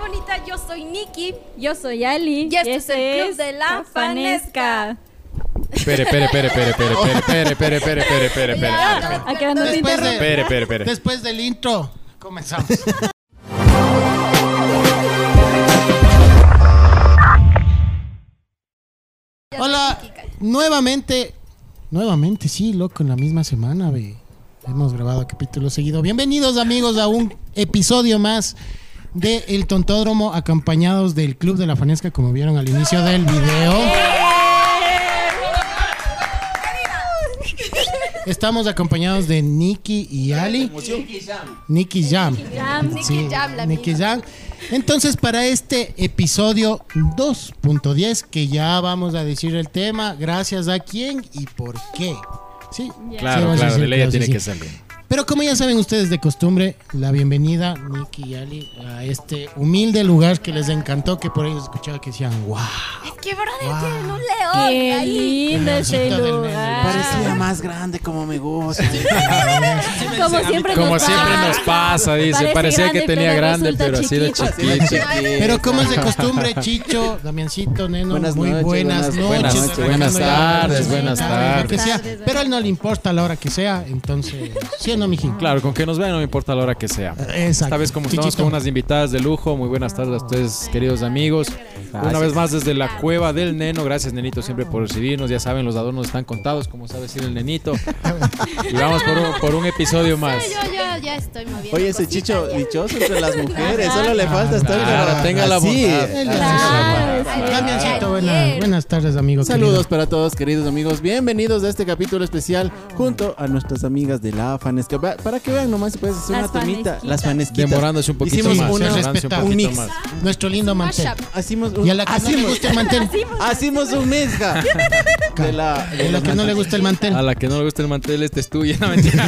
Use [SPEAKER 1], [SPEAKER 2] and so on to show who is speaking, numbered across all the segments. [SPEAKER 1] bonita, yo soy Nikki
[SPEAKER 2] Yo soy Ali. Este
[SPEAKER 1] Y esto es el Club de la Fanesca.
[SPEAKER 3] Espere, espere, espere, espere, espere, espere, espere, espere, espere, espere, espere, espere.
[SPEAKER 1] Ya,
[SPEAKER 2] A que no te
[SPEAKER 4] Después
[SPEAKER 2] interrumpa.
[SPEAKER 4] de-
[SPEAKER 3] Espere, espere, espere.
[SPEAKER 4] Después del intro, comenzamos. Hola, nuevamente, nuevamente, sí, loco, en la misma semana, ve. Hemos grabado capítulo seguido. Bienvenidos, amigos, a un episodio más de El Tontódromo, acompañados del Club de la Fanesca, como vieron al inicio del video.
[SPEAKER 2] ¡Eh!
[SPEAKER 4] Estamos acompañados de Nicky y Ali. Nicky Jam.
[SPEAKER 1] Jam, Nicky Jam, la
[SPEAKER 4] Nicky
[SPEAKER 1] amiga.
[SPEAKER 4] Jam. Entonces, para este episodio 2.10, que ya vamos a decir el tema, gracias a quién y por qué. Sí, sí,
[SPEAKER 3] Claro,
[SPEAKER 4] vamos a
[SPEAKER 3] claro,
[SPEAKER 4] decir
[SPEAKER 3] de ley
[SPEAKER 4] que
[SPEAKER 3] ya
[SPEAKER 4] vas a
[SPEAKER 3] tiene
[SPEAKER 4] decir.
[SPEAKER 3] que salir.
[SPEAKER 4] Pero como ya saben ustedes de costumbre, la bienvenida, Nicky y Ali, a este humilde lugar que les encantó, que por ellos escuchaba que decían, wow.
[SPEAKER 1] Es que, brother,
[SPEAKER 4] Wow.
[SPEAKER 1] tienen un león
[SPEAKER 2] Qué
[SPEAKER 1] ahí.
[SPEAKER 2] lindo ese
[SPEAKER 4] Pedacito del medio.
[SPEAKER 5] Parecía
[SPEAKER 2] lugar.
[SPEAKER 5] más grande como me gusta.
[SPEAKER 2] Como siempre nos
[SPEAKER 3] Como
[SPEAKER 2] pasa.
[SPEAKER 3] siempre nos pasa, dice.
[SPEAKER 2] Parece
[SPEAKER 3] Parecía
[SPEAKER 2] grande,
[SPEAKER 3] que tenía
[SPEAKER 2] pero
[SPEAKER 3] grande,
[SPEAKER 2] resulta
[SPEAKER 3] pero así de
[SPEAKER 2] chiquito.
[SPEAKER 3] chiquito.
[SPEAKER 4] Pero como es de costumbre, Chicho, Damiancito, Neno,
[SPEAKER 5] Buenas
[SPEAKER 4] muy
[SPEAKER 5] noches,
[SPEAKER 4] buenas,
[SPEAKER 5] buenas-
[SPEAKER 3] buenas
[SPEAKER 4] noches.
[SPEAKER 3] noches, buenas tardes, buenas
[SPEAKER 4] lo que
[SPEAKER 3] tardes.
[SPEAKER 4] sea. Pero a él no le importa la hora que sea, entonces, ¿sí o no, mijín?
[SPEAKER 3] Claro, con que nos vean no me importa la hora que sea.
[SPEAKER 4] Exacto.
[SPEAKER 3] Esta vez como estamos
[SPEAKER 4] Chichito.
[SPEAKER 3] con unas invitadas de lujo, muy buenas tardes a ustedes, queridos amigos. Una vez más desde la cueva del neno, gracias nenito siempre por recibirnos, ya saben, los adornos están contados, como sabe decir el nenito. Y vamos por un, por un episodio más.
[SPEAKER 1] Yo, yo ya estoy moviendo.
[SPEAKER 5] Oye, ese
[SPEAKER 1] cositas
[SPEAKER 5] chicho
[SPEAKER 1] ya.
[SPEAKER 5] dichoso entre las mujeres. Solo le falta estar
[SPEAKER 3] Claro,
[SPEAKER 5] con-
[SPEAKER 3] tenga la
[SPEAKER 5] así.
[SPEAKER 3] bondad.
[SPEAKER 2] Claro,
[SPEAKER 1] Ay,
[SPEAKER 2] sí.
[SPEAKER 4] Damiancito,
[SPEAKER 1] ayer.
[SPEAKER 4] buena- buenas tardes, amigo.
[SPEAKER 5] Saludos para todos, queridos amigos. Bienvenidos a este capítulo especial junto a nuestras amigas de la Fanesca. Va- Para que vean nomás, puedes hacer
[SPEAKER 2] Las
[SPEAKER 5] una temita.
[SPEAKER 2] fanesquitas.
[SPEAKER 5] Las fanesquitas.
[SPEAKER 3] Demorándose un poquito
[SPEAKER 5] Hicimos
[SPEAKER 3] más. ¿eh?
[SPEAKER 5] una-
[SPEAKER 3] demorándose un
[SPEAKER 4] respetable.
[SPEAKER 3] poquito
[SPEAKER 5] Un mix.
[SPEAKER 3] más.
[SPEAKER 4] querido. Nuestro lindo mantel.
[SPEAKER 1] Mashup.
[SPEAKER 5] Hacimos un,
[SPEAKER 4] Y a la que no le gusta el mantel.
[SPEAKER 5] hacimos un mezcla. de la,
[SPEAKER 4] A la que no le gusta el mantel.
[SPEAKER 3] A la que no le gusta el mantel, este es tuyo, no mentira.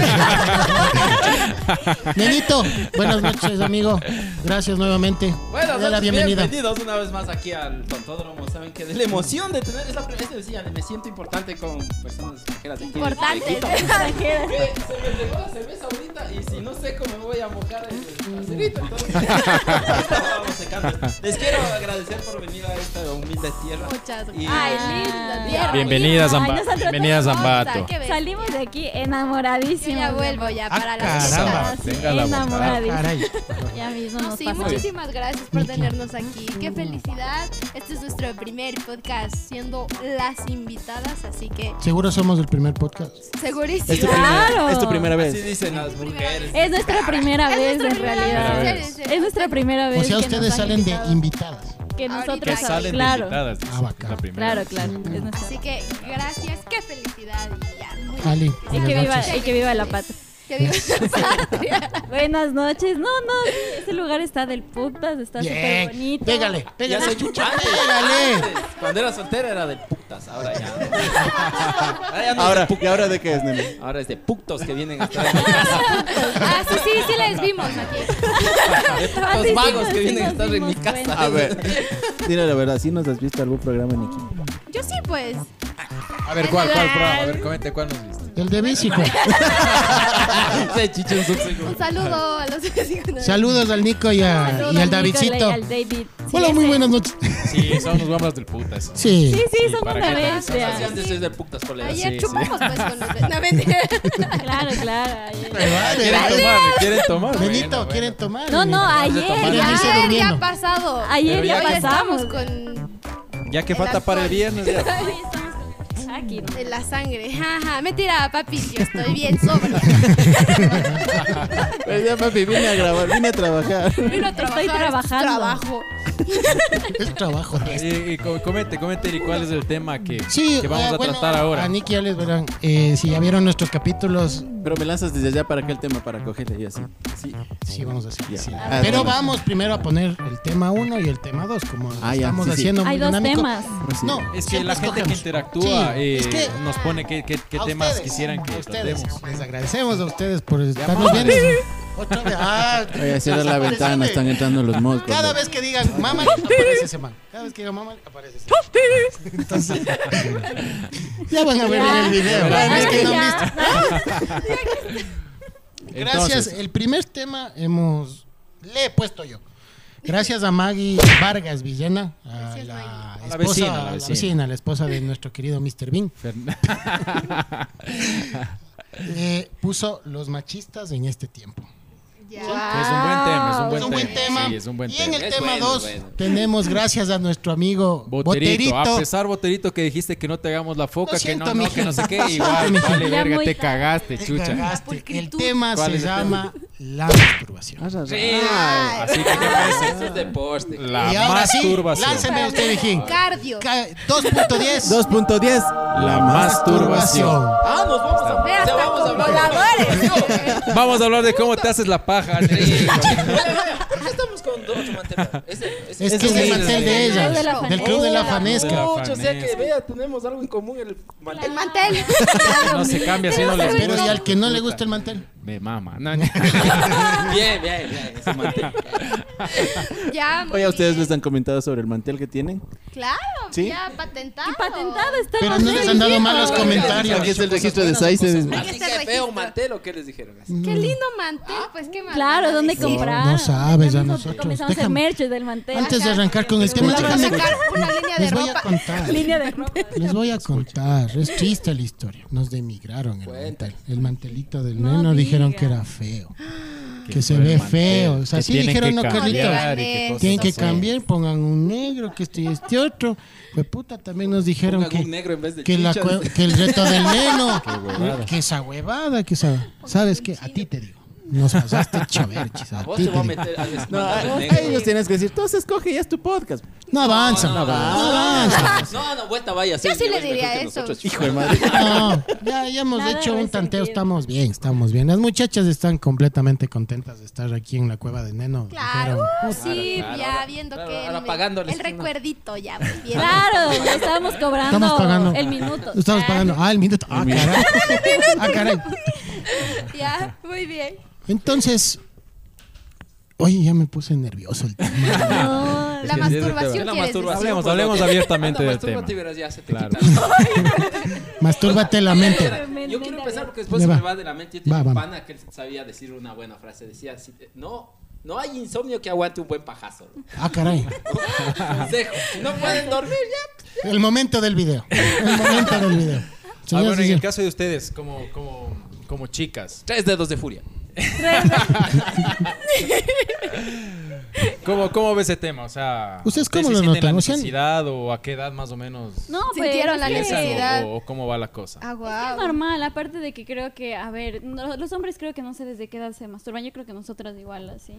[SPEAKER 4] Nenito, buenas noches, amigo. Gracias nuevamente.
[SPEAKER 6] Bueno,
[SPEAKER 4] Dale la bienvenida.
[SPEAKER 6] bienvenidos una vez más aquí al Tontódromo. Saben que de la emoción de tener esta primera decía, me siento importante con personas extranjeras. aquí de
[SPEAKER 1] Importante.
[SPEAKER 6] Quito. Que Eh, se me pegó la cerveza ahorita y si no seco me voy a mojar el caserito. Entonces, vamos secando. Les quiero agradecer por venir a esta humilde tierra.
[SPEAKER 1] Muchas
[SPEAKER 6] Y-
[SPEAKER 1] Ay, linda. tierra.
[SPEAKER 3] Bienvenidas,
[SPEAKER 2] Ay,
[SPEAKER 3] Amba-
[SPEAKER 2] nos han tratado
[SPEAKER 3] Bienvenidas,
[SPEAKER 2] de
[SPEAKER 3] Ambato.
[SPEAKER 1] Qué bestia.
[SPEAKER 2] Ah. Salimos de aquí
[SPEAKER 1] Yo
[SPEAKER 2] enamoradísimos.
[SPEAKER 1] ya vuelvo ya
[SPEAKER 4] Ah,
[SPEAKER 1] para la
[SPEAKER 4] caramba.
[SPEAKER 1] fiesta.
[SPEAKER 3] Tenga la bondad.
[SPEAKER 2] Enamoradísimos.
[SPEAKER 4] Caray.
[SPEAKER 2] Ya mismo
[SPEAKER 1] No,
[SPEAKER 2] nos Mm.
[SPEAKER 1] sí,
[SPEAKER 2] pasamos.
[SPEAKER 1] muchísimas gracias por tenernos aquí. Qué felicidad. Este es nuestro primer podcast siendo las invitadas, así que
[SPEAKER 4] Seguro somos el primer podcast.
[SPEAKER 1] segurísimo.
[SPEAKER 5] Es
[SPEAKER 4] Este
[SPEAKER 5] tu,
[SPEAKER 2] Claro.
[SPEAKER 5] primera, es tu primera
[SPEAKER 6] Así
[SPEAKER 5] vez.
[SPEAKER 6] dicen las mujeres.
[SPEAKER 2] Es nuestra primera
[SPEAKER 1] Es
[SPEAKER 2] vez
[SPEAKER 1] nuestra
[SPEAKER 2] en
[SPEAKER 1] primera vez,
[SPEAKER 2] realidad.
[SPEAKER 1] en serio, en serio.
[SPEAKER 2] Es nuestra primera vez.
[SPEAKER 4] O sea,
[SPEAKER 2] que nos
[SPEAKER 4] ustedes
[SPEAKER 2] han
[SPEAKER 4] salen de
[SPEAKER 2] invitado.
[SPEAKER 4] invitadas.
[SPEAKER 2] Que
[SPEAKER 1] Ahorita
[SPEAKER 2] nosotros
[SPEAKER 1] que salen
[SPEAKER 2] claro,
[SPEAKER 3] dice,
[SPEAKER 4] Ah, bacán.
[SPEAKER 3] la primera.
[SPEAKER 2] claro, claro. Es nuestra-
[SPEAKER 1] Así que gracias, qué felicidad. Y ya, muy
[SPEAKER 4] Ali,
[SPEAKER 1] bien.
[SPEAKER 2] Y
[SPEAKER 4] buenas
[SPEAKER 2] que viva,
[SPEAKER 4] noches.
[SPEAKER 2] y que viva la patria.
[SPEAKER 1] Que viva la patria.
[SPEAKER 2] Buenas noches. No, no, ese lugar está del putas, está súper bonito.
[SPEAKER 4] Pégale,
[SPEAKER 6] Ya
[SPEAKER 4] pégale.
[SPEAKER 6] soy chuchante.
[SPEAKER 4] Pégale.
[SPEAKER 6] Cuando era soltera era de putas, ahora ya. no. Ahora ya no es de
[SPEAKER 5] Ahora,
[SPEAKER 6] putas.
[SPEAKER 5] ¿y ahora de qué es, nene?
[SPEAKER 6] Ahora es de putos que vienen a estar en mi casa.
[SPEAKER 1] Ah, sí, sí, sí les vimos aquí.
[SPEAKER 6] De
[SPEAKER 2] Ah, sí,
[SPEAKER 6] putos
[SPEAKER 2] sí,
[SPEAKER 6] magos
[SPEAKER 2] nos-
[SPEAKER 6] que
[SPEAKER 2] sí
[SPEAKER 6] vienen a
[SPEAKER 2] nos
[SPEAKER 6] estar en mi
[SPEAKER 2] dimos cuenta.
[SPEAKER 6] casa.
[SPEAKER 5] A ver, dile la verdad, ¿sí nos has visto algún programa en equipo?
[SPEAKER 1] Yo sí, pues.
[SPEAKER 3] A ver, ¿cuál, cuál, cuál? A ver, comente cuál nos viste.
[SPEAKER 4] El de México.
[SPEAKER 6] Se chicha un subsegundo.
[SPEAKER 1] Un saludo a los vecinos.
[SPEAKER 4] Saludos al Nico y, a- y al
[SPEAKER 2] Nicola
[SPEAKER 4] Davidcito.
[SPEAKER 2] y al David. Sí,
[SPEAKER 4] Hola, muy
[SPEAKER 2] ese-
[SPEAKER 4] buenas noches.
[SPEAKER 3] Sí, son los guambras del putas.
[SPEAKER 2] Sí,
[SPEAKER 4] Sí.
[SPEAKER 2] sí,
[SPEAKER 3] Sí,
[SPEAKER 2] son
[SPEAKER 3] para
[SPEAKER 2] una
[SPEAKER 3] que te
[SPEAKER 6] Sí,
[SPEAKER 2] bestia.
[SPEAKER 6] antes es de putas colegas.
[SPEAKER 1] Ayer
[SPEAKER 3] sí, sí.
[SPEAKER 1] chupamos pues con los vecinos. No, mentira.
[SPEAKER 2] Claro, claro. ayer.
[SPEAKER 6] Ah,
[SPEAKER 3] ¿Quieren tomar? ¿Me quieren tomar?
[SPEAKER 4] Benito,
[SPEAKER 3] Bueno,
[SPEAKER 4] ¿quieren
[SPEAKER 3] bueno.
[SPEAKER 4] tomar?
[SPEAKER 2] No, no, ayer
[SPEAKER 4] Quieren irse
[SPEAKER 2] ya.
[SPEAKER 1] Ayer ya
[SPEAKER 4] durmiendo.
[SPEAKER 1] ha pasado.
[SPEAKER 2] Ayer
[SPEAKER 3] Pero
[SPEAKER 2] ya
[SPEAKER 1] Hoy
[SPEAKER 2] pasamos.
[SPEAKER 1] estamos con
[SPEAKER 3] Ya que
[SPEAKER 1] El
[SPEAKER 3] falta para el
[SPEAKER 1] alcohol.
[SPEAKER 3] viernes. ya.
[SPEAKER 2] Hoy estamos con- Aquí.
[SPEAKER 1] de la sangre. Jaja, mentira, papi, yo estoy bien sobria.
[SPEAKER 5] Pues ya, papi, vine a grabar, vine a trabajar.
[SPEAKER 1] Vino a trabajar,
[SPEAKER 2] Estoy trabajando.
[SPEAKER 1] Trabajo.
[SPEAKER 4] Es trabajo.
[SPEAKER 3] Y, y co- comente, comente, Eri, ¿cuál es el tema que,
[SPEAKER 4] Sí,
[SPEAKER 3] que vamos
[SPEAKER 4] eh,
[SPEAKER 3] a
[SPEAKER 4] bueno,
[SPEAKER 3] tratar ahora?
[SPEAKER 4] A Nicky ya les verán. Eh, si ya vieron nuestros capítulos,
[SPEAKER 5] Pero me lanzas desde allá para acá el tema, para cogerle y así. Sí.
[SPEAKER 4] sí vamos a hacer.
[SPEAKER 5] Ya.
[SPEAKER 4] sí.
[SPEAKER 5] Ah,
[SPEAKER 4] Pero
[SPEAKER 5] bueno.
[SPEAKER 4] vamos primero a poner el tema 1 y el tema 2, como lo
[SPEAKER 5] Ah, ya,
[SPEAKER 4] estamos
[SPEAKER 5] sí, sí.
[SPEAKER 4] haciendo muy
[SPEAKER 2] Hay dos
[SPEAKER 4] dinámico.
[SPEAKER 2] temas.
[SPEAKER 5] Así.
[SPEAKER 4] No,
[SPEAKER 3] Es que
[SPEAKER 4] siempre
[SPEAKER 3] la gente que
[SPEAKER 4] escogemos.
[SPEAKER 3] interactúa
[SPEAKER 4] Sí,
[SPEAKER 3] eh,
[SPEAKER 4] es que
[SPEAKER 3] nos pone qué, qué- qué
[SPEAKER 4] a
[SPEAKER 3] temas
[SPEAKER 4] ustedes,
[SPEAKER 3] quisieran que
[SPEAKER 4] a ustedes.
[SPEAKER 3] tratemos.
[SPEAKER 4] Les agradecemos a ustedes por estarnos viendo. Otra vez. Ah,
[SPEAKER 5] Oye, cierra la
[SPEAKER 4] desaparece.
[SPEAKER 5] ventana, están entrando los moscos.
[SPEAKER 4] Cada vez que digan mamá, aparece ese man. Cada vez que digan mamá, aparece ese man. Entonces, ya van a ver
[SPEAKER 2] Ya.
[SPEAKER 4] en el video.
[SPEAKER 2] Ya,
[SPEAKER 4] Es que no han visto.
[SPEAKER 2] ya.
[SPEAKER 4] Gracias.
[SPEAKER 3] Entonces,
[SPEAKER 4] el primer tema hemos. Le he puesto yo. Gracias a Maggie Vargas Villena, a
[SPEAKER 1] Gracias,
[SPEAKER 4] la
[SPEAKER 1] Maggie.
[SPEAKER 6] A la
[SPEAKER 4] esposa,
[SPEAKER 6] vecina, a la
[SPEAKER 4] a la
[SPEAKER 6] vecina.
[SPEAKER 4] vecina, la esposa de nuestro querido Mr. Bean,
[SPEAKER 6] Fern-
[SPEAKER 4] eh, puso los machistas en este tiempo.
[SPEAKER 1] Ya.
[SPEAKER 6] Es un buen tema, es un buen,
[SPEAKER 4] Es un buen tema.
[SPEAKER 6] Sí, es un buen
[SPEAKER 4] y en
[SPEAKER 6] tema.
[SPEAKER 4] el
[SPEAKER 7] Es
[SPEAKER 4] tema
[SPEAKER 7] bueno,
[SPEAKER 4] 2
[SPEAKER 7] bueno.
[SPEAKER 4] tenemos, gracias a nuestro amigo
[SPEAKER 6] Boterito,
[SPEAKER 4] Boterito,
[SPEAKER 6] a pesar Boterito que dijiste que no te hagamos la foca,
[SPEAKER 4] Lo
[SPEAKER 6] que no,
[SPEAKER 4] siento,
[SPEAKER 6] no,
[SPEAKER 4] mijo.
[SPEAKER 6] que no sé qué,
[SPEAKER 4] siento,
[SPEAKER 6] igual,
[SPEAKER 4] mijo.
[SPEAKER 6] vale,
[SPEAKER 2] Ya
[SPEAKER 6] verga,
[SPEAKER 2] voy.
[SPEAKER 6] te cagaste,
[SPEAKER 4] Te
[SPEAKER 6] chucha.
[SPEAKER 4] cagaste. el
[SPEAKER 2] pulcritud.
[SPEAKER 4] tema
[SPEAKER 6] ¿Cuál
[SPEAKER 4] se
[SPEAKER 6] es el
[SPEAKER 4] llama la masturbación.
[SPEAKER 6] Sí,
[SPEAKER 1] Ay.
[SPEAKER 6] así que ¿qué parece?
[SPEAKER 7] Eso es de poste.
[SPEAKER 4] y
[SPEAKER 6] La
[SPEAKER 4] ahora sí,
[SPEAKER 6] masturbación.
[SPEAKER 4] lánceme usted, Dijín.
[SPEAKER 1] Cardio.
[SPEAKER 4] Ca- 2.10.
[SPEAKER 5] 2.10.
[SPEAKER 6] La masturbación.
[SPEAKER 7] Ah, nos vamos a.
[SPEAKER 1] Ve
[SPEAKER 7] o sea,
[SPEAKER 1] hasta
[SPEAKER 7] vamos a
[SPEAKER 1] con
[SPEAKER 7] hablar.
[SPEAKER 1] voladores.
[SPEAKER 6] Vamos a hablar de cómo te haces la paja.
[SPEAKER 7] Sí,
[SPEAKER 6] Andrés.
[SPEAKER 7] chico. ¿Por qué estamos con dos material? Es el- es el-
[SPEAKER 4] Es que es
[SPEAKER 6] sí,
[SPEAKER 4] el
[SPEAKER 6] sí,
[SPEAKER 4] mantel de
[SPEAKER 6] sí.
[SPEAKER 2] Del club de
[SPEAKER 4] ella,
[SPEAKER 2] la
[SPEAKER 4] del club de la
[SPEAKER 6] fanesca.
[SPEAKER 4] fanesca.
[SPEAKER 7] Pucha, o sea que
[SPEAKER 6] Fanesca.
[SPEAKER 7] vea, tenemos algo en común el mantel.
[SPEAKER 1] El mantel.
[SPEAKER 6] No se cambia si no les
[SPEAKER 4] Pero
[SPEAKER 6] gusta.
[SPEAKER 4] y al que no le gusta el mantel.
[SPEAKER 6] Me mama. No,
[SPEAKER 7] Bien, bien, bien. Ese mantel.
[SPEAKER 1] ya. muy
[SPEAKER 5] Oye, ¿a ustedes
[SPEAKER 1] bien.
[SPEAKER 5] les han comentado sobre el mantel que tienen?
[SPEAKER 1] Claro,
[SPEAKER 5] ¿Sí?
[SPEAKER 1] ya patentado.
[SPEAKER 2] Patentado está
[SPEAKER 4] Pero no les han dado malos comentarios.
[SPEAKER 5] Aquí está el registro de Saices.
[SPEAKER 1] Hay que
[SPEAKER 7] Así
[SPEAKER 1] hacer
[SPEAKER 7] que feo
[SPEAKER 1] Este registro.
[SPEAKER 7] mantel o qué les dijeron. Así.
[SPEAKER 1] Qué lindo mantel, pues qué mantel.
[SPEAKER 2] Claro, ¿dónde
[SPEAKER 1] Sí.
[SPEAKER 2] comprar?
[SPEAKER 4] no sabes, ya
[SPEAKER 2] mismo
[SPEAKER 4] nosotros.
[SPEAKER 2] Comenzamos el
[SPEAKER 4] Déjame.
[SPEAKER 2] merch del mantel.
[SPEAKER 4] Antes de arrancar con el tema,
[SPEAKER 1] Vamos a
[SPEAKER 4] déjame-
[SPEAKER 1] sacar una línea de
[SPEAKER 4] les voy
[SPEAKER 1] ropa.
[SPEAKER 4] a contar.
[SPEAKER 2] Línea de ropa.
[SPEAKER 4] Les voy a contar, es triste la historia. Nos demigraron el
[SPEAKER 7] Cuéntale.
[SPEAKER 4] mantel. El mantelito del
[SPEAKER 2] No
[SPEAKER 4] neno dijeron
[SPEAKER 2] diga.
[SPEAKER 4] que era feo, que se ve feo. O sea, sí dijeron, no, Carlito,
[SPEAKER 1] cambiar.
[SPEAKER 4] tienen que cambiar, pongan un negro, que este y este otro. Pues puta, también nos dijeron
[SPEAKER 7] Pongan un
[SPEAKER 4] que,
[SPEAKER 7] negro en vez de
[SPEAKER 4] que, la
[SPEAKER 7] chichas.
[SPEAKER 4] cue- que el reto del neno, eh,
[SPEAKER 6] huevada.
[SPEAKER 4] que esa huevada, que esa... ¿Sabes qué? A ti te digo. Nos pasaste choverches, a
[SPEAKER 7] Vos
[SPEAKER 4] ti
[SPEAKER 7] te
[SPEAKER 4] te
[SPEAKER 7] voy Oh,
[SPEAKER 4] digo.
[SPEAKER 7] a meter al
[SPEAKER 5] No,
[SPEAKER 7] escándalo
[SPEAKER 5] a-
[SPEAKER 7] negro.
[SPEAKER 5] a ellos tienes que decir, tú escoge, ya es tu podcast.
[SPEAKER 4] No avanza, no
[SPEAKER 7] No, no, no,
[SPEAKER 4] avanza.
[SPEAKER 7] No, no, vuelta vaya.
[SPEAKER 1] Yo sí le
[SPEAKER 7] es mejor
[SPEAKER 1] diría
[SPEAKER 7] que
[SPEAKER 1] eso.
[SPEAKER 7] nosotros.
[SPEAKER 5] Hijo de madre.
[SPEAKER 4] No, ya, ya hemos
[SPEAKER 2] Nada
[SPEAKER 4] hecho un
[SPEAKER 2] resentido.
[SPEAKER 4] tanteo, estamos bien, estamos bien. Las muchachas están completamente contentas de estar aquí en la cueva de Neno.
[SPEAKER 1] Claro,
[SPEAKER 4] Dijeron,
[SPEAKER 1] sí, ya viendo
[SPEAKER 7] claro,
[SPEAKER 1] que
[SPEAKER 7] ahora
[SPEAKER 1] el-
[SPEAKER 7] pagándoles
[SPEAKER 1] el
[SPEAKER 7] una.
[SPEAKER 1] recuerdito ya pues, bien.
[SPEAKER 2] Claro, le estábamos cobrando,
[SPEAKER 4] Estamos pagando.
[SPEAKER 2] el minuto.
[SPEAKER 4] Estamos pagando. Ah, el minuto. Ah, caray. Ah, caray.
[SPEAKER 1] Ya, muy bien.
[SPEAKER 4] Entonces, oye, ya me puse nervioso el tema.
[SPEAKER 2] No,
[SPEAKER 1] La
[SPEAKER 6] que sí es el tema.
[SPEAKER 1] masturbación
[SPEAKER 7] La
[SPEAKER 1] quieres decir.
[SPEAKER 7] masturbación.
[SPEAKER 6] Hablemos, hablemos abiertamente del tema.
[SPEAKER 7] Mastúrbate y verás, ya se te
[SPEAKER 6] Claro.
[SPEAKER 7] quita.
[SPEAKER 4] Mastúrbate la mente.
[SPEAKER 7] Yo quiero empezar porque después
[SPEAKER 4] Ya
[SPEAKER 7] se
[SPEAKER 4] va.
[SPEAKER 7] me va de la mente. Yo
[SPEAKER 4] Va,
[SPEAKER 7] tenía un
[SPEAKER 4] va.
[SPEAKER 7] pana que sabía decir una buena frase. Decía, así, no, no hay insomnio que aguante un buen pajazo.
[SPEAKER 4] Ah, caray.
[SPEAKER 7] Consejo, si no pueden dormir, ya.
[SPEAKER 4] El momento del video. El momento del video.
[SPEAKER 6] Ah,
[SPEAKER 4] Señoras
[SPEAKER 6] bueno,
[SPEAKER 4] y
[SPEAKER 6] en el
[SPEAKER 4] señores,
[SPEAKER 6] caso de ustedes, como, como, como chicas,
[SPEAKER 7] Tres dedos de furia.
[SPEAKER 6] ¿cómo, ¿cómo ves ese tema? O sea,
[SPEAKER 4] ¿Ustedes cómo
[SPEAKER 6] sí
[SPEAKER 4] lo
[SPEAKER 6] sienten
[SPEAKER 4] notan?
[SPEAKER 6] la
[SPEAKER 4] ¿O se han-
[SPEAKER 6] necesidad o a qué edad más o menos
[SPEAKER 2] no pues,
[SPEAKER 1] Sintieron la
[SPEAKER 2] es que-
[SPEAKER 6] piensan o-
[SPEAKER 1] necesidad.
[SPEAKER 6] o, o cómo va la cosa?
[SPEAKER 1] Ah,
[SPEAKER 2] Es que es
[SPEAKER 1] guau.
[SPEAKER 2] normal, aparte de que creo que, a ver, no- los hombres creo que no sé desde qué edad se masturban, yo creo que nosotras igual así.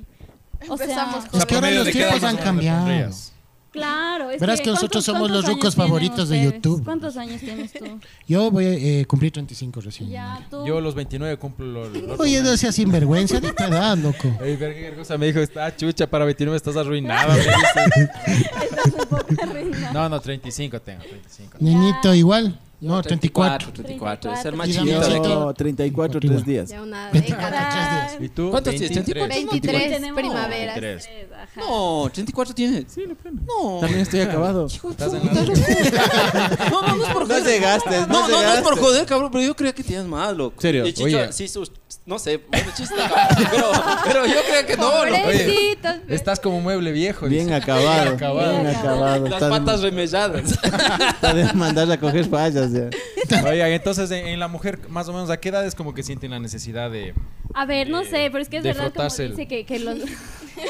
[SPEAKER 2] O sea,
[SPEAKER 1] Empezamos
[SPEAKER 4] Es pues que ahora
[SPEAKER 6] promedio
[SPEAKER 4] los
[SPEAKER 6] de qué edad
[SPEAKER 4] tiempos
[SPEAKER 6] más
[SPEAKER 4] han
[SPEAKER 6] o menos te
[SPEAKER 4] cambiado.
[SPEAKER 6] pondrías?
[SPEAKER 2] claro. Es
[SPEAKER 4] Verás que nosotros
[SPEAKER 2] ¿cuántos-
[SPEAKER 4] somos
[SPEAKER 2] cuántos
[SPEAKER 4] los
[SPEAKER 2] años
[SPEAKER 4] rucos
[SPEAKER 2] tienen
[SPEAKER 4] favoritos de
[SPEAKER 2] ustedes?
[SPEAKER 4] YouTube.
[SPEAKER 2] ¿Cuántos años tienes tú?
[SPEAKER 4] yo voy a eh, cumplir 35 recién.
[SPEAKER 2] Ya, tú.
[SPEAKER 6] Yo a los 29 cumplo lo- lo-
[SPEAKER 4] Oye, no seas sinvergüenza de tu edad, loco.
[SPEAKER 6] Ey, verga, qué cosa me dijo, está chucha, para 29 estás arruinada. me dice.
[SPEAKER 2] Estás un poco reina.
[SPEAKER 6] No, no, 35 tengo, 35.
[SPEAKER 4] Niñito, igual. No, 34.
[SPEAKER 7] 34, es el más
[SPEAKER 4] Y
[SPEAKER 7] chiquito de aquí.
[SPEAKER 5] Yo, 34, 3 días.
[SPEAKER 1] Ya una década.
[SPEAKER 4] Cada tres días.
[SPEAKER 6] ¿Y tú?
[SPEAKER 7] ¿Cuántos tienes?
[SPEAKER 1] 23
[SPEAKER 2] Tenemos
[SPEAKER 1] primaveras.
[SPEAKER 6] Tres.
[SPEAKER 2] tres, ajá.
[SPEAKER 7] No, 34 tiene. Sí, No.
[SPEAKER 5] También estoy acabado.
[SPEAKER 6] Estás en la-
[SPEAKER 7] No, no, no es por
[SPEAKER 5] No
[SPEAKER 7] joder.
[SPEAKER 5] se gastes, no
[SPEAKER 7] No,
[SPEAKER 5] se
[SPEAKER 7] no, no es por
[SPEAKER 5] gastes.
[SPEAKER 7] joder, cabrón, pero yo creo que tienes más, loco.
[SPEAKER 5] Serio,
[SPEAKER 7] Y Chicho,
[SPEAKER 6] oye.
[SPEAKER 7] sí, sus, no sé, bueno, chiste, cabrón, pero, pero yo creo que no, loco.
[SPEAKER 1] Pobrecitos.
[SPEAKER 6] Estás como mueble viejo.
[SPEAKER 5] Bien
[SPEAKER 6] dice.
[SPEAKER 5] acabado.
[SPEAKER 6] acabado.
[SPEAKER 5] Bien acabado.
[SPEAKER 7] Las
[SPEAKER 5] Está de-
[SPEAKER 7] patas remelladas.
[SPEAKER 5] está de mandar a coger fallas. ya.
[SPEAKER 6] Oigan, entonces en, en la mujer, más o menos, ¿a qué edad es como que sienten la necesidad de.
[SPEAKER 2] A ver, no
[SPEAKER 6] Eh,
[SPEAKER 2] sé, pero es que es
[SPEAKER 6] de
[SPEAKER 2] verdad como
[SPEAKER 6] frotarse el-
[SPEAKER 2] dice que, que los,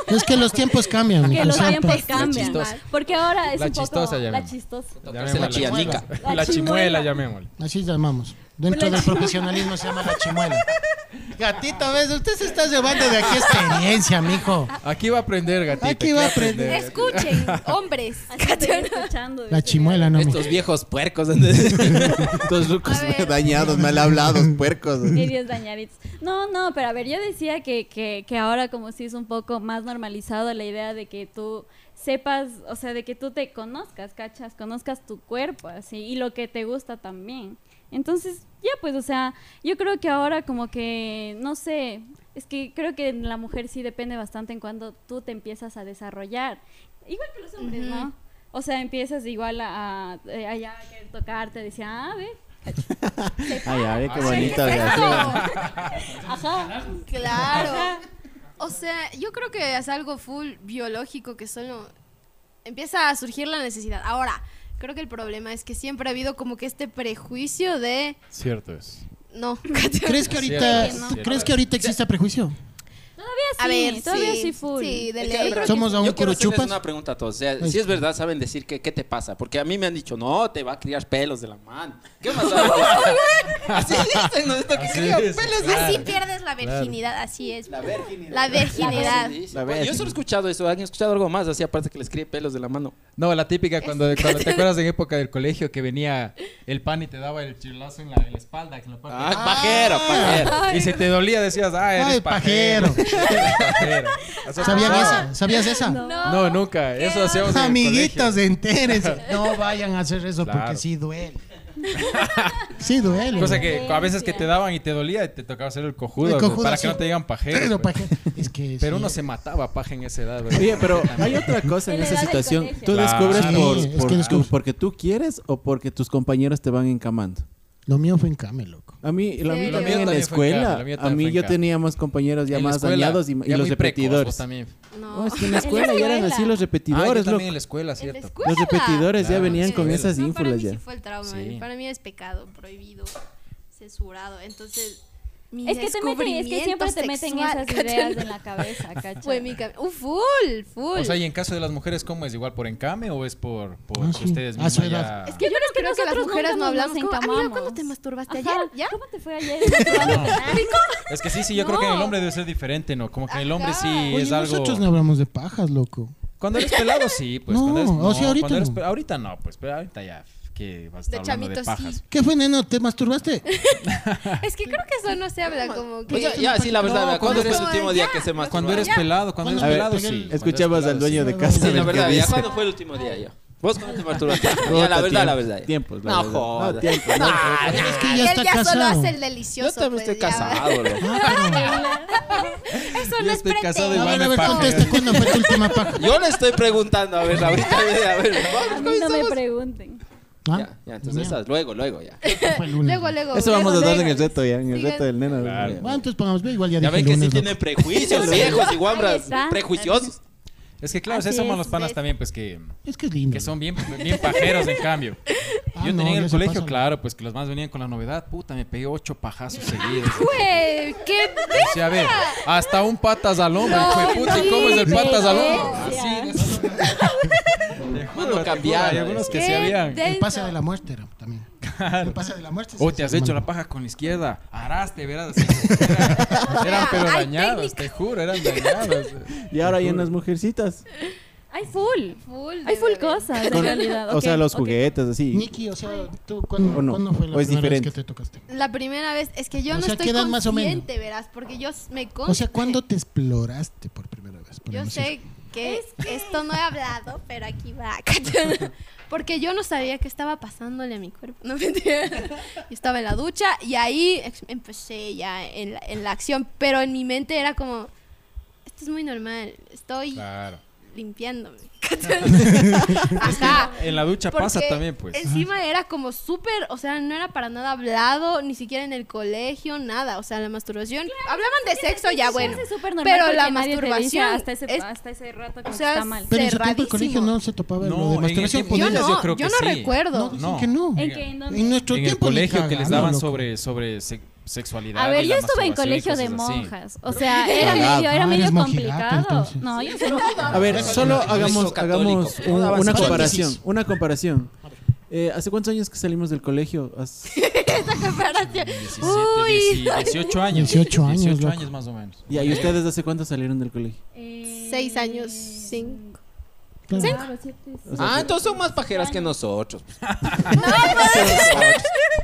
[SPEAKER 4] Es que los tiempos cambian.
[SPEAKER 2] que los
[SPEAKER 4] exacto.
[SPEAKER 2] tiempos cambian.
[SPEAKER 6] chistosa.
[SPEAKER 2] Porque ahora es
[SPEAKER 6] La
[SPEAKER 2] un poco
[SPEAKER 6] chistosa, ya
[SPEAKER 2] la
[SPEAKER 6] vemos.
[SPEAKER 2] chistosa.
[SPEAKER 7] Tocarse la
[SPEAKER 6] Llamémosla.
[SPEAKER 7] chianica.
[SPEAKER 2] La
[SPEAKER 6] La chimuela,
[SPEAKER 2] chimuela.
[SPEAKER 6] llamémosla.
[SPEAKER 4] Así llamamos. Dentro
[SPEAKER 2] Pues
[SPEAKER 4] del profesionalismo se llama la chimuela. Gatito, ves, usted se está llevando de aquí experiencia, mijo.
[SPEAKER 6] Aquí va a aprender, gatito.
[SPEAKER 4] Aquí va a aprender.
[SPEAKER 3] eh.
[SPEAKER 1] Escuchen, hombres.
[SPEAKER 2] Así estoy escuchando.
[SPEAKER 4] La chimuela, no. mijo.
[SPEAKER 7] Estos viejos puercos. Estos
[SPEAKER 1] A ver.
[SPEAKER 5] Dañados, mal hablados, puercos.
[SPEAKER 2] Medios dañaditos. No, no, pero a ver, yo decía que, que, que ahora como si es un poco más normalizado la idea de que tú sepas, o sea, de que tú te conozcas, cachas, conozcas tu cuerpo, así, y lo que te gusta también. Entonces, ya pues, o sea, yo creo que ahora como que, no sé, es que creo que en la mujer sí depende bastante en cuando tú te empiezas a desarrollar. Igual que los hombres, ¿no? O sea, empiezas igual a, a, eh, a ya querer tocarte, decía, ah, ve,
[SPEAKER 5] Ay, ay, qué
[SPEAKER 1] Ay,
[SPEAKER 5] bonita.
[SPEAKER 1] ¿qué es
[SPEAKER 5] gracias.
[SPEAKER 1] eso?
[SPEAKER 2] ajá.
[SPEAKER 1] Claro. O sea, yo creo que es algo full biológico que solo empieza a surgir la necesidad. Ahora, creo que el problema es que siempre ha habido como que este prejuicio de
[SPEAKER 6] Cierto es.
[SPEAKER 1] no.
[SPEAKER 4] ¿Crees que ahorita,
[SPEAKER 1] Sí, no.
[SPEAKER 4] ¿tú crees que ahorita existe prejuicio?
[SPEAKER 2] Todavía sí,
[SPEAKER 1] a ver,
[SPEAKER 2] todavía sí,
[SPEAKER 1] sí,
[SPEAKER 2] full.
[SPEAKER 1] sí, de
[SPEAKER 7] Es que,
[SPEAKER 1] ley.
[SPEAKER 7] pero
[SPEAKER 4] Somos
[SPEAKER 7] yo-
[SPEAKER 4] aún
[SPEAKER 7] yo quiero hacerles
[SPEAKER 4] curuchupas.
[SPEAKER 7] una pregunta a todos. O sea, si es verdad, saben decir que, qué te pasa. Porque a mí me han dicho, no, te va a criar pelos de la mano. ¿Qué más sabes? Así dicen, ¿no? Esto que
[SPEAKER 6] Así
[SPEAKER 7] cría
[SPEAKER 6] es,
[SPEAKER 7] pelos de
[SPEAKER 1] Así pierdes la virginidad, así es.
[SPEAKER 7] la virginidad.
[SPEAKER 1] La virginidad.
[SPEAKER 7] Así dice.
[SPEAKER 5] La
[SPEAKER 7] Bueno, Yo
[SPEAKER 5] virginidad.
[SPEAKER 7] solo he escuchado eso. ¿Han escuchado algo más? Así aparte que les críe pelos de la mano.
[SPEAKER 6] No, la típica cuando, cuando te acuerdas en época del colegio que venía el pan y te daba el chilazo en la, en la espalda, que en la parte
[SPEAKER 7] Ah, pajero, pajero.
[SPEAKER 6] Y si te dolía decías, ah, eres
[SPEAKER 4] Ay, pajero.
[SPEAKER 6] pajero. Eres pajero. Eso
[SPEAKER 4] ¿Sabían
[SPEAKER 6] pasaba.
[SPEAKER 4] esa? ¿Sabías esa?
[SPEAKER 6] No, nunca. Eso hacíamos en el
[SPEAKER 4] Amiguitos,
[SPEAKER 6] colegio.
[SPEAKER 4] entérense. No vayan a hacer eso
[SPEAKER 6] Claro.
[SPEAKER 4] porque sí duele. Sí duele.
[SPEAKER 6] Cosa
[SPEAKER 4] ¿no?
[SPEAKER 6] que a veces que te daban y te dolía y te tocaba hacer el cojudo,
[SPEAKER 4] El cojudo,
[SPEAKER 6] pues, para
[SPEAKER 4] sí.
[SPEAKER 6] que no te digan pajero.
[SPEAKER 4] Pero,
[SPEAKER 6] pues.
[SPEAKER 4] paje- es que
[SPEAKER 6] Pero
[SPEAKER 4] sí.
[SPEAKER 6] uno se mataba paja en esa edad. ¿verdad?
[SPEAKER 5] Oye, pero hay otra cosa en
[SPEAKER 2] En la
[SPEAKER 5] esa
[SPEAKER 2] edad del
[SPEAKER 5] situación.
[SPEAKER 2] colegio.
[SPEAKER 5] ¿Tú
[SPEAKER 6] Claro.
[SPEAKER 5] descubres
[SPEAKER 4] Sí,
[SPEAKER 5] por,
[SPEAKER 4] es que
[SPEAKER 5] por- tú-
[SPEAKER 4] descubres.
[SPEAKER 5] porque tú quieres o porque tus compañeros te van encamando?
[SPEAKER 4] Lo mío fue en came, loco.
[SPEAKER 5] A mí, lo mío
[SPEAKER 1] mío
[SPEAKER 5] también en
[SPEAKER 6] también
[SPEAKER 5] la
[SPEAKER 6] fue en
[SPEAKER 5] escuela.
[SPEAKER 6] casa, lo mío
[SPEAKER 5] a
[SPEAKER 6] también
[SPEAKER 5] mí
[SPEAKER 6] fue en
[SPEAKER 5] yo
[SPEAKER 6] casa.
[SPEAKER 5] teníamos compañeros ya
[SPEAKER 6] En la
[SPEAKER 5] más
[SPEAKER 6] escuela,
[SPEAKER 5] dañados y, y
[SPEAKER 6] ya
[SPEAKER 5] los
[SPEAKER 6] muy precoz, vos
[SPEAKER 5] repetidores.
[SPEAKER 6] también.
[SPEAKER 1] No.
[SPEAKER 5] No, es que en la escuela ya eran
[SPEAKER 2] escuela.
[SPEAKER 5] así los
[SPEAKER 6] Ah, yo
[SPEAKER 5] repetidores,
[SPEAKER 6] también
[SPEAKER 5] loco.
[SPEAKER 6] en la escuela,
[SPEAKER 1] En la
[SPEAKER 6] cierto.
[SPEAKER 1] escuela.
[SPEAKER 5] Los repetidores ya
[SPEAKER 6] Claro,
[SPEAKER 5] venían
[SPEAKER 6] sí.
[SPEAKER 5] con
[SPEAKER 6] No,
[SPEAKER 5] esas
[SPEAKER 1] no, para mí
[SPEAKER 5] ínfulas
[SPEAKER 1] sí
[SPEAKER 5] ya.
[SPEAKER 1] fue el trauma.
[SPEAKER 6] Sí.
[SPEAKER 1] Para mí es pecado, prohibido, censurado. Entonces, mi
[SPEAKER 2] Es que, te meten, es que siempre te meten
[SPEAKER 1] descubrimiento
[SPEAKER 2] esas
[SPEAKER 1] sexual,
[SPEAKER 2] ideas en la cabeza, cacha.
[SPEAKER 1] Fue mi cam- ¡Uh, full! ¡Full!
[SPEAKER 6] O sea, y en caso de las mujeres, ¿cómo es? ¿Igual por encame o es por, por
[SPEAKER 4] Ah,
[SPEAKER 6] que
[SPEAKER 4] sí.
[SPEAKER 6] ustedes
[SPEAKER 4] A su
[SPEAKER 6] mismas
[SPEAKER 4] edad.
[SPEAKER 6] ya...
[SPEAKER 1] es que yo creo que,
[SPEAKER 2] nosotros
[SPEAKER 1] las mujeres
[SPEAKER 2] nunca
[SPEAKER 1] no
[SPEAKER 2] nos
[SPEAKER 1] hablamos como, "Ah, mira,
[SPEAKER 2] encamamos".
[SPEAKER 1] ¿cuándo te masturbaste
[SPEAKER 2] Ajá,
[SPEAKER 1] ayer? ¿Ya?
[SPEAKER 2] ¿Cómo te fue ayer?
[SPEAKER 6] Es que sí, sí, yo creo que en el hombre debe ser diferente, ¿no? Como que en el hombre sí
[SPEAKER 4] Oye,
[SPEAKER 6] es algo...
[SPEAKER 4] nosotros no hablamos de pajas, loco.
[SPEAKER 6] Cuando eres pelado, sí, pues.
[SPEAKER 4] No,
[SPEAKER 6] cuando eres,
[SPEAKER 4] o sea, ahorita
[SPEAKER 6] cuando eres
[SPEAKER 4] no.
[SPEAKER 6] pe- ahorita no, pues, pero ahorita ya, que vas a estar
[SPEAKER 1] De
[SPEAKER 6] hablando de
[SPEAKER 1] chamito,
[SPEAKER 6] pajas.
[SPEAKER 1] sí.
[SPEAKER 4] ¿Qué fue, neno? ¿Te masturbaste?
[SPEAKER 1] Es que creo que eso no se habla como que...
[SPEAKER 7] Pues ya, ya, sí, la verdad. ¿verdad? ¿Cuándo fue
[SPEAKER 1] eres-
[SPEAKER 7] su último día
[SPEAKER 1] Ya.
[SPEAKER 7] que se más
[SPEAKER 6] Cuando eres pelado, cuando eres
[SPEAKER 4] A ver,
[SPEAKER 6] pelado,
[SPEAKER 4] Miguel,
[SPEAKER 6] sí.
[SPEAKER 5] Escuchabas al dueño de casa.
[SPEAKER 7] Sí, la
[SPEAKER 5] del que
[SPEAKER 7] verdad, ya.
[SPEAKER 5] dice,
[SPEAKER 7] ¿Cuándo fue el último día ya? ¿Vos cuándo te masturbaste?
[SPEAKER 5] "Puta,
[SPEAKER 7] ya, la verdad, la
[SPEAKER 5] tiempos,
[SPEAKER 7] verdad. ya.
[SPEAKER 5] Tiempos, la
[SPEAKER 7] No,
[SPEAKER 5] verdad.
[SPEAKER 7] jodas.
[SPEAKER 5] No, tiempos, no,
[SPEAKER 7] Nah,
[SPEAKER 4] Es que
[SPEAKER 1] Y
[SPEAKER 4] ya
[SPEAKER 1] él
[SPEAKER 4] está
[SPEAKER 1] ya solo
[SPEAKER 4] casado.
[SPEAKER 1] hace el delicioso.
[SPEAKER 7] Yo también estoy
[SPEAKER 1] pues, ya.
[SPEAKER 7] casado, loco.
[SPEAKER 1] Eso
[SPEAKER 6] Yo
[SPEAKER 1] no es
[SPEAKER 6] estoy casado
[SPEAKER 1] pretexto.
[SPEAKER 6] y
[SPEAKER 4] A ver, a ver,
[SPEAKER 6] Paja.
[SPEAKER 4] contesta cuándo fue tu última paja.
[SPEAKER 7] Yo le estoy preguntando, a ver, ahorita, a ver, a ver.
[SPEAKER 2] A
[SPEAKER 7] vamos,
[SPEAKER 2] mí no me
[SPEAKER 7] comenzamos.
[SPEAKER 2] pregunten.
[SPEAKER 4] ¿Ah?
[SPEAKER 7] Ya, ya, entonces esas, luego, luego, ya.
[SPEAKER 4] Fue el lunes.
[SPEAKER 1] Luego, luego.
[SPEAKER 5] Eso vamos a
[SPEAKER 1] luego,
[SPEAKER 5] dar en
[SPEAKER 1] luego.
[SPEAKER 5] el reto ya, en el
[SPEAKER 1] Sigan.
[SPEAKER 5] reto del neno.
[SPEAKER 6] Claro.
[SPEAKER 4] Bueno, entonces pongamos, ve, igual ya,
[SPEAKER 7] Ya
[SPEAKER 4] dije
[SPEAKER 7] ven que sí
[SPEAKER 4] lunes, loco.
[SPEAKER 7] tienen prejuicios, viejos y guambras.
[SPEAKER 2] está.
[SPEAKER 7] Prejuiciosos.
[SPEAKER 6] Es que claro,
[SPEAKER 2] Así
[SPEAKER 6] esos somos
[SPEAKER 2] es,
[SPEAKER 6] los panas
[SPEAKER 1] ¿ves?
[SPEAKER 6] también, pues que,
[SPEAKER 4] Es que es lindo.
[SPEAKER 6] que son bien, bien pajeros en cambio.
[SPEAKER 4] Ah,
[SPEAKER 6] Yo
[SPEAKER 4] no,
[SPEAKER 6] tenía en
[SPEAKER 4] ya
[SPEAKER 6] el
[SPEAKER 4] se
[SPEAKER 6] colegio,
[SPEAKER 4] pasan.
[SPEAKER 6] claro, pues que los más venían con la novedad. Puta, me pegué ocho pajazos seguidos.
[SPEAKER 1] Güey, qué
[SPEAKER 6] O sea, a ver, hasta un patas al hombro.
[SPEAKER 1] No,
[SPEAKER 6] hijo de puta, ¿y cómo es el
[SPEAKER 2] no,
[SPEAKER 6] patas al hombro?
[SPEAKER 2] violencia.
[SPEAKER 6] Así, de esa manera.
[SPEAKER 7] Cuando
[SPEAKER 6] Te juro,
[SPEAKER 7] cambiaron,
[SPEAKER 6] Hay algunos que se
[SPEAKER 1] qué
[SPEAKER 6] habían.
[SPEAKER 1] denso.
[SPEAKER 4] El pase de la muerte era también. El pase de la muerte.
[SPEAKER 6] O te has hecho la paja con la izquierda. Araste, verás. así. Eran, eran pero
[SPEAKER 1] Hay
[SPEAKER 6] dañados, te juro, eran dañados.
[SPEAKER 5] Y ahora hay unas mujercitas.
[SPEAKER 2] Hay full.
[SPEAKER 1] Full.
[SPEAKER 2] Hay
[SPEAKER 1] de
[SPEAKER 2] full
[SPEAKER 1] bebé.
[SPEAKER 2] cosas, en
[SPEAKER 5] Con-
[SPEAKER 2] realidad.
[SPEAKER 5] O
[SPEAKER 2] ok,
[SPEAKER 5] sea, los
[SPEAKER 2] ok.
[SPEAKER 5] juguetes, así.
[SPEAKER 4] Nicky, o sea, ¿tú cuándo,
[SPEAKER 5] ¿O no?
[SPEAKER 4] cuándo fue la
[SPEAKER 5] ¿O es
[SPEAKER 4] primera
[SPEAKER 5] diferente?
[SPEAKER 4] vez que te tocaste?
[SPEAKER 1] La primera vez, es que yo
[SPEAKER 4] O
[SPEAKER 1] no
[SPEAKER 4] sea,
[SPEAKER 1] estoy
[SPEAKER 4] ¿qué edad
[SPEAKER 1] consciente,
[SPEAKER 4] más o menos?
[SPEAKER 1] verás, porque yo s- me consta.
[SPEAKER 4] O sea, ¿cuándo te exploraste por primera vez?
[SPEAKER 1] Yo
[SPEAKER 4] Ponemos
[SPEAKER 1] sé
[SPEAKER 4] eso.
[SPEAKER 1] que esto no he hablado, pero aquí va. Porque yo no sabía qué estaba pasándole a mi cuerpo. No mentira. Yo estaba en la ducha y ahí ex- empecé ya en la, en la acción, pero en mi mente era como, esto es muy normal, estoy
[SPEAKER 6] Claro.
[SPEAKER 1] limpiándome. Ajá.
[SPEAKER 6] En la ducha pasa
[SPEAKER 1] Porque
[SPEAKER 6] también, pues.
[SPEAKER 1] Encima era como súper, o sea, no era para nada hablado, ni siquiera en el colegio, nada. O sea, la masturbación. Hablaban de sexo, ya
[SPEAKER 2] Se
[SPEAKER 1] bueno.
[SPEAKER 2] hace súper normal
[SPEAKER 1] Pero
[SPEAKER 2] porque
[SPEAKER 1] la
[SPEAKER 2] nadie te dice
[SPEAKER 1] masturbación.
[SPEAKER 2] Hasta ese,
[SPEAKER 1] es-
[SPEAKER 2] hasta ese rato como
[SPEAKER 1] o sea,
[SPEAKER 2] que está mal.
[SPEAKER 4] Pero en su tiempo de
[SPEAKER 1] cerradísimo.
[SPEAKER 4] colegio no se topaba lo
[SPEAKER 6] No,
[SPEAKER 4] de
[SPEAKER 6] en el
[SPEAKER 4] masturbación.
[SPEAKER 6] tiempo
[SPEAKER 1] yo
[SPEAKER 6] Ponerles,
[SPEAKER 1] no,
[SPEAKER 6] Pues yo
[SPEAKER 1] yo,
[SPEAKER 6] creo que
[SPEAKER 1] no
[SPEAKER 6] sí.
[SPEAKER 1] recuerdo.
[SPEAKER 4] No, dicen
[SPEAKER 6] No.
[SPEAKER 4] que no.
[SPEAKER 2] ¿En qué? ¿En dónde?
[SPEAKER 4] En nuestro
[SPEAKER 6] en el
[SPEAKER 4] tiempo ni
[SPEAKER 6] colegio que les
[SPEAKER 4] cagando,
[SPEAKER 6] daban
[SPEAKER 4] loco.
[SPEAKER 6] sobre, sobre se- sexualidad.
[SPEAKER 2] A ver,
[SPEAKER 6] y
[SPEAKER 2] yo
[SPEAKER 6] la
[SPEAKER 2] estuve en
[SPEAKER 6] masturbación y
[SPEAKER 2] colegio de
[SPEAKER 6] cosas así.
[SPEAKER 2] monjas. O sea, era
[SPEAKER 5] Cagado.
[SPEAKER 2] medio, era
[SPEAKER 4] Ah, eres
[SPEAKER 2] medio
[SPEAKER 4] monjigato,
[SPEAKER 2] complicado.
[SPEAKER 4] entonces.
[SPEAKER 2] No, yo soy
[SPEAKER 5] A ver, solo
[SPEAKER 7] Colegio
[SPEAKER 5] hagamos,
[SPEAKER 7] católico.
[SPEAKER 5] hagamos un- una
[SPEAKER 4] Paréntesis.
[SPEAKER 5] comparación. Una comparación. Eh, ¿Hace cuántos años que salimos del colegio? Hace-
[SPEAKER 6] 17, 18, 18 años.
[SPEAKER 4] 18 años,
[SPEAKER 6] 18
[SPEAKER 4] loco.
[SPEAKER 6] años más o menos.
[SPEAKER 5] Ya, ¿Y ustedes hace cuánto salieron del colegio?
[SPEAKER 1] Seis años,
[SPEAKER 2] Eh,
[SPEAKER 1] cinco.
[SPEAKER 4] Claro.
[SPEAKER 7] Ah, entonces son más pajeras que nosotros.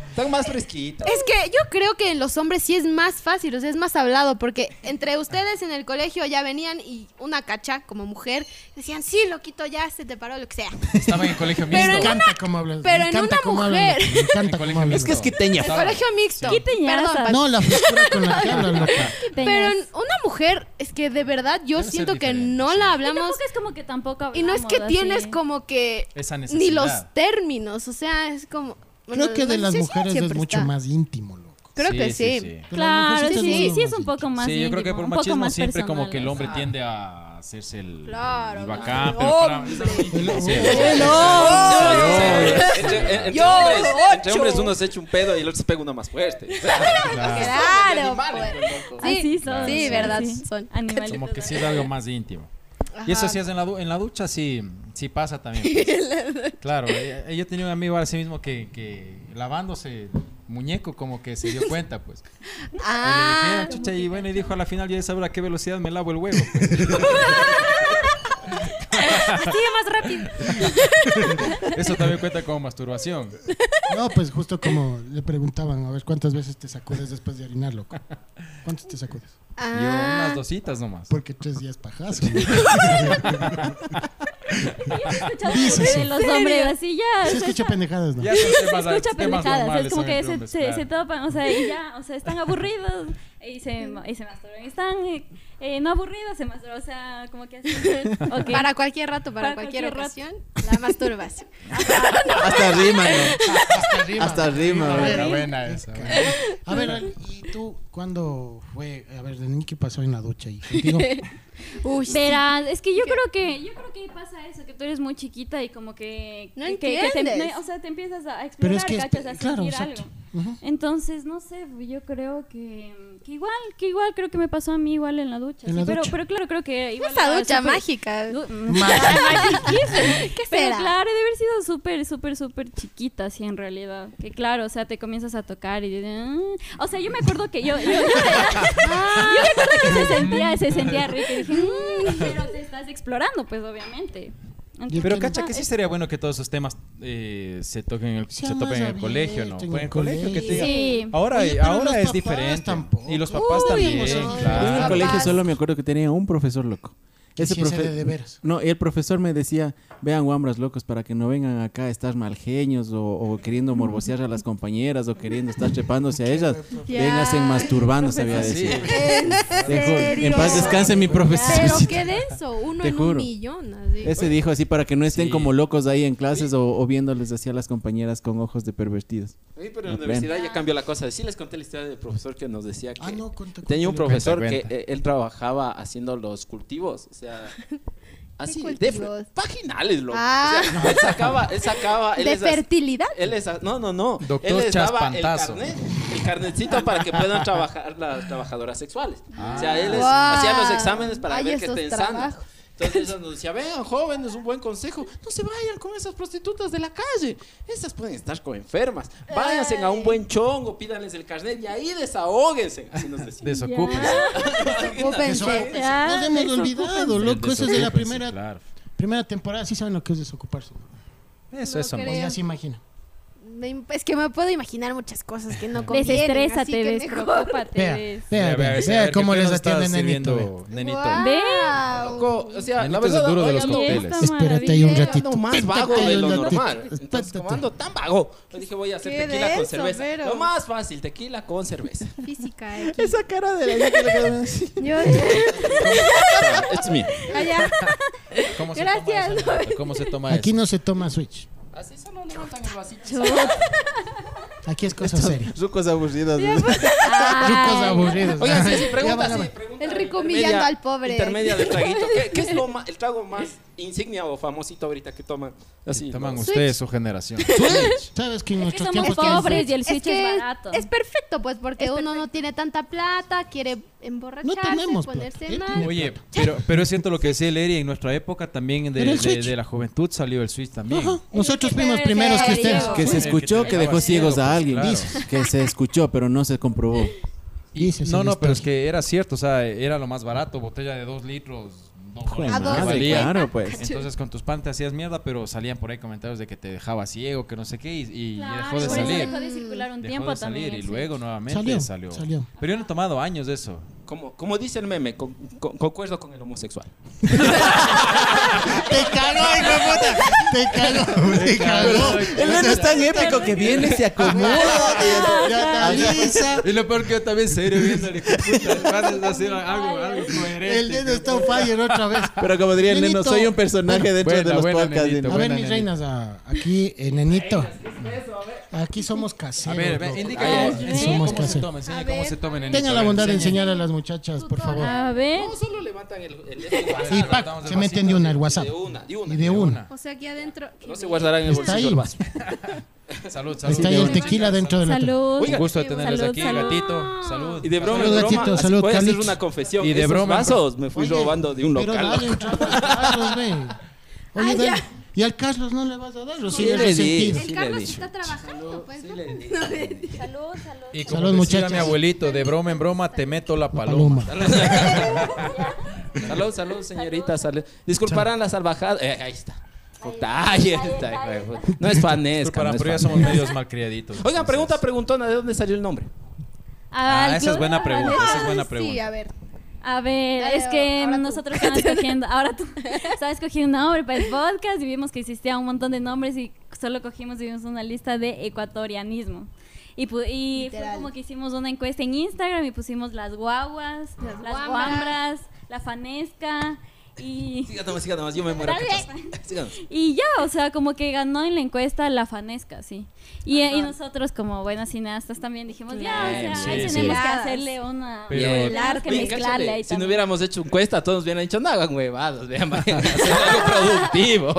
[SPEAKER 7] Están más fresquitas.
[SPEAKER 1] Es que yo creo que en los hombres sí es más fácil, o sea, es más hablado, porque entre ustedes en el colegio ya venían y una cacha como mujer decían, sí, loquito, ya se te paró lo que sea.
[SPEAKER 6] Estaba en el colegio
[SPEAKER 1] Pero
[SPEAKER 6] mixto.
[SPEAKER 1] en
[SPEAKER 4] Me encanta cómo hablas.
[SPEAKER 1] pero
[SPEAKER 4] me
[SPEAKER 1] en
[SPEAKER 4] encanta
[SPEAKER 1] una
[SPEAKER 4] cómo hablas,
[SPEAKER 1] mujer.
[SPEAKER 4] me encanta
[SPEAKER 6] El
[SPEAKER 4] cómo
[SPEAKER 6] colegio
[SPEAKER 4] hablas.
[SPEAKER 6] mixto.
[SPEAKER 7] Es quiteña.
[SPEAKER 6] Estaba-
[SPEAKER 1] Colegio mixto.
[SPEAKER 2] ¿Qué teñazas?
[SPEAKER 1] Perdón,
[SPEAKER 4] No, la frescura con la que hablas, loca.
[SPEAKER 1] Pero en una mujer es que de verdad yo
[SPEAKER 6] Debe ser
[SPEAKER 1] siento que
[SPEAKER 6] diferente,
[SPEAKER 1] no
[SPEAKER 6] sí.
[SPEAKER 1] la
[SPEAKER 2] Y
[SPEAKER 1] hablamos
[SPEAKER 2] tampoco es como que tampoco hablamos
[SPEAKER 1] y no es que
[SPEAKER 2] así.
[SPEAKER 1] tienes como que
[SPEAKER 6] Esa necesidad.
[SPEAKER 1] ni los términos, o sea, es como bueno,
[SPEAKER 4] Creo
[SPEAKER 1] la
[SPEAKER 4] que de las
[SPEAKER 1] necesidad
[SPEAKER 4] mujeres es
[SPEAKER 1] siempre
[SPEAKER 4] mucho
[SPEAKER 1] está.
[SPEAKER 4] más íntimo, loco.
[SPEAKER 1] Creo que sí.
[SPEAKER 4] Pero las
[SPEAKER 2] Claro,
[SPEAKER 4] mujercitas
[SPEAKER 2] sí,
[SPEAKER 4] no
[SPEAKER 2] sí,
[SPEAKER 4] son
[SPEAKER 2] es un poco más.
[SPEAKER 6] Sí, yo creo que
[SPEAKER 2] íntimo,
[SPEAKER 6] por
[SPEAKER 2] un poco
[SPEAKER 6] machismo
[SPEAKER 2] más Ah.
[SPEAKER 6] siempre como
[SPEAKER 2] personal.
[SPEAKER 6] que el hombre tiende a hacerse el,
[SPEAKER 1] Claro,
[SPEAKER 6] el bacán,
[SPEAKER 1] claro.
[SPEAKER 6] pero para-
[SPEAKER 1] Hombre.
[SPEAKER 6] Sí.
[SPEAKER 7] Entre, en- entre
[SPEAKER 1] Yo,
[SPEAKER 7] hombres, entre
[SPEAKER 1] ocho.
[SPEAKER 7] hombres uno se echa un pedo y el otro se pega uno más fuerte.
[SPEAKER 1] Claro, pues. Sí,
[SPEAKER 2] Así Ah, son.
[SPEAKER 1] sí, verdad, son.
[SPEAKER 2] Animalitos.
[SPEAKER 6] Como que sí es algo más íntimo.
[SPEAKER 1] Ajá.
[SPEAKER 6] Y eso sí es en la, du- en la ducha, sí, sí pasa también. claro, eh, eh, yo tenía un amigo así mismo que, que lavándose muñeco como que se dio cuenta, pues. Y le dije, "Ah,
[SPEAKER 1] Ah,
[SPEAKER 6] chucha", y bueno, y dijo a la final, ya sabrá a qué velocidad me lavo el huevo. pues.
[SPEAKER 2] Así más rápido.
[SPEAKER 6] Eso también cuenta como masturbación.
[SPEAKER 4] No, pues justo como le preguntaban, a ver cuántas veces te sacudes después de orinar, loco. ¿Cuántas te sacudes?
[SPEAKER 6] Yo
[SPEAKER 1] ah.
[SPEAKER 6] unas dositas nomás.
[SPEAKER 4] Porque tres días pajazo.
[SPEAKER 2] De los hombres, así ya.
[SPEAKER 4] Se
[SPEAKER 2] o sea,
[SPEAKER 4] escucha pendejadas, ¿no?
[SPEAKER 6] Ya son temas,
[SPEAKER 2] se escucha pendejadas, o
[SPEAKER 6] temas
[SPEAKER 2] sea,
[SPEAKER 6] normales
[SPEAKER 2] es como
[SPEAKER 6] entre
[SPEAKER 2] que se,
[SPEAKER 6] hombres,
[SPEAKER 2] se,
[SPEAKER 6] claro.
[SPEAKER 2] se topan, o sea, y ya, o sea, están aburridos y se, y se masturban, y están eh, eh, no aburridos, se masturban, o sea, como que así. Ok.
[SPEAKER 1] Para cualquier rato, para,
[SPEAKER 2] Para
[SPEAKER 1] cualquier,
[SPEAKER 2] cualquier
[SPEAKER 1] ocasión,
[SPEAKER 2] rato.
[SPEAKER 1] la masturbación.
[SPEAKER 5] Hasta rima, ¿no?
[SPEAKER 4] Hasta arriba.
[SPEAKER 5] Hasta rima,
[SPEAKER 4] A ver,
[SPEAKER 6] Buena, buena esa. buena.
[SPEAKER 4] A ver, ¿y tú cuándo fue? A ver, Denín, ¿qué pasó en la ducha ahí contigo?
[SPEAKER 1] Uy, sí.
[SPEAKER 2] Verás, es que yo creo que yo creo que pasa eso, que tú eres muy chiquita y como que
[SPEAKER 1] No
[SPEAKER 2] que- que te-
[SPEAKER 1] entiendes.
[SPEAKER 2] no, o sea, te empiezas a
[SPEAKER 4] Pero
[SPEAKER 2] explorar,
[SPEAKER 4] es que...
[SPEAKER 2] cachas, a
[SPEAKER 4] claro,
[SPEAKER 2] sentir
[SPEAKER 4] exacto.
[SPEAKER 2] algo.
[SPEAKER 4] Ujú.
[SPEAKER 2] Entonces, no sé, yo creo que, que igual, que igual creo que me pasó a mí igual en la ducha,
[SPEAKER 4] En
[SPEAKER 2] sí,
[SPEAKER 4] la
[SPEAKER 2] pero
[SPEAKER 4] ducha.
[SPEAKER 2] pero claro, creo que igual
[SPEAKER 1] esa
[SPEAKER 2] era
[SPEAKER 1] ducha
[SPEAKER 2] súper-
[SPEAKER 1] mágica.
[SPEAKER 2] Du-
[SPEAKER 1] ¿Qué
[SPEAKER 2] Pero
[SPEAKER 1] será?
[SPEAKER 2] claro, debe haber sido súper, súper, súper chiquita, así en realidad. Que claro, o sea, te comienzas a tocar y. dices, "Ah". O sea, yo me acuerdo que yo. Yo, yo- yo
[SPEAKER 1] Ah.
[SPEAKER 2] me acuerdo que se sentía, se sentía rico y dije, "Mm", pero te estás explorando, pues obviamente. Entonces,
[SPEAKER 6] Pero cacha que
[SPEAKER 2] ah,
[SPEAKER 6] sí
[SPEAKER 2] es-
[SPEAKER 6] sería bueno que todos esos temas eh, se toquen en el,
[SPEAKER 4] Sea
[SPEAKER 6] se topen
[SPEAKER 4] más
[SPEAKER 6] en el colegio, ¿no?
[SPEAKER 4] abierto, en el
[SPEAKER 6] Fue en el colegio que te diga-
[SPEAKER 2] Sí.
[SPEAKER 6] Ahora,
[SPEAKER 4] Oye, pero los
[SPEAKER 6] ahora es
[SPEAKER 4] papás
[SPEAKER 6] diferente.
[SPEAKER 4] tampoco.
[SPEAKER 6] Y los papás
[SPEAKER 4] Uy,
[SPEAKER 6] también,
[SPEAKER 4] o sea,
[SPEAKER 5] Yo en el
[SPEAKER 1] Papás.
[SPEAKER 6] claro.
[SPEAKER 5] colegio solo me acuerdo que tenía un profesor loco.
[SPEAKER 4] Que sí, ese
[SPEAKER 5] profe-
[SPEAKER 4] era de veras.
[SPEAKER 5] No, el profesor me decía, vean guambras locos para que no vengan acá a estar malgeños o, o queriendo morbosear a las compañeras o queriendo estar trepándose a ellas.
[SPEAKER 1] Ya.
[SPEAKER 5] Vénganse masturbando, sabía
[SPEAKER 6] Sí.
[SPEAKER 5] decir.
[SPEAKER 1] ¿En
[SPEAKER 5] Te juro. En
[SPEAKER 1] serio?
[SPEAKER 5] paz descanse mi
[SPEAKER 1] Pero
[SPEAKER 4] pues,
[SPEAKER 5] profesor.
[SPEAKER 1] qué denso, uno
[SPEAKER 5] Te
[SPEAKER 1] en un
[SPEAKER 5] juro.
[SPEAKER 1] millón. así.
[SPEAKER 5] Ese dijo así para que no estén
[SPEAKER 6] Sí.
[SPEAKER 5] como locos ahí en clases o, o viéndoles así a las compañeras con ojos de pervertidos.
[SPEAKER 7] Sí, pero en la
[SPEAKER 5] Aprende.
[SPEAKER 7] universidad ya cambió la cosa. Sí les conté la historia del profesor que nos decía que
[SPEAKER 4] Ah, no, cuenta,
[SPEAKER 7] tenía un
[SPEAKER 4] cuenta.
[SPEAKER 7] profesor
[SPEAKER 6] Cuenta,
[SPEAKER 7] que
[SPEAKER 6] cuenta.
[SPEAKER 7] eh, él trabajaba haciendo los cultivos, o sea, así de
[SPEAKER 1] cultivos?
[SPEAKER 7] vaginales, loco. O
[SPEAKER 1] Ah.
[SPEAKER 7] sea, él sacaba, él sacaba, ah, él Eh,
[SPEAKER 1] ¿De
[SPEAKER 7] les ha-
[SPEAKER 1] fertilidad?
[SPEAKER 7] él les ha- no, no, no.
[SPEAKER 6] Doctor
[SPEAKER 7] él les daba el
[SPEAKER 6] Chaspantazo.
[SPEAKER 7] carnet, el carnetcito para que puedan trabajar las trabajadoras sexuales. O sea, él les
[SPEAKER 1] Wow.
[SPEAKER 7] hacía los exámenes para
[SPEAKER 1] Ah. Ay,
[SPEAKER 7] ver que
[SPEAKER 1] esos
[SPEAKER 7] estén sanas.
[SPEAKER 1] trabajos.
[SPEAKER 7] Entonces ellos nos decía, vean, jóvenes, un buen consejo, no se vayan con esas prostitutas de la calle. Esas pueden estar como enfermas. Váyanse a un buen chongo, pídanles el carnet y ahí desahóguense. Así nos decía.
[SPEAKER 6] Desocúpense.
[SPEAKER 1] Ocúpense.
[SPEAKER 4] Desocúpense.
[SPEAKER 2] Ya,
[SPEAKER 4] Nos hemos olvidado, loco. Eso es de la
[SPEAKER 6] Desocúpense,
[SPEAKER 4] primera,
[SPEAKER 6] claro.
[SPEAKER 4] primera temporada. Sí saben lo que es desocuparse. ¿no?
[SPEAKER 6] Eso,
[SPEAKER 1] No
[SPEAKER 6] eso.
[SPEAKER 1] creo.
[SPEAKER 6] amor.
[SPEAKER 4] Ya se imagina.
[SPEAKER 1] Me- Es que me puedo imaginar muchas cosas que no convienen. así
[SPEAKER 2] Desestrésate,
[SPEAKER 1] que mejor.
[SPEAKER 2] despreocúpate.
[SPEAKER 4] Vea,
[SPEAKER 2] des-
[SPEAKER 4] vea,
[SPEAKER 6] Ve, ve,
[SPEAKER 4] vea,
[SPEAKER 6] ve, a
[SPEAKER 4] vea
[SPEAKER 6] ver,
[SPEAKER 4] cómo
[SPEAKER 6] ¿qué pedo
[SPEAKER 4] les
[SPEAKER 6] estás
[SPEAKER 4] atiende Nenito. vea.
[SPEAKER 6] sirviendo, nenito?
[SPEAKER 1] Wow.
[SPEAKER 7] Loco, o sea, la
[SPEAKER 6] Nenito es el
[SPEAKER 7] verdad,
[SPEAKER 6] duro de
[SPEAKER 7] hoy
[SPEAKER 6] los
[SPEAKER 7] ando-
[SPEAKER 6] cócteles.
[SPEAKER 2] Esta
[SPEAKER 4] Espérate ahí un
[SPEAKER 1] maravilla.
[SPEAKER 4] ratito.
[SPEAKER 7] ando más
[SPEAKER 4] Espérate
[SPEAKER 7] vago de
[SPEAKER 4] ahí
[SPEAKER 7] lo
[SPEAKER 4] un ratito.
[SPEAKER 7] normal. Entonces, como
[SPEAKER 4] Espérate.
[SPEAKER 7] ando tan vago, yo dije, voy a hacer
[SPEAKER 1] ¿Qué de
[SPEAKER 7] tequila con
[SPEAKER 1] eso,
[SPEAKER 7] cerveza.
[SPEAKER 1] Vero?
[SPEAKER 7] Lo más fácil, tequila con cerveza.
[SPEAKER 1] Física.
[SPEAKER 2] eh.
[SPEAKER 1] X.
[SPEAKER 5] Esa cara de la
[SPEAKER 1] Yo,
[SPEAKER 7] It's me.
[SPEAKER 1] allá.
[SPEAKER 6] ¿Cómo se
[SPEAKER 1] Gracias,
[SPEAKER 6] toma eso, Renato? ¿Cómo se toma
[SPEAKER 4] Aquí
[SPEAKER 6] eso?
[SPEAKER 4] no se toma Switch.
[SPEAKER 7] Así solo levantan el vasito.
[SPEAKER 4] Aquí es cosa seria.
[SPEAKER 5] Rucos aburridos.
[SPEAKER 4] Chicos aburridos.
[SPEAKER 7] Oigan, sí, sí,
[SPEAKER 4] Ya
[SPEAKER 7] pregunta,
[SPEAKER 4] van a
[SPEAKER 7] sí,
[SPEAKER 4] ver.
[SPEAKER 7] pregunta.
[SPEAKER 1] El rico
[SPEAKER 7] Intermedia-
[SPEAKER 1] humillando al pobre.
[SPEAKER 7] Intermedia del traguito. ¿Qué, qué es lo ma- el trago más insignia o famosito ahorita que toman? Así.
[SPEAKER 6] Toman
[SPEAKER 7] ¿no?
[SPEAKER 6] ustedes su generación.
[SPEAKER 4] Switch. Sabes que en
[SPEAKER 2] Es que
[SPEAKER 4] nuestros
[SPEAKER 2] somos
[SPEAKER 4] tiempos tienen
[SPEAKER 2] pobres y el
[SPEAKER 1] Es
[SPEAKER 2] switch
[SPEAKER 1] que
[SPEAKER 2] es,
[SPEAKER 1] es-
[SPEAKER 2] barato.
[SPEAKER 1] Es perfecto, pues, porque uno no tiene tanta plata, quiere
[SPEAKER 4] No
[SPEAKER 1] emborracharse,
[SPEAKER 4] tenemos plata.
[SPEAKER 1] ponerse
[SPEAKER 4] Él
[SPEAKER 1] mal.
[SPEAKER 4] tiene
[SPEAKER 6] Oye, pero, pero es cierto lo que decía el Eri, en nuestra época también de,
[SPEAKER 4] Era el
[SPEAKER 6] de-
[SPEAKER 4] Switch.
[SPEAKER 6] de la juventud salió el Switch también.
[SPEAKER 4] Ajá. Nosotros fuimos
[SPEAKER 2] Pero
[SPEAKER 4] primeros que
[SPEAKER 2] que
[SPEAKER 4] ustedes.
[SPEAKER 2] Diego.
[SPEAKER 5] Que se escuchó que dejó ciegos a alguien.
[SPEAKER 6] Claro.
[SPEAKER 5] Dice Que se escuchó, pero no se comprobó.
[SPEAKER 6] Y-
[SPEAKER 4] Dices
[SPEAKER 6] no,
[SPEAKER 4] en
[SPEAKER 6] no,
[SPEAKER 4] la
[SPEAKER 6] pero es
[SPEAKER 4] historia.
[SPEAKER 6] que era cierto, o sea, era lo más barato, botella de dos litros, dos
[SPEAKER 5] Joder,
[SPEAKER 6] dólares,
[SPEAKER 1] A dos
[SPEAKER 5] madre,
[SPEAKER 1] cincuenta.
[SPEAKER 5] claro, pues.
[SPEAKER 6] Entonces con tus pan te hacías mierda, pero salían por ahí comentarios de que te dejaba ciego, que no sé qué, y, y
[SPEAKER 2] Claro,
[SPEAKER 6] dejó de
[SPEAKER 2] por eso
[SPEAKER 6] salir.
[SPEAKER 2] dejó de circular un
[SPEAKER 6] Dejó
[SPEAKER 2] tiempo
[SPEAKER 6] de salir
[SPEAKER 2] también.
[SPEAKER 6] y
[SPEAKER 2] sí.
[SPEAKER 6] luego nuevamente
[SPEAKER 4] Salió,
[SPEAKER 6] salió,
[SPEAKER 4] salió.
[SPEAKER 6] Pero yo no he tomado años de eso.
[SPEAKER 7] Como, como dice el meme, con- con- concuerdo con el homosexual.
[SPEAKER 4] Te cagó, hijo de puta. Te cagó, te cagó.
[SPEAKER 5] El neno es tan épico que viene, se acomoda.
[SPEAKER 4] Ya analiza.
[SPEAKER 6] Y lo peor que yo también serio viendo el hijo de puta, vas a hacer algo, algo coherente.
[SPEAKER 4] El dedo está on fire otra vez.
[SPEAKER 5] Pero como diría el neno,
[SPEAKER 4] Nenito.
[SPEAKER 5] soy un personaje dentro
[SPEAKER 6] Buena,
[SPEAKER 5] de los
[SPEAKER 6] buena,
[SPEAKER 5] podcasts.
[SPEAKER 6] nenito.
[SPEAKER 5] neno.
[SPEAKER 4] A ver,
[SPEAKER 6] buena,
[SPEAKER 4] mis
[SPEAKER 6] nenito.
[SPEAKER 4] reinas, a- aquí, eh, nenito. Aquí somos caseros.
[SPEAKER 6] A ver,
[SPEAKER 4] loco.
[SPEAKER 6] ve, indica
[SPEAKER 7] Ay,
[SPEAKER 6] ya,
[SPEAKER 7] ve.
[SPEAKER 6] enseña
[SPEAKER 4] Somos
[SPEAKER 6] cómo se
[SPEAKER 4] caseros.
[SPEAKER 6] toman, enseña
[SPEAKER 1] A
[SPEAKER 6] cómo
[SPEAKER 1] ver.
[SPEAKER 6] se tomen en
[SPEAKER 4] Tengan
[SPEAKER 6] esto,
[SPEAKER 4] la
[SPEAKER 6] ver,
[SPEAKER 4] bondad de
[SPEAKER 6] enseña.
[SPEAKER 4] enseñar a las muchachas, por favor.
[SPEAKER 2] A ver.
[SPEAKER 7] No, solo levantan el, el, el
[SPEAKER 4] Y
[SPEAKER 7] WhatsApp.
[SPEAKER 4] pac, se meten de una al WhatsApp.
[SPEAKER 7] De una, de una.
[SPEAKER 4] Y de una.
[SPEAKER 1] O sea, aquí adentro.
[SPEAKER 7] No se guardarán en el
[SPEAKER 4] Está ahí
[SPEAKER 7] bolsillo.
[SPEAKER 4] el vaso.
[SPEAKER 6] Salud, salud.
[SPEAKER 4] Está ahí el tequila dentro de la taza.
[SPEAKER 2] Salud.
[SPEAKER 6] Un gusto de
[SPEAKER 1] Salud,
[SPEAKER 6] tenerles aquí,
[SPEAKER 2] salud.
[SPEAKER 6] gatito. Salud.
[SPEAKER 7] Y de broma,
[SPEAKER 4] Salud,
[SPEAKER 7] de broma,
[SPEAKER 4] gatito,
[SPEAKER 7] así
[SPEAKER 4] salud,
[SPEAKER 7] voy a hacer
[SPEAKER 4] Calix.
[SPEAKER 7] una confesión.
[SPEAKER 6] Y de
[SPEAKER 7] Esos
[SPEAKER 6] broma-
[SPEAKER 7] vasos me fui
[SPEAKER 4] Oye,
[SPEAKER 7] robando de un
[SPEAKER 4] pero
[SPEAKER 7] local.
[SPEAKER 4] dale un trago al Carlos, ve. Oye,
[SPEAKER 1] Ah,
[SPEAKER 4] dale.
[SPEAKER 1] ya.
[SPEAKER 4] Y al Carlos no le vas a dar, o sí
[SPEAKER 1] Sí,
[SPEAKER 4] le
[SPEAKER 1] le
[SPEAKER 7] di.
[SPEAKER 4] sentido.
[SPEAKER 1] El
[SPEAKER 7] Sí le
[SPEAKER 1] Carlos
[SPEAKER 7] dije.
[SPEAKER 1] está trabajando, pues. ¿no?
[SPEAKER 2] Salud, salud.
[SPEAKER 6] Y como
[SPEAKER 4] Salud,
[SPEAKER 6] decía
[SPEAKER 4] muchachos.
[SPEAKER 6] mi abuelito, de broma en broma te meto la paloma.
[SPEAKER 4] paloma.
[SPEAKER 7] Salud, salud, señorita. Salud. Disculparán la salvajada. Eh, ahí está. Puta, ahí está. hijo de- No es fanesca.
[SPEAKER 6] Para
[SPEAKER 7] no es
[SPEAKER 6] pero ya somos
[SPEAKER 7] fanesca.
[SPEAKER 6] medios malcriaditos.
[SPEAKER 7] Oigan,
[SPEAKER 6] entonces.
[SPEAKER 7] pregunta preguntona, ¿de dónde salió el nombre?
[SPEAKER 6] Ah, esa es buena
[SPEAKER 2] Al-
[SPEAKER 6] pregunta, esa es buena
[SPEAKER 1] Sí,
[SPEAKER 6] pregunta.
[SPEAKER 1] a ver.
[SPEAKER 2] A ver,
[SPEAKER 1] Dale,
[SPEAKER 2] es que
[SPEAKER 1] ahora tú.
[SPEAKER 2] nosotros estábamos cogiendo, ahora tú estabas cogiendo un nombre para el podcast y vimos que existía un montón de nombres y solo cogimos y vimos una lista de ecuatorianismo. Y, pu- y fue
[SPEAKER 1] Literal.
[SPEAKER 2] como que hicimos una encuesta en Instagram y pusimos las guaguas,
[SPEAKER 1] Las guambras.
[SPEAKER 2] las, guambras, la fanesca y,
[SPEAKER 7] Siga nomás, siga nomás, yo me muero.
[SPEAKER 2] Dale.
[SPEAKER 7] cachas. Siga nomás.
[SPEAKER 2] y ya, o sea, como que ganó en la encuesta la fanesca, sí. Y, y nosotros como buenas cineastas también dijimos, ya, o sea,
[SPEAKER 7] Sí,
[SPEAKER 2] ahí tenemos
[SPEAKER 6] sí.
[SPEAKER 2] que
[SPEAKER 1] Mezcladas.
[SPEAKER 2] hacerle una...
[SPEAKER 6] Pero-
[SPEAKER 2] tenemos
[SPEAKER 1] Claro,
[SPEAKER 2] que
[SPEAKER 1] ven,
[SPEAKER 7] Ven,
[SPEAKER 2] mezclarle
[SPEAKER 7] cáchate,
[SPEAKER 2] ahí
[SPEAKER 7] si no
[SPEAKER 2] también.
[SPEAKER 7] hubiéramos hecho encuesta, todos nos hubieran dicho, no hagan huevadas, vean, vayan a hacer algo productivo.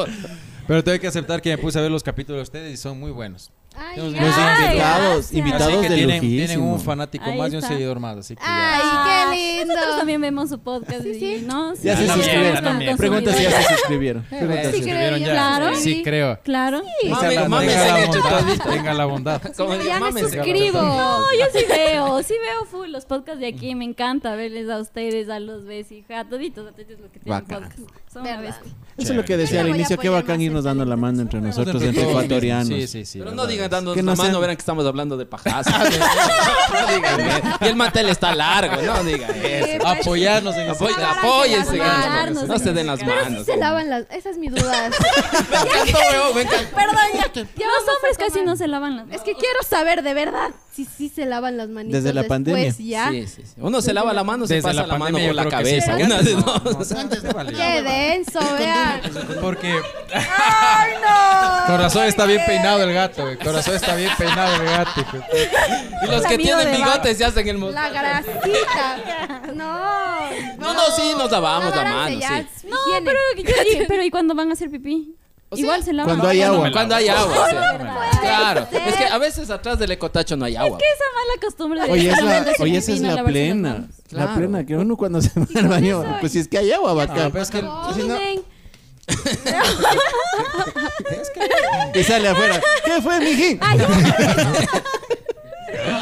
[SPEAKER 6] Pero tengo que aceptar que me puse a ver los capítulos de ustedes y son muy buenos.
[SPEAKER 1] Ay,
[SPEAKER 6] Tenemos
[SPEAKER 1] ya.
[SPEAKER 6] unos
[SPEAKER 2] Ay,
[SPEAKER 5] invitados,
[SPEAKER 2] gracias.
[SPEAKER 6] Así
[SPEAKER 5] invitados
[SPEAKER 6] que
[SPEAKER 5] de
[SPEAKER 6] tienen,
[SPEAKER 5] lujísimo.
[SPEAKER 6] tienen un fanático
[SPEAKER 2] Ahí
[SPEAKER 6] más y un
[SPEAKER 2] está.
[SPEAKER 6] seguidor más, así que ya.
[SPEAKER 1] Ay, qué
[SPEAKER 2] Ah, Nosotros
[SPEAKER 1] lindo.
[SPEAKER 2] también vemos su podcast y no
[SPEAKER 5] Ya se
[SPEAKER 2] Sí,
[SPEAKER 6] Ganan
[SPEAKER 5] suscribieron.
[SPEAKER 6] bien,
[SPEAKER 2] estamos
[SPEAKER 6] ganan bien.
[SPEAKER 2] con-
[SPEAKER 5] Pregunta si ya
[SPEAKER 2] consumidos.
[SPEAKER 5] se suscribieron. Pregunta
[SPEAKER 1] Sí,
[SPEAKER 5] si-
[SPEAKER 1] creo
[SPEAKER 6] ¿Escribieron
[SPEAKER 1] yo.
[SPEAKER 6] ya?
[SPEAKER 2] Claro.
[SPEAKER 6] Sí, creo.
[SPEAKER 2] Claro.
[SPEAKER 6] Tenga la,
[SPEAKER 7] Mames,
[SPEAKER 6] tenga
[SPEAKER 7] mames,
[SPEAKER 6] la
[SPEAKER 7] han hecho
[SPEAKER 6] bondad,
[SPEAKER 7] todito.
[SPEAKER 6] tenga la bondad.
[SPEAKER 7] Como
[SPEAKER 1] No,
[SPEAKER 7] digo,
[SPEAKER 1] ya me
[SPEAKER 7] mames,
[SPEAKER 1] suscribo.
[SPEAKER 2] No, yo sí veo, sí veo full los podcasts de aquí, me encanta verles a ustedes, a los ves y a toditos, a toditos los que tienen
[SPEAKER 5] Bacán.
[SPEAKER 2] podcast. Son una
[SPEAKER 1] Verdad.
[SPEAKER 2] bestia.
[SPEAKER 5] Eso es lo que
[SPEAKER 1] Yo
[SPEAKER 5] decía al
[SPEAKER 1] le voy a
[SPEAKER 5] inicio, qué
[SPEAKER 1] apoyar
[SPEAKER 5] bacán
[SPEAKER 1] más
[SPEAKER 5] irnos
[SPEAKER 1] en
[SPEAKER 5] dando la
[SPEAKER 1] el-
[SPEAKER 5] mano entre nosotros,
[SPEAKER 6] Entre
[SPEAKER 5] entre
[SPEAKER 6] todos.
[SPEAKER 5] ecuatorianos.
[SPEAKER 6] Sí, sí, sí.
[SPEAKER 7] Pero
[SPEAKER 6] la
[SPEAKER 7] no
[SPEAKER 6] verdad.
[SPEAKER 7] digan dándonos
[SPEAKER 5] Que no
[SPEAKER 7] la mano,
[SPEAKER 5] sean-
[SPEAKER 7] verán que estamos hablando de pajazo. no digan eso. Y el mantel está largo, no digan eso.
[SPEAKER 6] Apoyarnos en
[SPEAKER 7] Apoy-
[SPEAKER 6] este-
[SPEAKER 7] apóyense,
[SPEAKER 2] las
[SPEAKER 7] ganas.
[SPEAKER 2] manos.
[SPEAKER 7] no se den las
[SPEAKER 1] Pero sí
[SPEAKER 7] manos.
[SPEAKER 1] se lavan las. Esa es mi duda.
[SPEAKER 7] Me encantó, weón, me encantó.
[SPEAKER 2] Los hombres casi no se lavan las
[SPEAKER 1] es
[SPEAKER 2] manos.
[SPEAKER 1] que quiero saber de verdad si sí se lavan las manitas.
[SPEAKER 5] Desde la pandemia.
[SPEAKER 1] Después, ya.
[SPEAKER 7] Sí, sí, sí. Uno se lava la mano, se
[SPEAKER 6] Desde
[SPEAKER 7] pasa
[SPEAKER 6] la
[SPEAKER 7] la, mano
[SPEAKER 6] pandemia
[SPEAKER 7] por
[SPEAKER 6] yo
[SPEAKER 7] la
[SPEAKER 6] creo que sí,
[SPEAKER 7] cabeza.
[SPEAKER 6] ¿no?
[SPEAKER 7] Una de dos.
[SPEAKER 6] Antes de valer.
[SPEAKER 1] Qué denso, vean.
[SPEAKER 6] Porque
[SPEAKER 1] ¡Ay, no!
[SPEAKER 6] Corazón está bien
[SPEAKER 1] ¿Qué?
[SPEAKER 6] peinado el gato, güey. Corazón está bien peinado el gato. hijo.
[SPEAKER 7] Y los que
[SPEAKER 2] Amigo
[SPEAKER 7] tienen
[SPEAKER 2] de
[SPEAKER 7] bigotes se hacen el mo-
[SPEAKER 1] La grasita. No.
[SPEAKER 7] No, no, sí, nos lavamos la mano, sí.
[SPEAKER 1] No,
[SPEAKER 2] Pero, yo digo, pero ¿y cuando van a hacer pipí?
[SPEAKER 7] sea,
[SPEAKER 2] Igual se lavan.
[SPEAKER 5] cuando hay
[SPEAKER 6] No
[SPEAKER 5] agua.
[SPEAKER 6] me la-
[SPEAKER 7] Cuando hay agua, sí.
[SPEAKER 6] No me la-
[SPEAKER 7] Claro.
[SPEAKER 1] ser.
[SPEAKER 7] Es que a veces atrás del ecotacho no hay agua.
[SPEAKER 2] ¿Qué esa mala costumbre de
[SPEAKER 5] Oye, es la-
[SPEAKER 2] solamente
[SPEAKER 5] oye,
[SPEAKER 2] hacer
[SPEAKER 5] esa es
[SPEAKER 2] pipí, no
[SPEAKER 5] la
[SPEAKER 2] lavarse las
[SPEAKER 5] plena.
[SPEAKER 2] manos?
[SPEAKER 5] La
[SPEAKER 7] Claro.
[SPEAKER 5] plena, que uno cuando se va al baño, pues si es que hay agua,
[SPEAKER 6] Ah,
[SPEAKER 5] bacán.
[SPEAKER 6] pero es que
[SPEAKER 5] Si no-
[SPEAKER 2] Miren,
[SPEAKER 5] Y sale afuera. ¿Qué fue, mijín?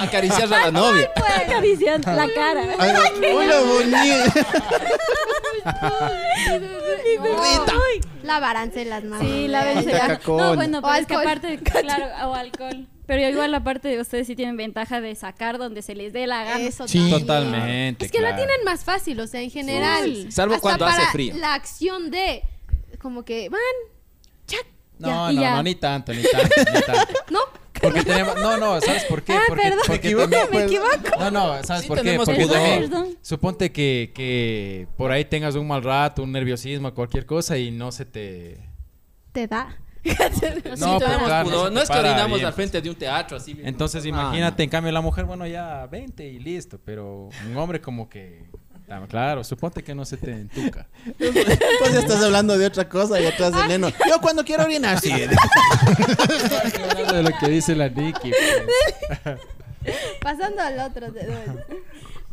[SPEAKER 7] Acariciar a la novia.
[SPEAKER 2] acarician la cara.
[SPEAKER 5] Ay, Hola, bonita.
[SPEAKER 7] Rita.
[SPEAKER 2] Ay,
[SPEAKER 1] Lavaránse las manos.
[SPEAKER 2] Sí, la
[SPEAKER 5] Ay,
[SPEAKER 2] velocidad.
[SPEAKER 5] tacacón.
[SPEAKER 2] No, bueno,
[SPEAKER 1] O
[SPEAKER 2] pero es que
[SPEAKER 1] alcohol.
[SPEAKER 2] aparte, claro, o alcohol. Pero yo igual aparte de ustedes sí tienen ventaja de sacar donde se les dé la gana.
[SPEAKER 1] Eso
[SPEAKER 4] Sí.
[SPEAKER 1] también.
[SPEAKER 6] Totalmente,
[SPEAKER 1] Es que
[SPEAKER 6] claro.
[SPEAKER 1] la tienen más fácil, o sea, en general.
[SPEAKER 7] Sí. Salvo
[SPEAKER 1] Hasta
[SPEAKER 7] cuando hace
[SPEAKER 1] para
[SPEAKER 7] frío.
[SPEAKER 1] La acción de. Como que van. Chac.
[SPEAKER 6] No,
[SPEAKER 2] y
[SPEAKER 6] no,
[SPEAKER 2] ya.
[SPEAKER 6] no, ni tanto, ni tanto, ni tanto.
[SPEAKER 1] No.
[SPEAKER 6] Porque tenemos, no, no, ¿sabes por qué?
[SPEAKER 1] Ah,
[SPEAKER 6] porque,
[SPEAKER 1] perdón.
[SPEAKER 6] porque
[SPEAKER 5] Me equivoco,
[SPEAKER 6] también-
[SPEAKER 5] me
[SPEAKER 1] equivoco.
[SPEAKER 6] No, no, ¿sabes
[SPEAKER 7] Sí
[SPEAKER 6] por qué?
[SPEAKER 7] tenemos
[SPEAKER 6] Porque
[SPEAKER 2] pudor.
[SPEAKER 6] también,
[SPEAKER 2] Perdón.
[SPEAKER 6] suponte que, que por ahí tengas un mal rato, un nerviosismo, cualquier cosa y no se te...
[SPEAKER 1] Te da.
[SPEAKER 6] No,
[SPEAKER 7] Sí,
[SPEAKER 6] pero
[SPEAKER 7] tenemos
[SPEAKER 6] claro,
[SPEAKER 7] pudor.
[SPEAKER 6] se te
[SPEAKER 7] No es que
[SPEAKER 6] para
[SPEAKER 7] orinamos
[SPEAKER 6] bien.
[SPEAKER 7] al frente de un teatro así. bien.
[SPEAKER 6] Entonces
[SPEAKER 7] Ah,
[SPEAKER 6] imagínate, en cambio la mujer, bueno, ya 20 y listo, pero un hombre como que... Claro, suponte que no se te entuca.
[SPEAKER 5] Pues ya estás hablando de otra cosa y atrás de Neno. Yo cuando quiero orinar, sí.
[SPEAKER 6] Hablando de lo que dice la Nikki. pues.
[SPEAKER 1] Pasando al otro. de-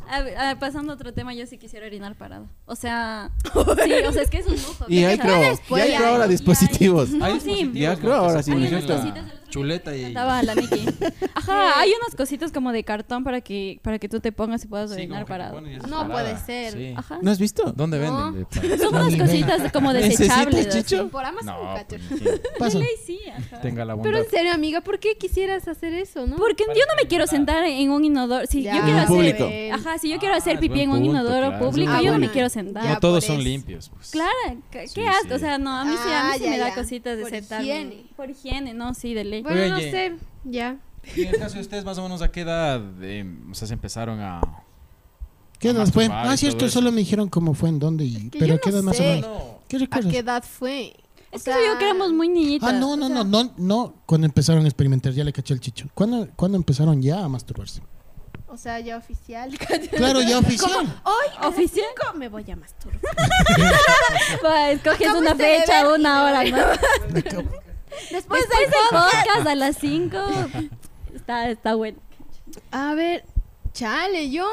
[SPEAKER 2] A ver, a ver, pasando a otro tema, yo sí quisiera orinar parada. O sea, sí, o sea, es que es un lujo.
[SPEAKER 5] Y hay creo, y hay creo ahora dispositivos.
[SPEAKER 6] Hay
[SPEAKER 2] sí.
[SPEAKER 6] dispositivos,
[SPEAKER 5] Ya
[SPEAKER 6] ¿no?
[SPEAKER 5] creo
[SPEAKER 6] que
[SPEAKER 5] ahora
[SPEAKER 6] se
[SPEAKER 5] sí,
[SPEAKER 6] ponen
[SPEAKER 5] ¿no?
[SPEAKER 6] en la
[SPEAKER 2] Hay unas cositas-
[SPEAKER 6] Chuleta y...
[SPEAKER 2] Estaba la Miki. Ajá, hay unas cositas como de cartón para que para que tú te pongas y puedas
[SPEAKER 6] Sí, como
[SPEAKER 2] orinar
[SPEAKER 6] que
[SPEAKER 2] parado.
[SPEAKER 6] ponen y haces
[SPEAKER 1] No
[SPEAKER 6] parada.
[SPEAKER 1] puede ser.
[SPEAKER 6] Sí.
[SPEAKER 2] Ajá.
[SPEAKER 5] ¿No has visto?
[SPEAKER 6] ¿Dónde
[SPEAKER 1] No.
[SPEAKER 6] venden? de-
[SPEAKER 2] Son unas cositas como desechables.
[SPEAKER 5] ¿Necesitas, Chicho?
[SPEAKER 1] Por Amazon,
[SPEAKER 6] No,
[SPEAKER 1] cacho.
[SPEAKER 6] pues, sí.
[SPEAKER 4] Pasa.
[SPEAKER 2] así. Sí, ajá.
[SPEAKER 6] tenga la
[SPEAKER 1] Pero
[SPEAKER 6] bondad.
[SPEAKER 1] en serio, amiga, ¿por qué quisieras hacer eso, no?
[SPEAKER 2] Porque yo no me quiero sentar en un inodoro. Si
[SPEAKER 1] Ya,
[SPEAKER 2] yo quiero
[SPEAKER 5] En
[SPEAKER 2] hacer,
[SPEAKER 5] público.
[SPEAKER 1] ven.
[SPEAKER 2] ajá, si yo quiero
[SPEAKER 6] Ah,
[SPEAKER 2] hacer
[SPEAKER 6] es
[SPEAKER 2] pipí en
[SPEAKER 6] buen
[SPEAKER 2] un
[SPEAKER 6] punto,
[SPEAKER 2] inodoro
[SPEAKER 6] claro, es
[SPEAKER 2] público,
[SPEAKER 1] buen
[SPEAKER 2] yo no me
[SPEAKER 1] punto.
[SPEAKER 2] quiero
[SPEAKER 6] no
[SPEAKER 2] sentar.
[SPEAKER 1] Ya,
[SPEAKER 6] todos
[SPEAKER 1] por
[SPEAKER 6] son
[SPEAKER 1] eso.
[SPEAKER 6] limpios. pues.
[SPEAKER 2] Claro, qué
[SPEAKER 6] Sí,
[SPEAKER 2] qué asco.
[SPEAKER 6] sí.
[SPEAKER 2] O sea, no, a mí sí, a mí
[SPEAKER 1] Ah,
[SPEAKER 2] sí
[SPEAKER 1] ya,
[SPEAKER 2] me da
[SPEAKER 1] ya.
[SPEAKER 2] cositas de
[SPEAKER 1] Por
[SPEAKER 2] sentarme.
[SPEAKER 1] higiene.
[SPEAKER 2] Por higiene, no, sí, de ley.
[SPEAKER 1] Bueno, no
[SPEAKER 6] Oye.
[SPEAKER 1] sé. Ya.
[SPEAKER 6] Y en el caso de ustedes, más o menos, ¿a qué edad eh, o sea, se empezaron a...?
[SPEAKER 4] ¿Qué edad
[SPEAKER 6] Más
[SPEAKER 4] fue?
[SPEAKER 6] tomar
[SPEAKER 4] Ah,
[SPEAKER 6] y todo
[SPEAKER 4] cierto,
[SPEAKER 6] eso.
[SPEAKER 4] solo me dijeron cómo fue, en dónde, y,
[SPEAKER 1] Que yo
[SPEAKER 4] pero
[SPEAKER 1] no
[SPEAKER 4] qué edad más o
[SPEAKER 1] sé.
[SPEAKER 4] menos. ¿Qué
[SPEAKER 1] ¿A
[SPEAKER 4] recuerdas?
[SPEAKER 1] qué edad fue?
[SPEAKER 2] Es que yo digo que éramos muy niñitas.
[SPEAKER 4] Ah, no, no, no, no, no. Cuando empezaron a experimentar, ya le caché el chicho. ¿Cuándo, cuándo empezaron ya a masturbarse?
[SPEAKER 1] O sea, ya oficial.
[SPEAKER 4] Claro, ya oficial.
[SPEAKER 1] Hoy, a las
[SPEAKER 2] ¿Oficial?
[SPEAKER 1] cinco, me voy a masturbar.
[SPEAKER 2] Pues coges
[SPEAKER 1] Comiste
[SPEAKER 2] una
[SPEAKER 1] de ver
[SPEAKER 2] fecha,
[SPEAKER 1] y
[SPEAKER 2] una
[SPEAKER 1] me
[SPEAKER 2] hora,
[SPEAKER 1] voy.
[SPEAKER 2] ¿no?
[SPEAKER 1] Pues
[SPEAKER 2] Después del podcast a las 5. Está, está bueno.
[SPEAKER 1] A ver, chale, yo.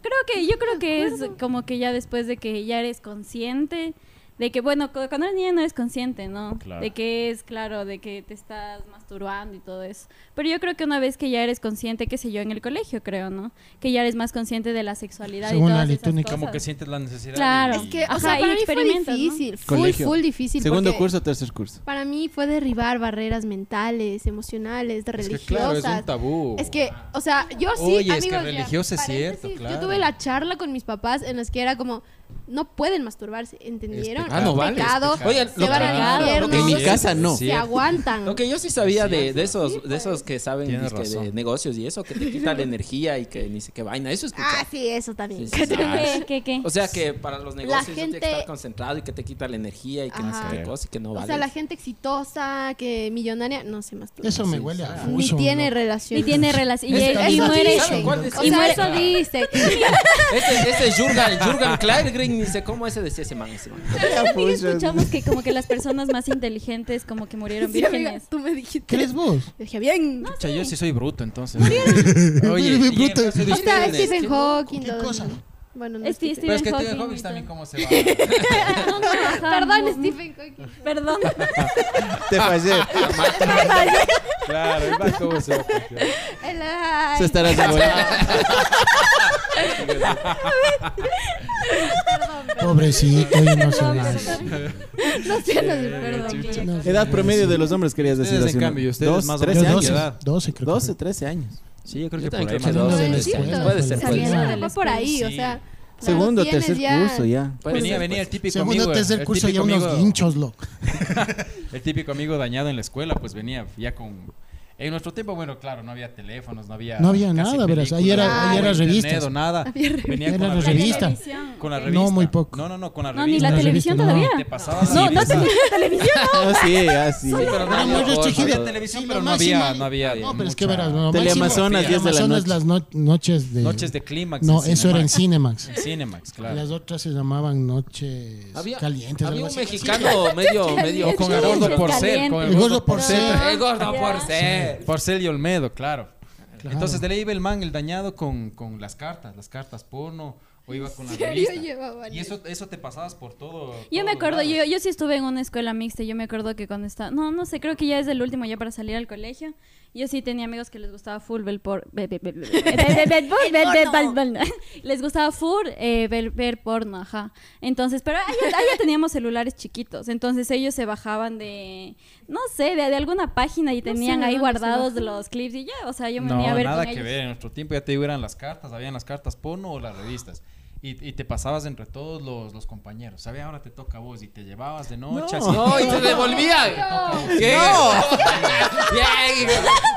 [SPEAKER 2] Creo que, yo creo que es como que ya después de que ya eres consciente, de que, bueno, cu- cuando eres niña no eres consciente, ¿no?
[SPEAKER 6] Claro.
[SPEAKER 2] De que es, claro, de que te estás masturbando y todo eso. Pero yo creo que una vez que ya eres consciente, qué sé yo, en el colegio, creo, ¿no? Que ya eres más consciente de la sexualidad
[SPEAKER 4] Según
[SPEAKER 2] y todas
[SPEAKER 4] Ali,
[SPEAKER 2] esas
[SPEAKER 4] tú ni
[SPEAKER 2] cosas.
[SPEAKER 6] Como que sientes la necesidad.
[SPEAKER 2] Claro.
[SPEAKER 6] y-
[SPEAKER 1] Es que, ah, o
[SPEAKER 2] Ajá,
[SPEAKER 1] sea,
[SPEAKER 2] y
[SPEAKER 1] para mí fue
[SPEAKER 2] experimentas, ¿no?
[SPEAKER 1] difícil. Full,
[SPEAKER 5] Colegio.
[SPEAKER 1] full difícil.
[SPEAKER 5] Segundo
[SPEAKER 1] porque
[SPEAKER 5] curso, tercer curso.
[SPEAKER 1] Para mí fue derribar barreras mentales, emocionales,
[SPEAKER 6] Es que,
[SPEAKER 1] religiosas.
[SPEAKER 6] claro, es un tabú.
[SPEAKER 1] Es que, o sea, yo sí,
[SPEAKER 6] Oye, es que
[SPEAKER 1] amigos, ya,
[SPEAKER 6] religiosa es
[SPEAKER 1] paréntesis,
[SPEAKER 6] cierto, claro.
[SPEAKER 1] Yo tuve la charla con mis papás en las que era como, no pueden masturbarse, ¿entendieron?
[SPEAKER 6] pecado. Ah, no
[SPEAKER 1] Es
[SPEAKER 6] vale, es
[SPEAKER 1] pecado,
[SPEAKER 6] pecado. Oigan,
[SPEAKER 1] se
[SPEAKER 7] lo
[SPEAKER 1] van
[SPEAKER 7] que-
[SPEAKER 1] al
[SPEAKER 2] claro,
[SPEAKER 1] infierno,
[SPEAKER 7] lo que En mi
[SPEAKER 6] Sí,
[SPEAKER 7] casa
[SPEAKER 6] es
[SPEAKER 7] no.
[SPEAKER 1] se
[SPEAKER 6] cierto.
[SPEAKER 1] aguantan.
[SPEAKER 7] Lo que yo sí sabía de, de esos de esos que saben
[SPEAKER 6] Tienes
[SPEAKER 7] dizque, de
[SPEAKER 6] razón.
[SPEAKER 7] negocios y eso, que te quita la energía y que ni sé qué vaina, eso es
[SPEAKER 1] Ah, sí, eso también.
[SPEAKER 7] Sí, sí, sí. Ah,
[SPEAKER 2] ¿Qué, qué, qué?
[SPEAKER 7] O sea que para los negocios uno tiene
[SPEAKER 1] gente-
[SPEAKER 7] que estar concentrado y que te quita la energía y que no sé
[SPEAKER 1] Ajá.
[SPEAKER 7] qué cosa y que no
[SPEAKER 1] o
[SPEAKER 7] vale.
[SPEAKER 1] sea, la gente exitosa, que millonaria, no se masturba.
[SPEAKER 4] Eso me huele a
[SPEAKER 1] Ni
[SPEAKER 4] fuso,
[SPEAKER 1] tiene
[SPEAKER 4] ¿no?
[SPEAKER 1] relación.
[SPEAKER 2] Y tiene relación. Y,
[SPEAKER 4] Es-
[SPEAKER 2] llega- y
[SPEAKER 4] eso
[SPEAKER 2] muere.
[SPEAKER 7] dicen. ¿Cuál es?
[SPEAKER 1] O
[SPEAKER 2] Y
[SPEAKER 1] sea,
[SPEAKER 2] muere.
[SPEAKER 1] eso dice.
[SPEAKER 7] Ese, ese es Jurgen, Jurgen Kleidgren, ni sé cómo ese decía ese man. Ese man.
[SPEAKER 2] Nosotros también escuchamos que como que las personas más inteligentes como que murieron
[SPEAKER 1] Sí, amiga,
[SPEAKER 2] vírgenes.
[SPEAKER 1] tú me dijiste.
[SPEAKER 4] ¿Crees vos?
[SPEAKER 1] Yo dije, bien.
[SPEAKER 6] Pucha, yo sí soy bruto, entonces.
[SPEAKER 4] Oye,
[SPEAKER 6] y
[SPEAKER 4] bruto.
[SPEAKER 6] entonces
[SPEAKER 1] o sea,
[SPEAKER 6] ustedes-
[SPEAKER 1] Stephen Hawking.
[SPEAKER 4] ¿Qué
[SPEAKER 1] los-
[SPEAKER 4] cosa?
[SPEAKER 1] Bueno, no
[SPEAKER 2] Es que
[SPEAKER 1] Stephen-
[SPEAKER 6] Pero es que
[SPEAKER 2] Stephen Hawking
[SPEAKER 6] Stephen Hawking
[SPEAKER 2] y
[SPEAKER 6] también
[SPEAKER 2] todo.
[SPEAKER 6] cómo se va.
[SPEAKER 2] No, no, ajá,
[SPEAKER 1] Perdón,
[SPEAKER 2] no,
[SPEAKER 1] Stephen Hawking.
[SPEAKER 2] Perdón.
[SPEAKER 5] Te fallé.
[SPEAKER 6] Claro, es cómo se va.
[SPEAKER 1] El- ay,
[SPEAKER 5] Eso estarás de vuelta.
[SPEAKER 1] Perdón, perdón.
[SPEAKER 4] Pobrecito, oye, no
[SPEAKER 5] Oh,
[SPEAKER 4] se va.
[SPEAKER 1] No sé, no sé, perdón.
[SPEAKER 4] No se
[SPEAKER 5] Edad
[SPEAKER 4] va.
[SPEAKER 5] promedio de los hombres querías decir.
[SPEAKER 6] Ustedes,
[SPEAKER 5] así,
[SPEAKER 6] en
[SPEAKER 5] ¿no?
[SPEAKER 6] cambio, ustedes
[SPEAKER 5] Dos,
[SPEAKER 6] más o
[SPEAKER 4] Yo
[SPEAKER 5] 13
[SPEAKER 6] menos.
[SPEAKER 5] años.
[SPEAKER 4] 12,
[SPEAKER 6] edad.
[SPEAKER 4] 12 creo
[SPEAKER 5] 12,
[SPEAKER 4] que
[SPEAKER 5] 13 años.
[SPEAKER 6] Sí, yo creo
[SPEAKER 7] Yo
[SPEAKER 6] que
[SPEAKER 7] también
[SPEAKER 6] por ahí
[SPEAKER 7] creo
[SPEAKER 6] más
[SPEAKER 7] que
[SPEAKER 6] o
[SPEAKER 4] dos.
[SPEAKER 6] menos.
[SPEAKER 4] la
[SPEAKER 1] Sí,
[SPEAKER 4] escuela.
[SPEAKER 1] cierto.
[SPEAKER 7] Puede ser, puede
[SPEAKER 1] Saliendo
[SPEAKER 2] ser.
[SPEAKER 1] de la por ahí, o
[SPEAKER 6] Sí.
[SPEAKER 1] sea. cuando
[SPEAKER 5] Segundo,
[SPEAKER 1] tienes
[SPEAKER 5] tercer
[SPEAKER 1] ya-
[SPEAKER 5] curso ya.
[SPEAKER 7] Puede
[SPEAKER 6] venía, venía
[SPEAKER 7] ser, puede
[SPEAKER 6] el
[SPEAKER 7] ser.
[SPEAKER 4] fue.
[SPEAKER 6] típico
[SPEAKER 4] Segundo,
[SPEAKER 6] amigo.
[SPEAKER 4] tercer
[SPEAKER 6] el
[SPEAKER 4] este curso ya
[SPEAKER 6] típico
[SPEAKER 4] unos
[SPEAKER 6] amigo-
[SPEAKER 4] hinchos, loco.
[SPEAKER 6] El típico amigo dañado en la escuela, pues venía ya con. En nuestro tiempo, bueno, claro, no había teléfonos, no había.
[SPEAKER 4] No había
[SPEAKER 6] casi
[SPEAKER 4] nada, verás,
[SPEAKER 6] películas,
[SPEAKER 4] ahí era-
[SPEAKER 6] no
[SPEAKER 1] ahí
[SPEAKER 6] había
[SPEAKER 1] era
[SPEAKER 6] internet
[SPEAKER 4] revistas.
[SPEAKER 6] o nada. Venía
[SPEAKER 4] Era
[SPEAKER 6] con la
[SPEAKER 4] la
[SPEAKER 6] revista.
[SPEAKER 4] revista.
[SPEAKER 2] televisión.
[SPEAKER 6] Con la
[SPEAKER 4] No,
[SPEAKER 6] revista.
[SPEAKER 4] muy poco.
[SPEAKER 6] No, no, no, con la
[SPEAKER 2] No,
[SPEAKER 6] revista.
[SPEAKER 2] ni la
[SPEAKER 4] No,
[SPEAKER 2] televisión
[SPEAKER 4] no.
[SPEAKER 2] todavía.
[SPEAKER 6] Te pasaba la
[SPEAKER 2] No, no
[SPEAKER 6] revista.
[SPEAKER 2] tenía televisión.
[SPEAKER 5] Ah, sí, ah, sí.
[SPEAKER 7] pero no
[SPEAKER 4] Era muy
[SPEAKER 7] había otro.
[SPEAKER 4] restringido.
[SPEAKER 6] había televisión,
[SPEAKER 4] Sí,
[SPEAKER 6] pero
[SPEAKER 4] lo
[SPEAKER 6] no
[SPEAKER 4] máximo-
[SPEAKER 6] había- no había
[SPEAKER 4] No, pero es que
[SPEAKER 6] mucha-
[SPEAKER 4] verás, lo máximo-
[SPEAKER 5] Teleamazonas, 10 de la
[SPEAKER 4] Amazonas,
[SPEAKER 5] noche.
[SPEAKER 4] las no- noches de.
[SPEAKER 6] Noches de clímax.
[SPEAKER 4] No,
[SPEAKER 6] en
[SPEAKER 4] eso era en
[SPEAKER 6] Cinemax.
[SPEAKER 4] Cinemax.
[SPEAKER 6] En Cinemax, claro.
[SPEAKER 4] Las otras se llamaban noches
[SPEAKER 7] Había,
[SPEAKER 4] calientes.
[SPEAKER 7] había
[SPEAKER 4] algo
[SPEAKER 7] un
[SPEAKER 4] así.
[SPEAKER 7] mexicano medio, medio.
[SPEAKER 6] O con el gordo porcel. Con
[SPEAKER 4] El gordo Porcel.
[SPEAKER 7] El gordo porcel.
[SPEAKER 6] Porcel y Olmedo, claro.
[SPEAKER 4] Claro.
[SPEAKER 6] Entonces de ley iba el man, el dañado, con, con las cartas, las cartas porno, o iba con la
[SPEAKER 1] serio
[SPEAKER 6] revista.
[SPEAKER 1] llevaban
[SPEAKER 6] Y eso, eso te pasabas por todo.
[SPEAKER 2] Yo me
[SPEAKER 6] todos
[SPEAKER 2] acuerdo,
[SPEAKER 6] lados.
[SPEAKER 2] yo, yo sí estuve en una escuela mixta, yo me acuerdo que cuando estaba, no, no sé, creo que ya es el último ya para salir al colegio, yo sí tenía amigos que les gustaba full ver por, ve- ve- ve- ve- ve- ve- ve- ve- ve- ve- ve- ve- ve- les gustaba full eh, ver, ver porno, ajá. Entonces, pero ahí ya, ahí ya teníamos celulares chiquitos, entonces ellos se bajaban de, no sé, de, de alguna página y tenían
[SPEAKER 1] de
[SPEAKER 2] ahí
[SPEAKER 1] dónde se
[SPEAKER 2] guardados
[SPEAKER 1] bajaban.
[SPEAKER 2] los clips y ya, o sea, yo me venía a
[SPEAKER 6] No,
[SPEAKER 2] ver
[SPEAKER 6] nada
[SPEAKER 2] con
[SPEAKER 6] que
[SPEAKER 2] ellos.
[SPEAKER 6] ver. En nuestro tiempo ya te digo, eran las cartas, habían las cartas porno o las revistas. Y, y te pasabas entre todos los, los compañeros. ¿Sabes? Ahora te toca a vos y te llevabas de noche. así.
[SPEAKER 7] No, y te devolvían. ¿Qué? Bien,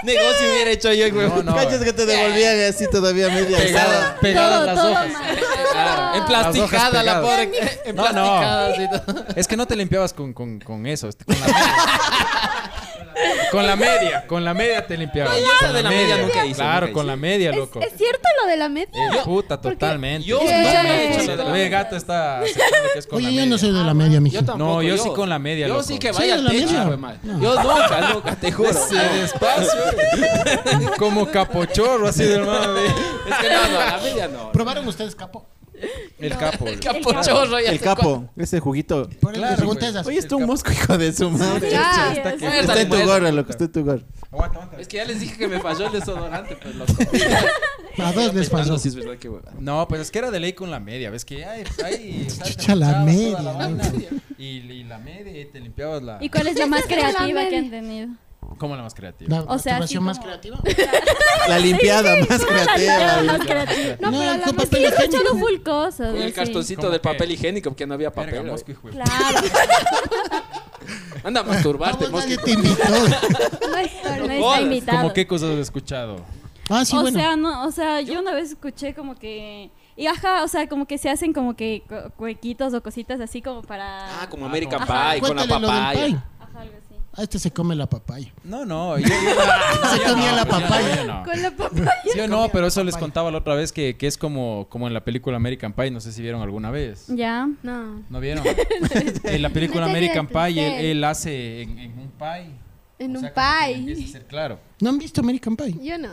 [SPEAKER 7] negocio hubiera hecho yo, güey.
[SPEAKER 6] No, no.
[SPEAKER 5] Cachas que te devolvían así todavía media alzada.
[SPEAKER 7] Pegada, pegada
[SPEAKER 2] Todo,
[SPEAKER 7] las
[SPEAKER 2] todo
[SPEAKER 7] hojas.
[SPEAKER 2] mal.
[SPEAKER 7] Claro, emplasticada la
[SPEAKER 6] pegadas.
[SPEAKER 7] pobre.
[SPEAKER 6] No, no.
[SPEAKER 7] Emplasticada así. todo.
[SPEAKER 6] Es que no te limpiabas con, con, con eso, este, con la media. con la media, con la media te limpiabas.
[SPEAKER 7] No, yo
[SPEAKER 6] con
[SPEAKER 7] de la media nunca hice,
[SPEAKER 6] Claro,
[SPEAKER 7] nunca
[SPEAKER 6] con
[SPEAKER 7] hice.
[SPEAKER 6] la media, loco.
[SPEAKER 1] ¿Es, es cierto lo de la media?
[SPEAKER 6] Eh, puta, totalmente.
[SPEAKER 7] yo
[SPEAKER 6] totalmente.
[SPEAKER 7] nunca he hecho lo de la
[SPEAKER 6] Ve,
[SPEAKER 7] media.
[SPEAKER 6] gato está aceptando que es con la
[SPEAKER 4] Oye,
[SPEAKER 6] media.
[SPEAKER 4] yo no soy de la media, mija.
[SPEAKER 7] Yo tampoco,
[SPEAKER 6] No, yo sí con la media,
[SPEAKER 7] Yo
[SPEAKER 6] loco.
[SPEAKER 7] sí que
[SPEAKER 4] Sí,
[SPEAKER 7] vaya
[SPEAKER 4] de
[SPEAKER 7] al
[SPEAKER 4] la
[SPEAKER 7] techo,
[SPEAKER 4] media.
[SPEAKER 7] güey, madre. Yo nunca, nunca, te juro.
[SPEAKER 6] Ese despacio. Como capochorro, así de hermano. ve.
[SPEAKER 7] Es que no, no, la media no.
[SPEAKER 4] ¿Probaron ustedes, capo?
[SPEAKER 6] El capo.
[SPEAKER 7] El capochorro ya
[SPEAKER 5] El capo, ese juguito.
[SPEAKER 4] Por claro,
[SPEAKER 6] Claro,
[SPEAKER 4] preguntas
[SPEAKER 6] güey.
[SPEAKER 5] Oye, está un mosco, hijo de su madre.
[SPEAKER 1] Ya.
[SPEAKER 7] Muerta,
[SPEAKER 5] Está en tu
[SPEAKER 7] muerta.
[SPEAKER 5] gorra, loco, está en tu gorra.
[SPEAKER 6] Aguanta, aguanta.
[SPEAKER 7] Es que ya les dije que me falló el desodorante, pues loco.
[SPEAKER 4] a dos les pasó.
[SPEAKER 7] No, sí, es verdad que hueva.
[SPEAKER 6] No, pues es que era de ley con la media, ves que hay, hay o sea, te
[SPEAKER 4] Chucha, la
[SPEAKER 6] manchabas toda
[SPEAKER 4] media,
[SPEAKER 6] la vaina
[SPEAKER 4] loco.
[SPEAKER 6] y, y la media y te limpiabas la
[SPEAKER 2] ¿Y cuál es la más creativa que
[SPEAKER 1] media.
[SPEAKER 2] han tenido?
[SPEAKER 6] como la más creativa.
[SPEAKER 4] La
[SPEAKER 2] O sea, así
[SPEAKER 4] masturbación más
[SPEAKER 2] como-
[SPEAKER 4] creativa.
[SPEAKER 5] La limpiada más creativa.
[SPEAKER 2] Yo
[SPEAKER 5] güey.
[SPEAKER 2] más creativa.
[SPEAKER 1] No,
[SPEAKER 4] No,
[SPEAKER 1] pero
[SPEAKER 4] con
[SPEAKER 1] la
[SPEAKER 4] papel
[SPEAKER 2] Sí,
[SPEAKER 1] media
[SPEAKER 2] he escuchado full cosas.
[SPEAKER 7] Con el
[SPEAKER 2] así.
[SPEAKER 7] cartoncito
[SPEAKER 6] Como
[SPEAKER 7] del
[SPEAKER 6] que-
[SPEAKER 7] papel higiénico, porque no había papel.
[SPEAKER 6] Verga,
[SPEAKER 7] güey.
[SPEAKER 6] mosco, hijo de-
[SPEAKER 2] Claro,
[SPEAKER 7] Anda a masturbarte,
[SPEAKER 4] Vamos,
[SPEAKER 7] mosco.
[SPEAKER 4] nadie te invitó.
[SPEAKER 2] no está, no
[SPEAKER 7] jodas.
[SPEAKER 2] está invitado.
[SPEAKER 6] Como qué cosas has escuchado.
[SPEAKER 4] Ah, sí,
[SPEAKER 2] o
[SPEAKER 4] bueno.
[SPEAKER 2] sea, no, o sea, yo una vez escuché como que Y ajá, o sea, como que se hacen como que cu- cuequitos o cositas así como para...
[SPEAKER 7] Ah, como American
[SPEAKER 2] Ajá.
[SPEAKER 7] Pie, con la
[SPEAKER 4] Cuéntale lo del pie.
[SPEAKER 7] papaya.
[SPEAKER 2] Ajá, algo así.
[SPEAKER 4] Ah, este se come la papaya.
[SPEAKER 6] No, no. Yo, yo-
[SPEAKER 4] Se
[SPEAKER 6] yo
[SPEAKER 4] comía
[SPEAKER 6] no,
[SPEAKER 4] la
[SPEAKER 6] pues yo no,
[SPEAKER 4] papaya.
[SPEAKER 6] yo no.
[SPEAKER 1] Con la papaya.
[SPEAKER 6] Sí o no, pero eso les contaba la otra vez que, que es como, como en la película American Pie, no sé si vieron alguna vez.
[SPEAKER 2] Ya.
[SPEAKER 1] No.
[SPEAKER 6] ¿No vieron? en la
[SPEAKER 1] Mm.
[SPEAKER 6] película
[SPEAKER 1] No te
[SPEAKER 6] American
[SPEAKER 1] digas,
[SPEAKER 6] Pie, él,
[SPEAKER 1] sí.
[SPEAKER 6] él hace en, en un pie.
[SPEAKER 1] En
[SPEAKER 6] O
[SPEAKER 1] un
[SPEAKER 6] sea, como que este-
[SPEAKER 1] pie.
[SPEAKER 6] empieza a ser claro.
[SPEAKER 4] ¿No han visto American Pie?
[SPEAKER 1] Yo no.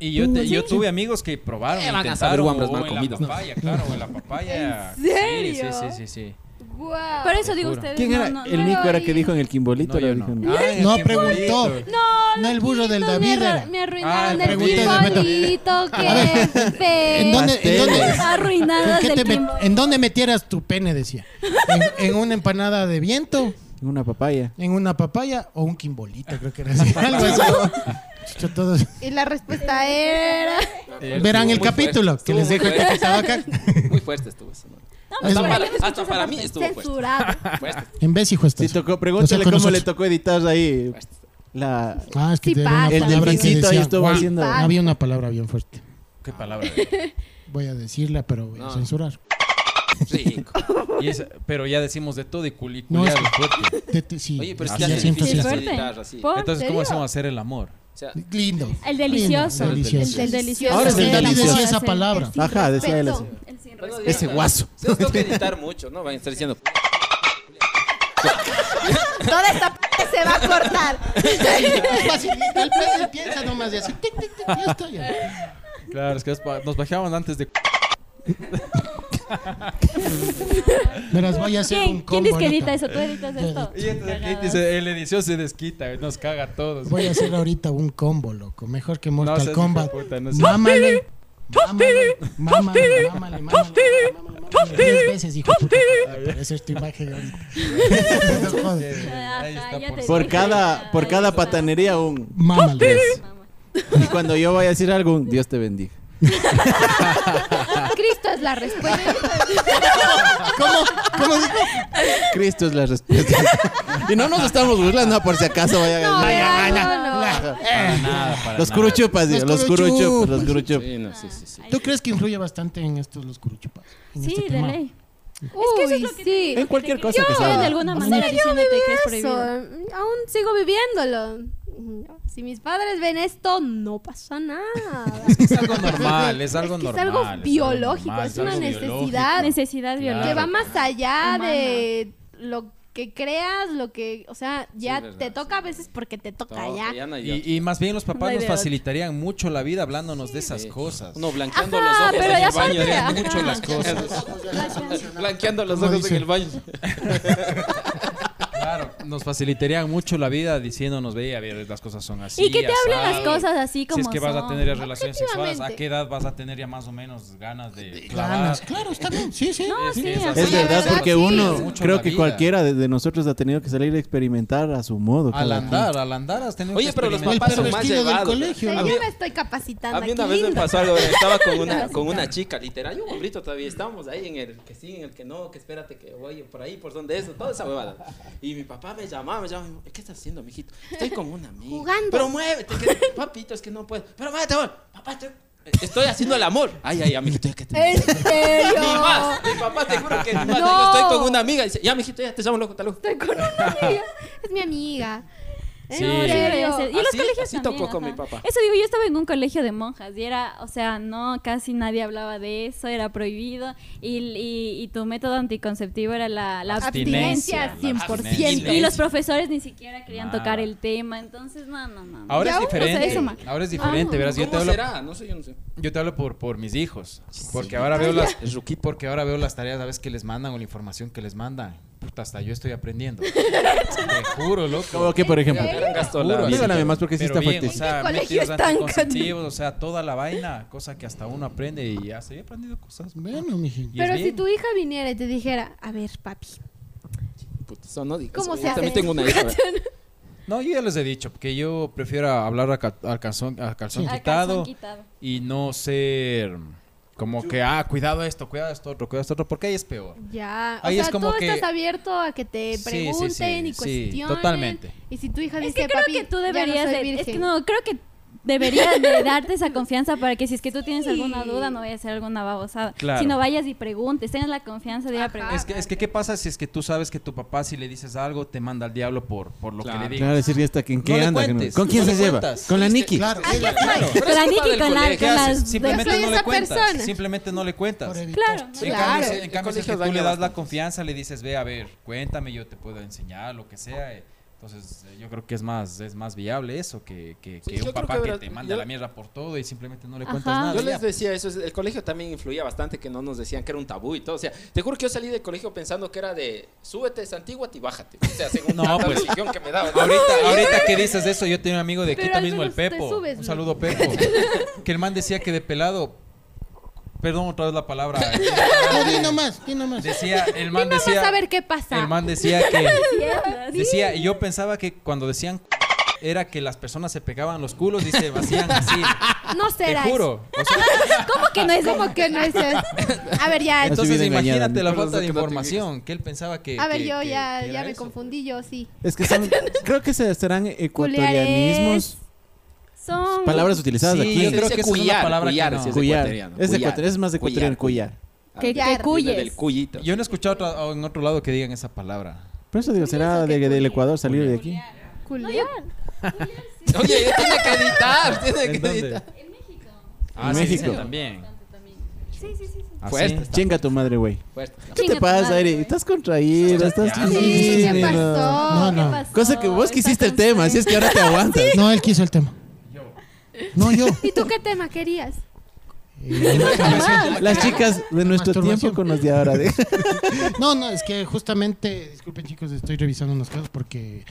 [SPEAKER 6] Y
[SPEAKER 1] Uh,
[SPEAKER 6] yo, te- yo tuve amigos que probaron,
[SPEAKER 7] ¿Qué Eh, van a
[SPEAKER 6] intentaron,
[SPEAKER 7] saber, guambras
[SPEAKER 6] o
[SPEAKER 7] mal
[SPEAKER 6] en
[SPEAKER 7] comidos?
[SPEAKER 6] la papaya, claro, o en la papaya.
[SPEAKER 1] ¿En serio?
[SPEAKER 6] Sí, sí, sí, sí. sí.
[SPEAKER 1] Wow.
[SPEAKER 2] Por eso digo
[SPEAKER 6] juro.
[SPEAKER 2] ustedes...
[SPEAKER 5] ¿Quién
[SPEAKER 2] no,
[SPEAKER 5] era?
[SPEAKER 2] no, no
[SPEAKER 5] el Nico era que
[SPEAKER 1] oí.
[SPEAKER 5] dijo en el Kimbolito.
[SPEAKER 6] No, yo
[SPEAKER 5] lo
[SPEAKER 6] no.
[SPEAKER 5] dijo, ¿no?
[SPEAKER 6] Ah, en
[SPEAKER 4] No
[SPEAKER 6] el
[SPEAKER 4] preguntó.
[SPEAKER 6] Kimbolito.
[SPEAKER 1] No,
[SPEAKER 4] No, el burro del
[SPEAKER 1] Dios, me
[SPEAKER 4] David
[SPEAKER 1] arru-
[SPEAKER 4] era.
[SPEAKER 1] Me arruinaron
[SPEAKER 6] Ah,
[SPEAKER 1] el
[SPEAKER 4] pregunté de Beto.
[SPEAKER 1] Kimbolito, qué
[SPEAKER 4] ¿En
[SPEAKER 1] feo.
[SPEAKER 4] dónde, en dónde,
[SPEAKER 2] Arruinadas
[SPEAKER 4] ¿Qué
[SPEAKER 2] del
[SPEAKER 4] te met-
[SPEAKER 2] Kimbo.
[SPEAKER 4] ¿En dónde metieras tu pene? Decía. ¿En, en una empanada de viento?
[SPEAKER 5] Una papaya.
[SPEAKER 4] ¿En una papaya o un quimbolito? Creo que era así. Algo así. Chucho, todos-
[SPEAKER 1] Y la respuesta era...
[SPEAKER 4] Verán el
[SPEAKER 7] Muy
[SPEAKER 4] capítulo
[SPEAKER 7] fuerte,
[SPEAKER 4] que les
[SPEAKER 7] estuvo
[SPEAKER 4] dejo
[SPEAKER 7] muy fuerte.
[SPEAKER 4] etiquetado acá.
[SPEAKER 7] Muy fuerte estuvo eso. ¿no?
[SPEAKER 2] No,
[SPEAKER 4] Es
[SPEAKER 7] Hasta
[SPEAKER 2] pero
[SPEAKER 7] para,
[SPEAKER 2] yo no
[SPEAKER 7] hasta
[SPEAKER 2] escucho
[SPEAKER 7] para
[SPEAKER 2] esa
[SPEAKER 7] mí
[SPEAKER 2] parte.
[SPEAKER 7] estuvo fuerte.
[SPEAKER 1] Censurado.
[SPEAKER 7] Fuerte,
[SPEAKER 4] En vez, hijo, estás.
[SPEAKER 5] Si tocó, pregúntale
[SPEAKER 4] con
[SPEAKER 5] cómo le
[SPEAKER 4] nosotros.
[SPEAKER 5] tocó editar ahí
[SPEAKER 7] fuerte.
[SPEAKER 5] la,
[SPEAKER 4] Ah, es que
[SPEAKER 1] Sí
[SPEAKER 4] te era una
[SPEAKER 1] pasa.
[SPEAKER 5] el
[SPEAKER 4] palabra que
[SPEAKER 5] delfincito ahí
[SPEAKER 4] decía-
[SPEAKER 5] estuvo
[SPEAKER 4] Guau,
[SPEAKER 5] haciendo.
[SPEAKER 1] Pa-
[SPEAKER 4] Había una palabra bien fuerte.
[SPEAKER 6] Qué palabra.
[SPEAKER 4] Voy a decirla, pero voy a
[SPEAKER 7] No.
[SPEAKER 4] censurar.
[SPEAKER 7] Rico.
[SPEAKER 6] Y es- pero ya decimos de todo y
[SPEAKER 4] No, es
[SPEAKER 6] culiculiar fuerte.
[SPEAKER 4] De- de- sí,
[SPEAKER 7] Oye, pero es
[SPEAKER 4] así
[SPEAKER 7] que hace
[SPEAKER 4] siento
[SPEAKER 7] difícil
[SPEAKER 4] así.
[SPEAKER 7] hacer
[SPEAKER 2] Fuerte.
[SPEAKER 7] editar así. O
[SPEAKER 2] ¿Por
[SPEAKER 6] Entonces,
[SPEAKER 2] serio?
[SPEAKER 6] ¿cómo hacemos hacer el amor?
[SPEAKER 7] sea,
[SPEAKER 4] Lindo.
[SPEAKER 2] El delicioso.
[SPEAKER 4] Lindo, delicioso.
[SPEAKER 2] El delicioso.
[SPEAKER 5] Ahora es el
[SPEAKER 4] El Dalí
[SPEAKER 5] delicioso.
[SPEAKER 4] decía esa palabra.
[SPEAKER 5] Ajá, decía él así.
[SPEAKER 1] Respeto.
[SPEAKER 2] El sin
[SPEAKER 7] bueno,
[SPEAKER 2] respeto.
[SPEAKER 7] ya,
[SPEAKER 5] Ese guaso.
[SPEAKER 7] Ustedes tengo que editar mucho, ¿no? Van a estar diciendo.
[SPEAKER 1] Toda esta parte se va a cortar.
[SPEAKER 4] Es facilita, el pe- él piensa nomás de así. tic, tic, tic, ya está, ya.
[SPEAKER 6] Claro, es que es pa- nos bajaban antes de.
[SPEAKER 4] Verás, voy a hacer
[SPEAKER 2] ¿Quién,
[SPEAKER 4] un
[SPEAKER 2] ¿Quién dice
[SPEAKER 4] combo.
[SPEAKER 2] que edita
[SPEAKER 4] ahorita.
[SPEAKER 2] eso? ¿Tú editas esto?
[SPEAKER 6] Y entonces aquí
[SPEAKER 2] Cagadas.
[SPEAKER 6] dice, el edición se desquita, nos caga a todos.
[SPEAKER 4] Voy a hacer ahorita un combo, loco. Mejor que
[SPEAKER 6] No
[SPEAKER 4] Mortal
[SPEAKER 6] seas
[SPEAKER 4] Kombat.
[SPEAKER 6] hijo de puta, no seas-
[SPEAKER 4] Mámale. Mámale, mámale, mámale, mámale, mámale. Diez veces, hijo de puta. Esa es tu imagen ahorita. No jodas.
[SPEAKER 6] Ahí está,
[SPEAKER 2] Ajá, Ah, ya
[SPEAKER 6] por-
[SPEAKER 2] te
[SPEAKER 5] Por
[SPEAKER 2] dije.
[SPEAKER 5] cada, por
[SPEAKER 2] Ahí
[SPEAKER 5] cada
[SPEAKER 2] está.
[SPEAKER 5] patanería un.
[SPEAKER 4] Mámale.
[SPEAKER 2] Mamá.
[SPEAKER 5] Pues, Y cuando yo vaya a decir algo, un Dios te bendiga.
[SPEAKER 1] Cristo es la respuesta.
[SPEAKER 5] ¿Cómo? ¿Cómo? dijo? Cristo es la respuesta. Y no nos estamos burlando por si acaso vaya
[SPEAKER 1] No,
[SPEAKER 5] a
[SPEAKER 1] verá, no, no.
[SPEAKER 6] Para nada, para
[SPEAKER 5] Los
[SPEAKER 6] nada.
[SPEAKER 5] curuchupas, digo,
[SPEAKER 4] Los
[SPEAKER 5] los curuchupas,
[SPEAKER 4] curuchupas.
[SPEAKER 5] los curuchupas.
[SPEAKER 7] Sí, no, sí, sí, sí.
[SPEAKER 4] ¿Tú crees que influye bastante en estos los curuchupas? En
[SPEAKER 2] Sí,
[SPEAKER 4] este
[SPEAKER 2] de
[SPEAKER 4] tema?
[SPEAKER 2] ley.
[SPEAKER 1] Uy, sí.
[SPEAKER 5] En cualquier cosa que
[SPEAKER 2] Yo, de
[SPEAKER 5] salga.
[SPEAKER 2] alguna
[SPEAKER 4] O sea,
[SPEAKER 2] manera
[SPEAKER 4] yo
[SPEAKER 2] diciéndote que es
[SPEAKER 1] Eso, mm,
[SPEAKER 2] prohibido.
[SPEAKER 1] aún sigo viviéndolo. Mm, Si mis padres ven esto, no pasa nada.
[SPEAKER 6] Es algo normal, es algo
[SPEAKER 1] Es que es
[SPEAKER 6] normal.
[SPEAKER 1] algo biológico,
[SPEAKER 6] normal,
[SPEAKER 1] es una
[SPEAKER 6] algo
[SPEAKER 1] necesidad.
[SPEAKER 2] Necesidad
[SPEAKER 6] Claro.
[SPEAKER 1] que
[SPEAKER 2] biológica.
[SPEAKER 1] va más allá
[SPEAKER 2] Humana.
[SPEAKER 1] de lo que creas, lo que, o sea, ya
[SPEAKER 7] verdad,
[SPEAKER 1] te toca
[SPEAKER 7] sí.
[SPEAKER 1] a veces porque te toca
[SPEAKER 7] No,
[SPEAKER 1] ya.
[SPEAKER 7] que ya no hay
[SPEAKER 6] Y, y más bien los
[SPEAKER 2] No
[SPEAKER 6] papás
[SPEAKER 2] hay
[SPEAKER 6] nos
[SPEAKER 2] de otra.
[SPEAKER 6] facilitarían mucho la vida hablándonos de esas
[SPEAKER 7] Sí.
[SPEAKER 6] cosas.
[SPEAKER 7] Uno blanqueando
[SPEAKER 2] Ajá,
[SPEAKER 7] los ojos
[SPEAKER 2] pero
[SPEAKER 7] en
[SPEAKER 2] ya
[SPEAKER 7] el baño.
[SPEAKER 2] sabía.
[SPEAKER 7] ¿eh?
[SPEAKER 6] Facilitarían mucho las cosas.
[SPEAKER 7] Blanqueando los
[SPEAKER 4] ¿Cómo
[SPEAKER 7] ojos
[SPEAKER 4] dice?
[SPEAKER 7] en el baño.
[SPEAKER 6] Claro, nos facilitarían mucho la vida diciéndonos, ve, a ver, las cosas son así.
[SPEAKER 2] Y que te hablen
[SPEAKER 6] asado.
[SPEAKER 2] las cosas así como
[SPEAKER 6] Si es que vas a
[SPEAKER 2] son.
[SPEAKER 6] tener ya relaciones sexuales, ¿a
[SPEAKER 1] Objetivamente.
[SPEAKER 6] qué edad vas a tener ya más o menos ganas de clavar?
[SPEAKER 4] Claro, claro, está bien. Sí, sí.
[SPEAKER 2] No,
[SPEAKER 6] Es
[SPEAKER 2] sí,
[SPEAKER 6] que es
[SPEAKER 2] ajá.
[SPEAKER 6] así.
[SPEAKER 5] Es
[SPEAKER 1] Sí,
[SPEAKER 5] verdad,
[SPEAKER 1] ¿verdad?
[SPEAKER 5] porque
[SPEAKER 1] Sí.
[SPEAKER 5] uno,
[SPEAKER 6] Mucho
[SPEAKER 5] creo
[SPEAKER 6] la
[SPEAKER 5] que
[SPEAKER 6] vida.
[SPEAKER 5] cualquiera de, de nosotros ha tenido que salir a experimentar a su modo.
[SPEAKER 6] Al
[SPEAKER 5] cada
[SPEAKER 6] andar, al andar has tenido
[SPEAKER 7] Oye,
[SPEAKER 6] que
[SPEAKER 7] pero los
[SPEAKER 4] El
[SPEAKER 6] experimentar.
[SPEAKER 7] papás son más
[SPEAKER 4] pervertido del
[SPEAKER 7] llevados.
[SPEAKER 4] colegio,
[SPEAKER 7] A
[SPEAKER 1] Yo
[SPEAKER 7] mí-
[SPEAKER 1] me estoy capacitando.
[SPEAKER 7] A mí
[SPEAKER 1] aquí,
[SPEAKER 7] una vez me
[SPEAKER 1] lindo.
[SPEAKER 7] pasó algo, estaba con una, con una chica, literal, yo un hombrito todavía, estábamos ahí en el que sí, en el que no, que espérate que voy por ahí, por donde eso, toda esa huevada. Y mi papá me llamaba, me llamaba, ¿qué estás haciendo, mijito? Estoy con una amiga.
[SPEAKER 1] Jugando.
[SPEAKER 7] Pero muévete, que, papito, es que no puedo. Pero muévete, amor. Papá, estoy, estoy haciendo el amor. Ay, ay, amiguito, ya que te...
[SPEAKER 1] ¿En serio?
[SPEAKER 7] Ni más, mi papá te juro que ni más.
[SPEAKER 1] No.
[SPEAKER 7] Digo, estoy con una amiga. Dice, ya, mijito, ya te llamo loco, tal loco.
[SPEAKER 1] Estoy con una amiga. Es mi amiga. ¿En
[SPEAKER 6] Sí.
[SPEAKER 2] No, debería
[SPEAKER 1] serio?
[SPEAKER 2] ser. Y en los
[SPEAKER 7] Así-
[SPEAKER 2] colegios
[SPEAKER 7] así
[SPEAKER 2] también,
[SPEAKER 7] tocó con
[SPEAKER 2] ajá.
[SPEAKER 7] mi papá.
[SPEAKER 2] Eso digo, yo estaba en un colegio de monjas y era, o sea, no, casi nadie hablaba de eso, era prohibido y, y- y tu método anticonceptivo era la, la
[SPEAKER 1] Abstinencia,
[SPEAKER 6] la
[SPEAKER 1] 100%.
[SPEAKER 6] abstinencia.
[SPEAKER 2] Y los profesores ni siquiera querían
[SPEAKER 6] Nada. Ah,
[SPEAKER 2] tocar el tema, entonces no, no, no.
[SPEAKER 1] Ya
[SPEAKER 6] Ahora es
[SPEAKER 1] uno se
[SPEAKER 6] diferente.
[SPEAKER 2] hizo mal.
[SPEAKER 6] Ahora es diferente,
[SPEAKER 2] Ah.
[SPEAKER 6] verás, yo te
[SPEAKER 7] ¿Cómo
[SPEAKER 6] hablo
[SPEAKER 7] será? No sé, yo no sé.
[SPEAKER 6] Yo te hablo por, por mis hijos. Porque ahora veo las. Porque ahora veo las tareas a veces que les mandan o la información que les mandan. Puta, hasta yo estoy aprendiendo. te juro, loco.
[SPEAKER 5] Como que, por ejemplo,
[SPEAKER 7] Gran gasto la
[SPEAKER 6] Juro,
[SPEAKER 5] Díganme
[SPEAKER 7] vida.
[SPEAKER 5] más porque sí está
[SPEAKER 6] pero bien,
[SPEAKER 5] fuerte.
[SPEAKER 6] O sea,
[SPEAKER 1] ¿En qué colegio
[SPEAKER 6] métodos
[SPEAKER 1] están,
[SPEAKER 6] anticonceptivos, o sea, toda la vaina, cosa que hasta uno aprende y ya se he aprendido cosas. y
[SPEAKER 4] Bueno, mijín.
[SPEAKER 6] es
[SPEAKER 1] Pero si
[SPEAKER 6] bien.
[SPEAKER 1] tu hija viniera y te dijera, a ver, papi,
[SPEAKER 7] Puta, eso no digas.
[SPEAKER 1] ¿cómo
[SPEAKER 7] Yo
[SPEAKER 1] se hace?
[SPEAKER 7] También tengo una hija. ¿verdad?
[SPEAKER 6] No, yo ya les he dicho que yo prefiero hablar a, ca- al calzón, a calzón
[SPEAKER 2] Al calzón
[SPEAKER 6] quitado
[SPEAKER 2] quitado.
[SPEAKER 6] y no ser como que, ah, cuidado esto, cuidado esto otro, cuidado esto otro, porque ahí es peor.
[SPEAKER 1] Ya, o
[SPEAKER 6] Ahí
[SPEAKER 1] sea,
[SPEAKER 6] es como
[SPEAKER 1] tú
[SPEAKER 6] que-
[SPEAKER 1] estás abierto a que te
[SPEAKER 6] Sí, sí,
[SPEAKER 1] pregunten
[SPEAKER 6] sí,
[SPEAKER 1] y
[SPEAKER 6] sí,
[SPEAKER 1] cuestionen.
[SPEAKER 6] totalmente.
[SPEAKER 1] Y si tu hija
[SPEAKER 2] Es
[SPEAKER 1] dice,
[SPEAKER 2] que creo
[SPEAKER 1] papi,
[SPEAKER 2] que tú
[SPEAKER 1] ya no
[SPEAKER 2] deberías
[SPEAKER 1] soy
[SPEAKER 2] de- es
[SPEAKER 1] virgen".
[SPEAKER 2] que no, creo que deberían de darte esa confianza para que si es que tú tienes alguna duda no vayas a hacer alguna babosada.
[SPEAKER 6] Claro.
[SPEAKER 2] Si no vayas y preguntes, tienes la confianza de ir a preguntar.
[SPEAKER 6] Es que, es que, ¿qué pasa si es que tú sabes que tu papá, si le dices algo, te manda al diablo por, por lo que le digas?
[SPEAKER 5] Claro, decir que esta, ¿en qué
[SPEAKER 6] No le
[SPEAKER 5] anda?
[SPEAKER 6] cuentes,
[SPEAKER 5] ¿Con quién
[SPEAKER 6] no
[SPEAKER 5] se
[SPEAKER 6] le
[SPEAKER 5] lleva?
[SPEAKER 6] cuentas.
[SPEAKER 5] Con la Nikki.
[SPEAKER 4] Claro,
[SPEAKER 2] Ah,
[SPEAKER 4] es la-
[SPEAKER 2] Con la Nikki, con la-
[SPEAKER 6] ¿Qué
[SPEAKER 2] con
[SPEAKER 6] haces?
[SPEAKER 2] las-
[SPEAKER 6] Simplemente
[SPEAKER 1] Soy
[SPEAKER 6] no le
[SPEAKER 1] esa
[SPEAKER 6] cuentas.
[SPEAKER 1] persona.
[SPEAKER 6] Simplemente no le cuentas.
[SPEAKER 4] por
[SPEAKER 6] En
[SPEAKER 4] evitar.
[SPEAKER 2] Claro.
[SPEAKER 6] cambio,
[SPEAKER 1] Claro.
[SPEAKER 6] si- En cambio, si es que
[SPEAKER 7] El colegio
[SPEAKER 6] tú le das la
[SPEAKER 7] daña bastante.
[SPEAKER 6] confianza, le dices, ve, a ver, cuéntame, yo te puedo enseñar, lo que sea. eh. Entonces, eh, yo creo que es más es más viable eso que, que, que
[SPEAKER 7] yo
[SPEAKER 6] un
[SPEAKER 7] creo
[SPEAKER 6] papá
[SPEAKER 7] que
[SPEAKER 6] que
[SPEAKER 7] verás,
[SPEAKER 6] te manda
[SPEAKER 7] yo-
[SPEAKER 6] la mierda por todo y simplemente no le
[SPEAKER 2] Ajá.
[SPEAKER 6] cuentas nada.
[SPEAKER 7] Yo
[SPEAKER 6] ya.
[SPEAKER 7] les decía eso, es- el colegio también influía bastante que no nos decían que era un tabú y todo. O sea, te juro que yo salí del colegio pensando que era de súbete, santíguate y bájate. O sea, según
[SPEAKER 6] No,
[SPEAKER 7] no, la
[SPEAKER 6] pues.
[SPEAKER 7] religión que me daban.
[SPEAKER 6] Ahorita, ahorita que dices eso, yo tenía un amigo de
[SPEAKER 1] Pero
[SPEAKER 6] Quito
[SPEAKER 1] al
[SPEAKER 6] mismo, el
[SPEAKER 1] menos te
[SPEAKER 6] Pepo.
[SPEAKER 1] subes,
[SPEAKER 6] un
[SPEAKER 1] ¿no?
[SPEAKER 6] saludo, Pepo. Que el man decía que de pelado. Perdón otra vez la palabra.
[SPEAKER 4] No, di nomás, di nomás.
[SPEAKER 6] Decía, el
[SPEAKER 1] Mi
[SPEAKER 6] man
[SPEAKER 1] mamá
[SPEAKER 6] decía.
[SPEAKER 1] a ver qué pasa.
[SPEAKER 6] El man decía que.
[SPEAKER 2] Mierda, sí.
[SPEAKER 6] Decía, y yo pensaba que cuando decían era que las personas se pegaban los culos y se vacían así.
[SPEAKER 1] No
[SPEAKER 6] Te
[SPEAKER 1] será.
[SPEAKER 6] juro. O sea,
[SPEAKER 1] ¿Cómo que no es? ¿Cómo que no es? eso? A ver, ya.
[SPEAKER 5] Entonces,
[SPEAKER 6] entonces
[SPEAKER 5] bien engañada,
[SPEAKER 6] imagínate la
[SPEAKER 5] por eso
[SPEAKER 6] falta de
[SPEAKER 5] que no te
[SPEAKER 6] información. Que él pensaba que.
[SPEAKER 1] A ver,
[SPEAKER 6] que-
[SPEAKER 1] yo
[SPEAKER 6] que-
[SPEAKER 1] ya,
[SPEAKER 6] que
[SPEAKER 1] ya
[SPEAKER 6] era
[SPEAKER 1] me
[SPEAKER 6] eso.
[SPEAKER 1] confundí, yo sí.
[SPEAKER 5] Es que son, creo que se serán ecuatorianismos.
[SPEAKER 2] Son
[SPEAKER 5] Palabras utilizadas
[SPEAKER 6] Sí, yo
[SPEAKER 5] aquí.
[SPEAKER 6] creo
[SPEAKER 7] Dice
[SPEAKER 6] que esa es una
[SPEAKER 7] cuyar,
[SPEAKER 6] palabra que
[SPEAKER 7] cuyar,
[SPEAKER 6] no.
[SPEAKER 7] si es
[SPEAKER 5] Cuyar.
[SPEAKER 7] ecuatoriano,
[SPEAKER 5] Es,
[SPEAKER 7] cuyar.
[SPEAKER 5] ecuator- es más ecuatoriano,
[SPEAKER 7] Cuyar.
[SPEAKER 5] cuyar.
[SPEAKER 2] que,
[SPEAKER 1] Ya,
[SPEAKER 2] que
[SPEAKER 1] viene
[SPEAKER 7] Viene
[SPEAKER 2] cuyes.
[SPEAKER 7] del cuyito.
[SPEAKER 6] Yo no he escuchado otra- en otro lado que digan esa palabra.
[SPEAKER 5] Por eso digo, será de- del Ecuador salir de aquí.
[SPEAKER 1] Culiar.
[SPEAKER 7] Oye, tiene que editar, tiene
[SPEAKER 6] ¿En
[SPEAKER 7] que
[SPEAKER 6] dónde?
[SPEAKER 7] editar.
[SPEAKER 2] En México.
[SPEAKER 6] Ah,
[SPEAKER 5] En
[SPEAKER 6] sí,
[SPEAKER 5] México.
[SPEAKER 6] sí, también.
[SPEAKER 2] Sí, sí, sí. sí.
[SPEAKER 6] ¿Ah,
[SPEAKER 7] Fuerte.
[SPEAKER 6] sí?
[SPEAKER 5] Chinga tu madre, güey.
[SPEAKER 7] Fuerte.
[SPEAKER 5] ¿Qué
[SPEAKER 2] Chinga
[SPEAKER 5] te
[SPEAKER 2] tu
[SPEAKER 5] pasa,
[SPEAKER 2] madre,
[SPEAKER 5] Eri?
[SPEAKER 2] güey.
[SPEAKER 5] Estás contraída, estás
[SPEAKER 1] Sí, ¿qué
[SPEAKER 5] tímida.
[SPEAKER 1] pasó?
[SPEAKER 4] No,
[SPEAKER 2] Oh,
[SPEAKER 4] no.
[SPEAKER 2] ¿Qué pasó?
[SPEAKER 5] Cosa que vos
[SPEAKER 2] Está
[SPEAKER 5] quisiste el tema,
[SPEAKER 2] cansada.
[SPEAKER 5] así es que ahora te aguantas.
[SPEAKER 4] No, él quiso el tema. No, yo.
[SPEAKER 1] ¿Y tú qué tema querías?
[SPEAKER 5] Las chicas de nuestro
[SPEAKER 4] Masturbación.
[SPEAKER 5] tiempo con los de ahora. de-
[SPEAKER 4] No, no, es que justamente, disculpen chicos, estoy revisando unos casos porque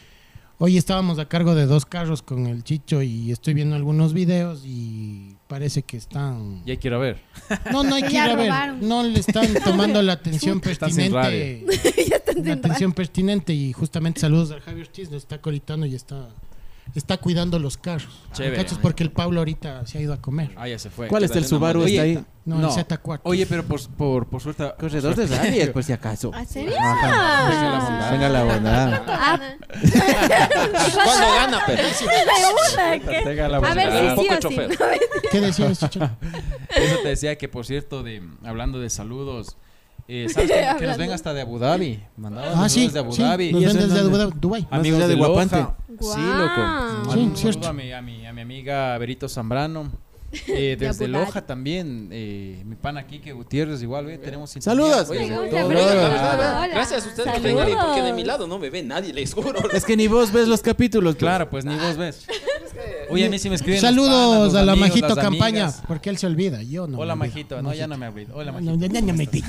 [SPEAKER 4] hoy estábamos a cargo de dos carros con el Chicho y estoy viendo algunos videos y parece que están...
[SPEAKER 6] Ya quiero ver.
[SPEAKER 4] No, no hay que ir
[SPEAKER 1] Ya
[SPEAKER 4] a ver,
[SPEAKER 1] robaron.
[SPEAKER 4] no le están tomando la atención
[SPEAKER 6] Están sin
[SPEAKER 4] pertinente. La atención pertinente y justamente saludos al Javier Ortiz, lo está colitando y está... Está cuidando los carros.
[SPEAKER 6] Chévere.
[SPEAKER 4] Cachos, porque el Pablo ahorita se ha ido a comer.
[SPEAKER 6] Ah, ya se fue.
[SPEAKER 5] ¿Cuál está el Subaru?
[SPEAKER 6] Oye,
[SPEAKER 5] Está ahí.
[SPEAKER 4] No,
[SPEAKER 6] No.
[SPEAKER 4] el Z4.
[SPEAKER 6] Oye, pero por, por, por suerte.
[SPEAKER 5] Corredor de rallies, por si acaso.
[SPEAKER 1] ¿En serio?
[SPEAKER 5] Ajá.
[SPEAKER 6] Venga la bondad.
[SPEAKER 5] Venga la bondad.
[SPEAKER 1] Ah,
[SPEAKER 7] ¿Cuándo gana, pero?
[SPEAKER 2] De una, ¿qué?
[SPEAKER 6] Tenga la
[SPEAKER 1] a ver
[SPEAKER 6] bondad.
[SPEAKER 1] si
[SPEAKER 7] Un
[SPEAKER 1] sí
[SPEAKER 7] poco
[SPEAKER 1] o sí.
[SPEAKER 7] chofer.
[SPEAKER 1] ¿no?
[SPEAKER 4] ¿Qué este decías, Chicho?
[SPEAKER 6] Eso te decía que, por cierto, de hablando de saludos, eh, ¿sabes que, que nos ven
[SPEAKER 1] Hablando.
[SPEAKER 6] hasta de Abu Dhabi? Mandaban
[SPEAKER 4] Ah,
[SPEAKER 6] saludos
[SPEAKER 4] sí.
[SPEAKER 6] de Abu
[SPEAKER 4] sí,
[SPEAKER 6] Dhabi.
[SPEAKER 4] Nos
[SPEAKER 5] ¿Y eso
[SPEAKER 4] ven
[SPEAKER 5] en
[SPEAKER 4] desde
[SPEAKER 5] dónde?
[SPEAKER 4] Abu Dhabi, Dubái.
[SPEAKER 5] Más
[SPEAKER 6] amigos
[SPEAKER 5] allá
[SPEAKER 6] de,
[SPEAKER 5] de Guapante.
[SPEAKER 6] Loja.
[SPEAKER 1] Guau.
[SPEAKER 6] Sí, loco.
[SPEAKER 4] Sí,
[SPEAKER 6] Ah, Un saludo
[SPEAKER 4] cierto.
[SPEAKER 6] a mi, a, mi, a mi amiga Berito Zambrano. Eh,
[SPEAKER 1] De
[SPEAKER 6] desde
[SPEAKER 1] Abu Dhabi.
[SPEAKER 6] Loja también, eh, mi pana aquí que Gutiérrez igual, ve, tenemos
[SPEAKER 5] Saludos.
[SPEAKER 6] sintonía,
[SPEAKER 7] Oye,
[SPEAKER 6] güey.
[SPEAKER 1] Saludos.
[SPEAKER 7] la
[SPEAKER 1] Hola.
[SPEAKER 7] verdad, la
[SPEAKER 1] Hola.
[SPEAKER 7] verdad, Gracias a ustedes que ven
[SPEAKER 2] Saludos.
[SPEAKER 7] ahí, porque de mi lado no me ve nadie, les juro.
[SPEAKER 5] Es que ni vos ves los capítulos.
[SPEAKER 6] Claro, pues ni vos ves. Oye, a mí sí me escriben los panas,
[SPEAKER 4] Saludos
[SPEAKER 6] los
[SPEAKER 4] a la
[SPEAKER 6] amigos,
[SPEAKER 4] Majito
[SPEAKER 6] las
[SPEAKER 4] Campaña,
[SPEAKER 6] amigas.
[SPEAKER 4] porque él se olvida, yo no.
[SPEAKER 6] Hola,
[SPEAKER 4] me olvido.
[SPEAKER 6] Majito. No, ya no me olvido. Hola, Pues
[SPEAKER 4] No,
[SPEAKER 6] Majito.
[SPEAKER 4] ya- ya me metí.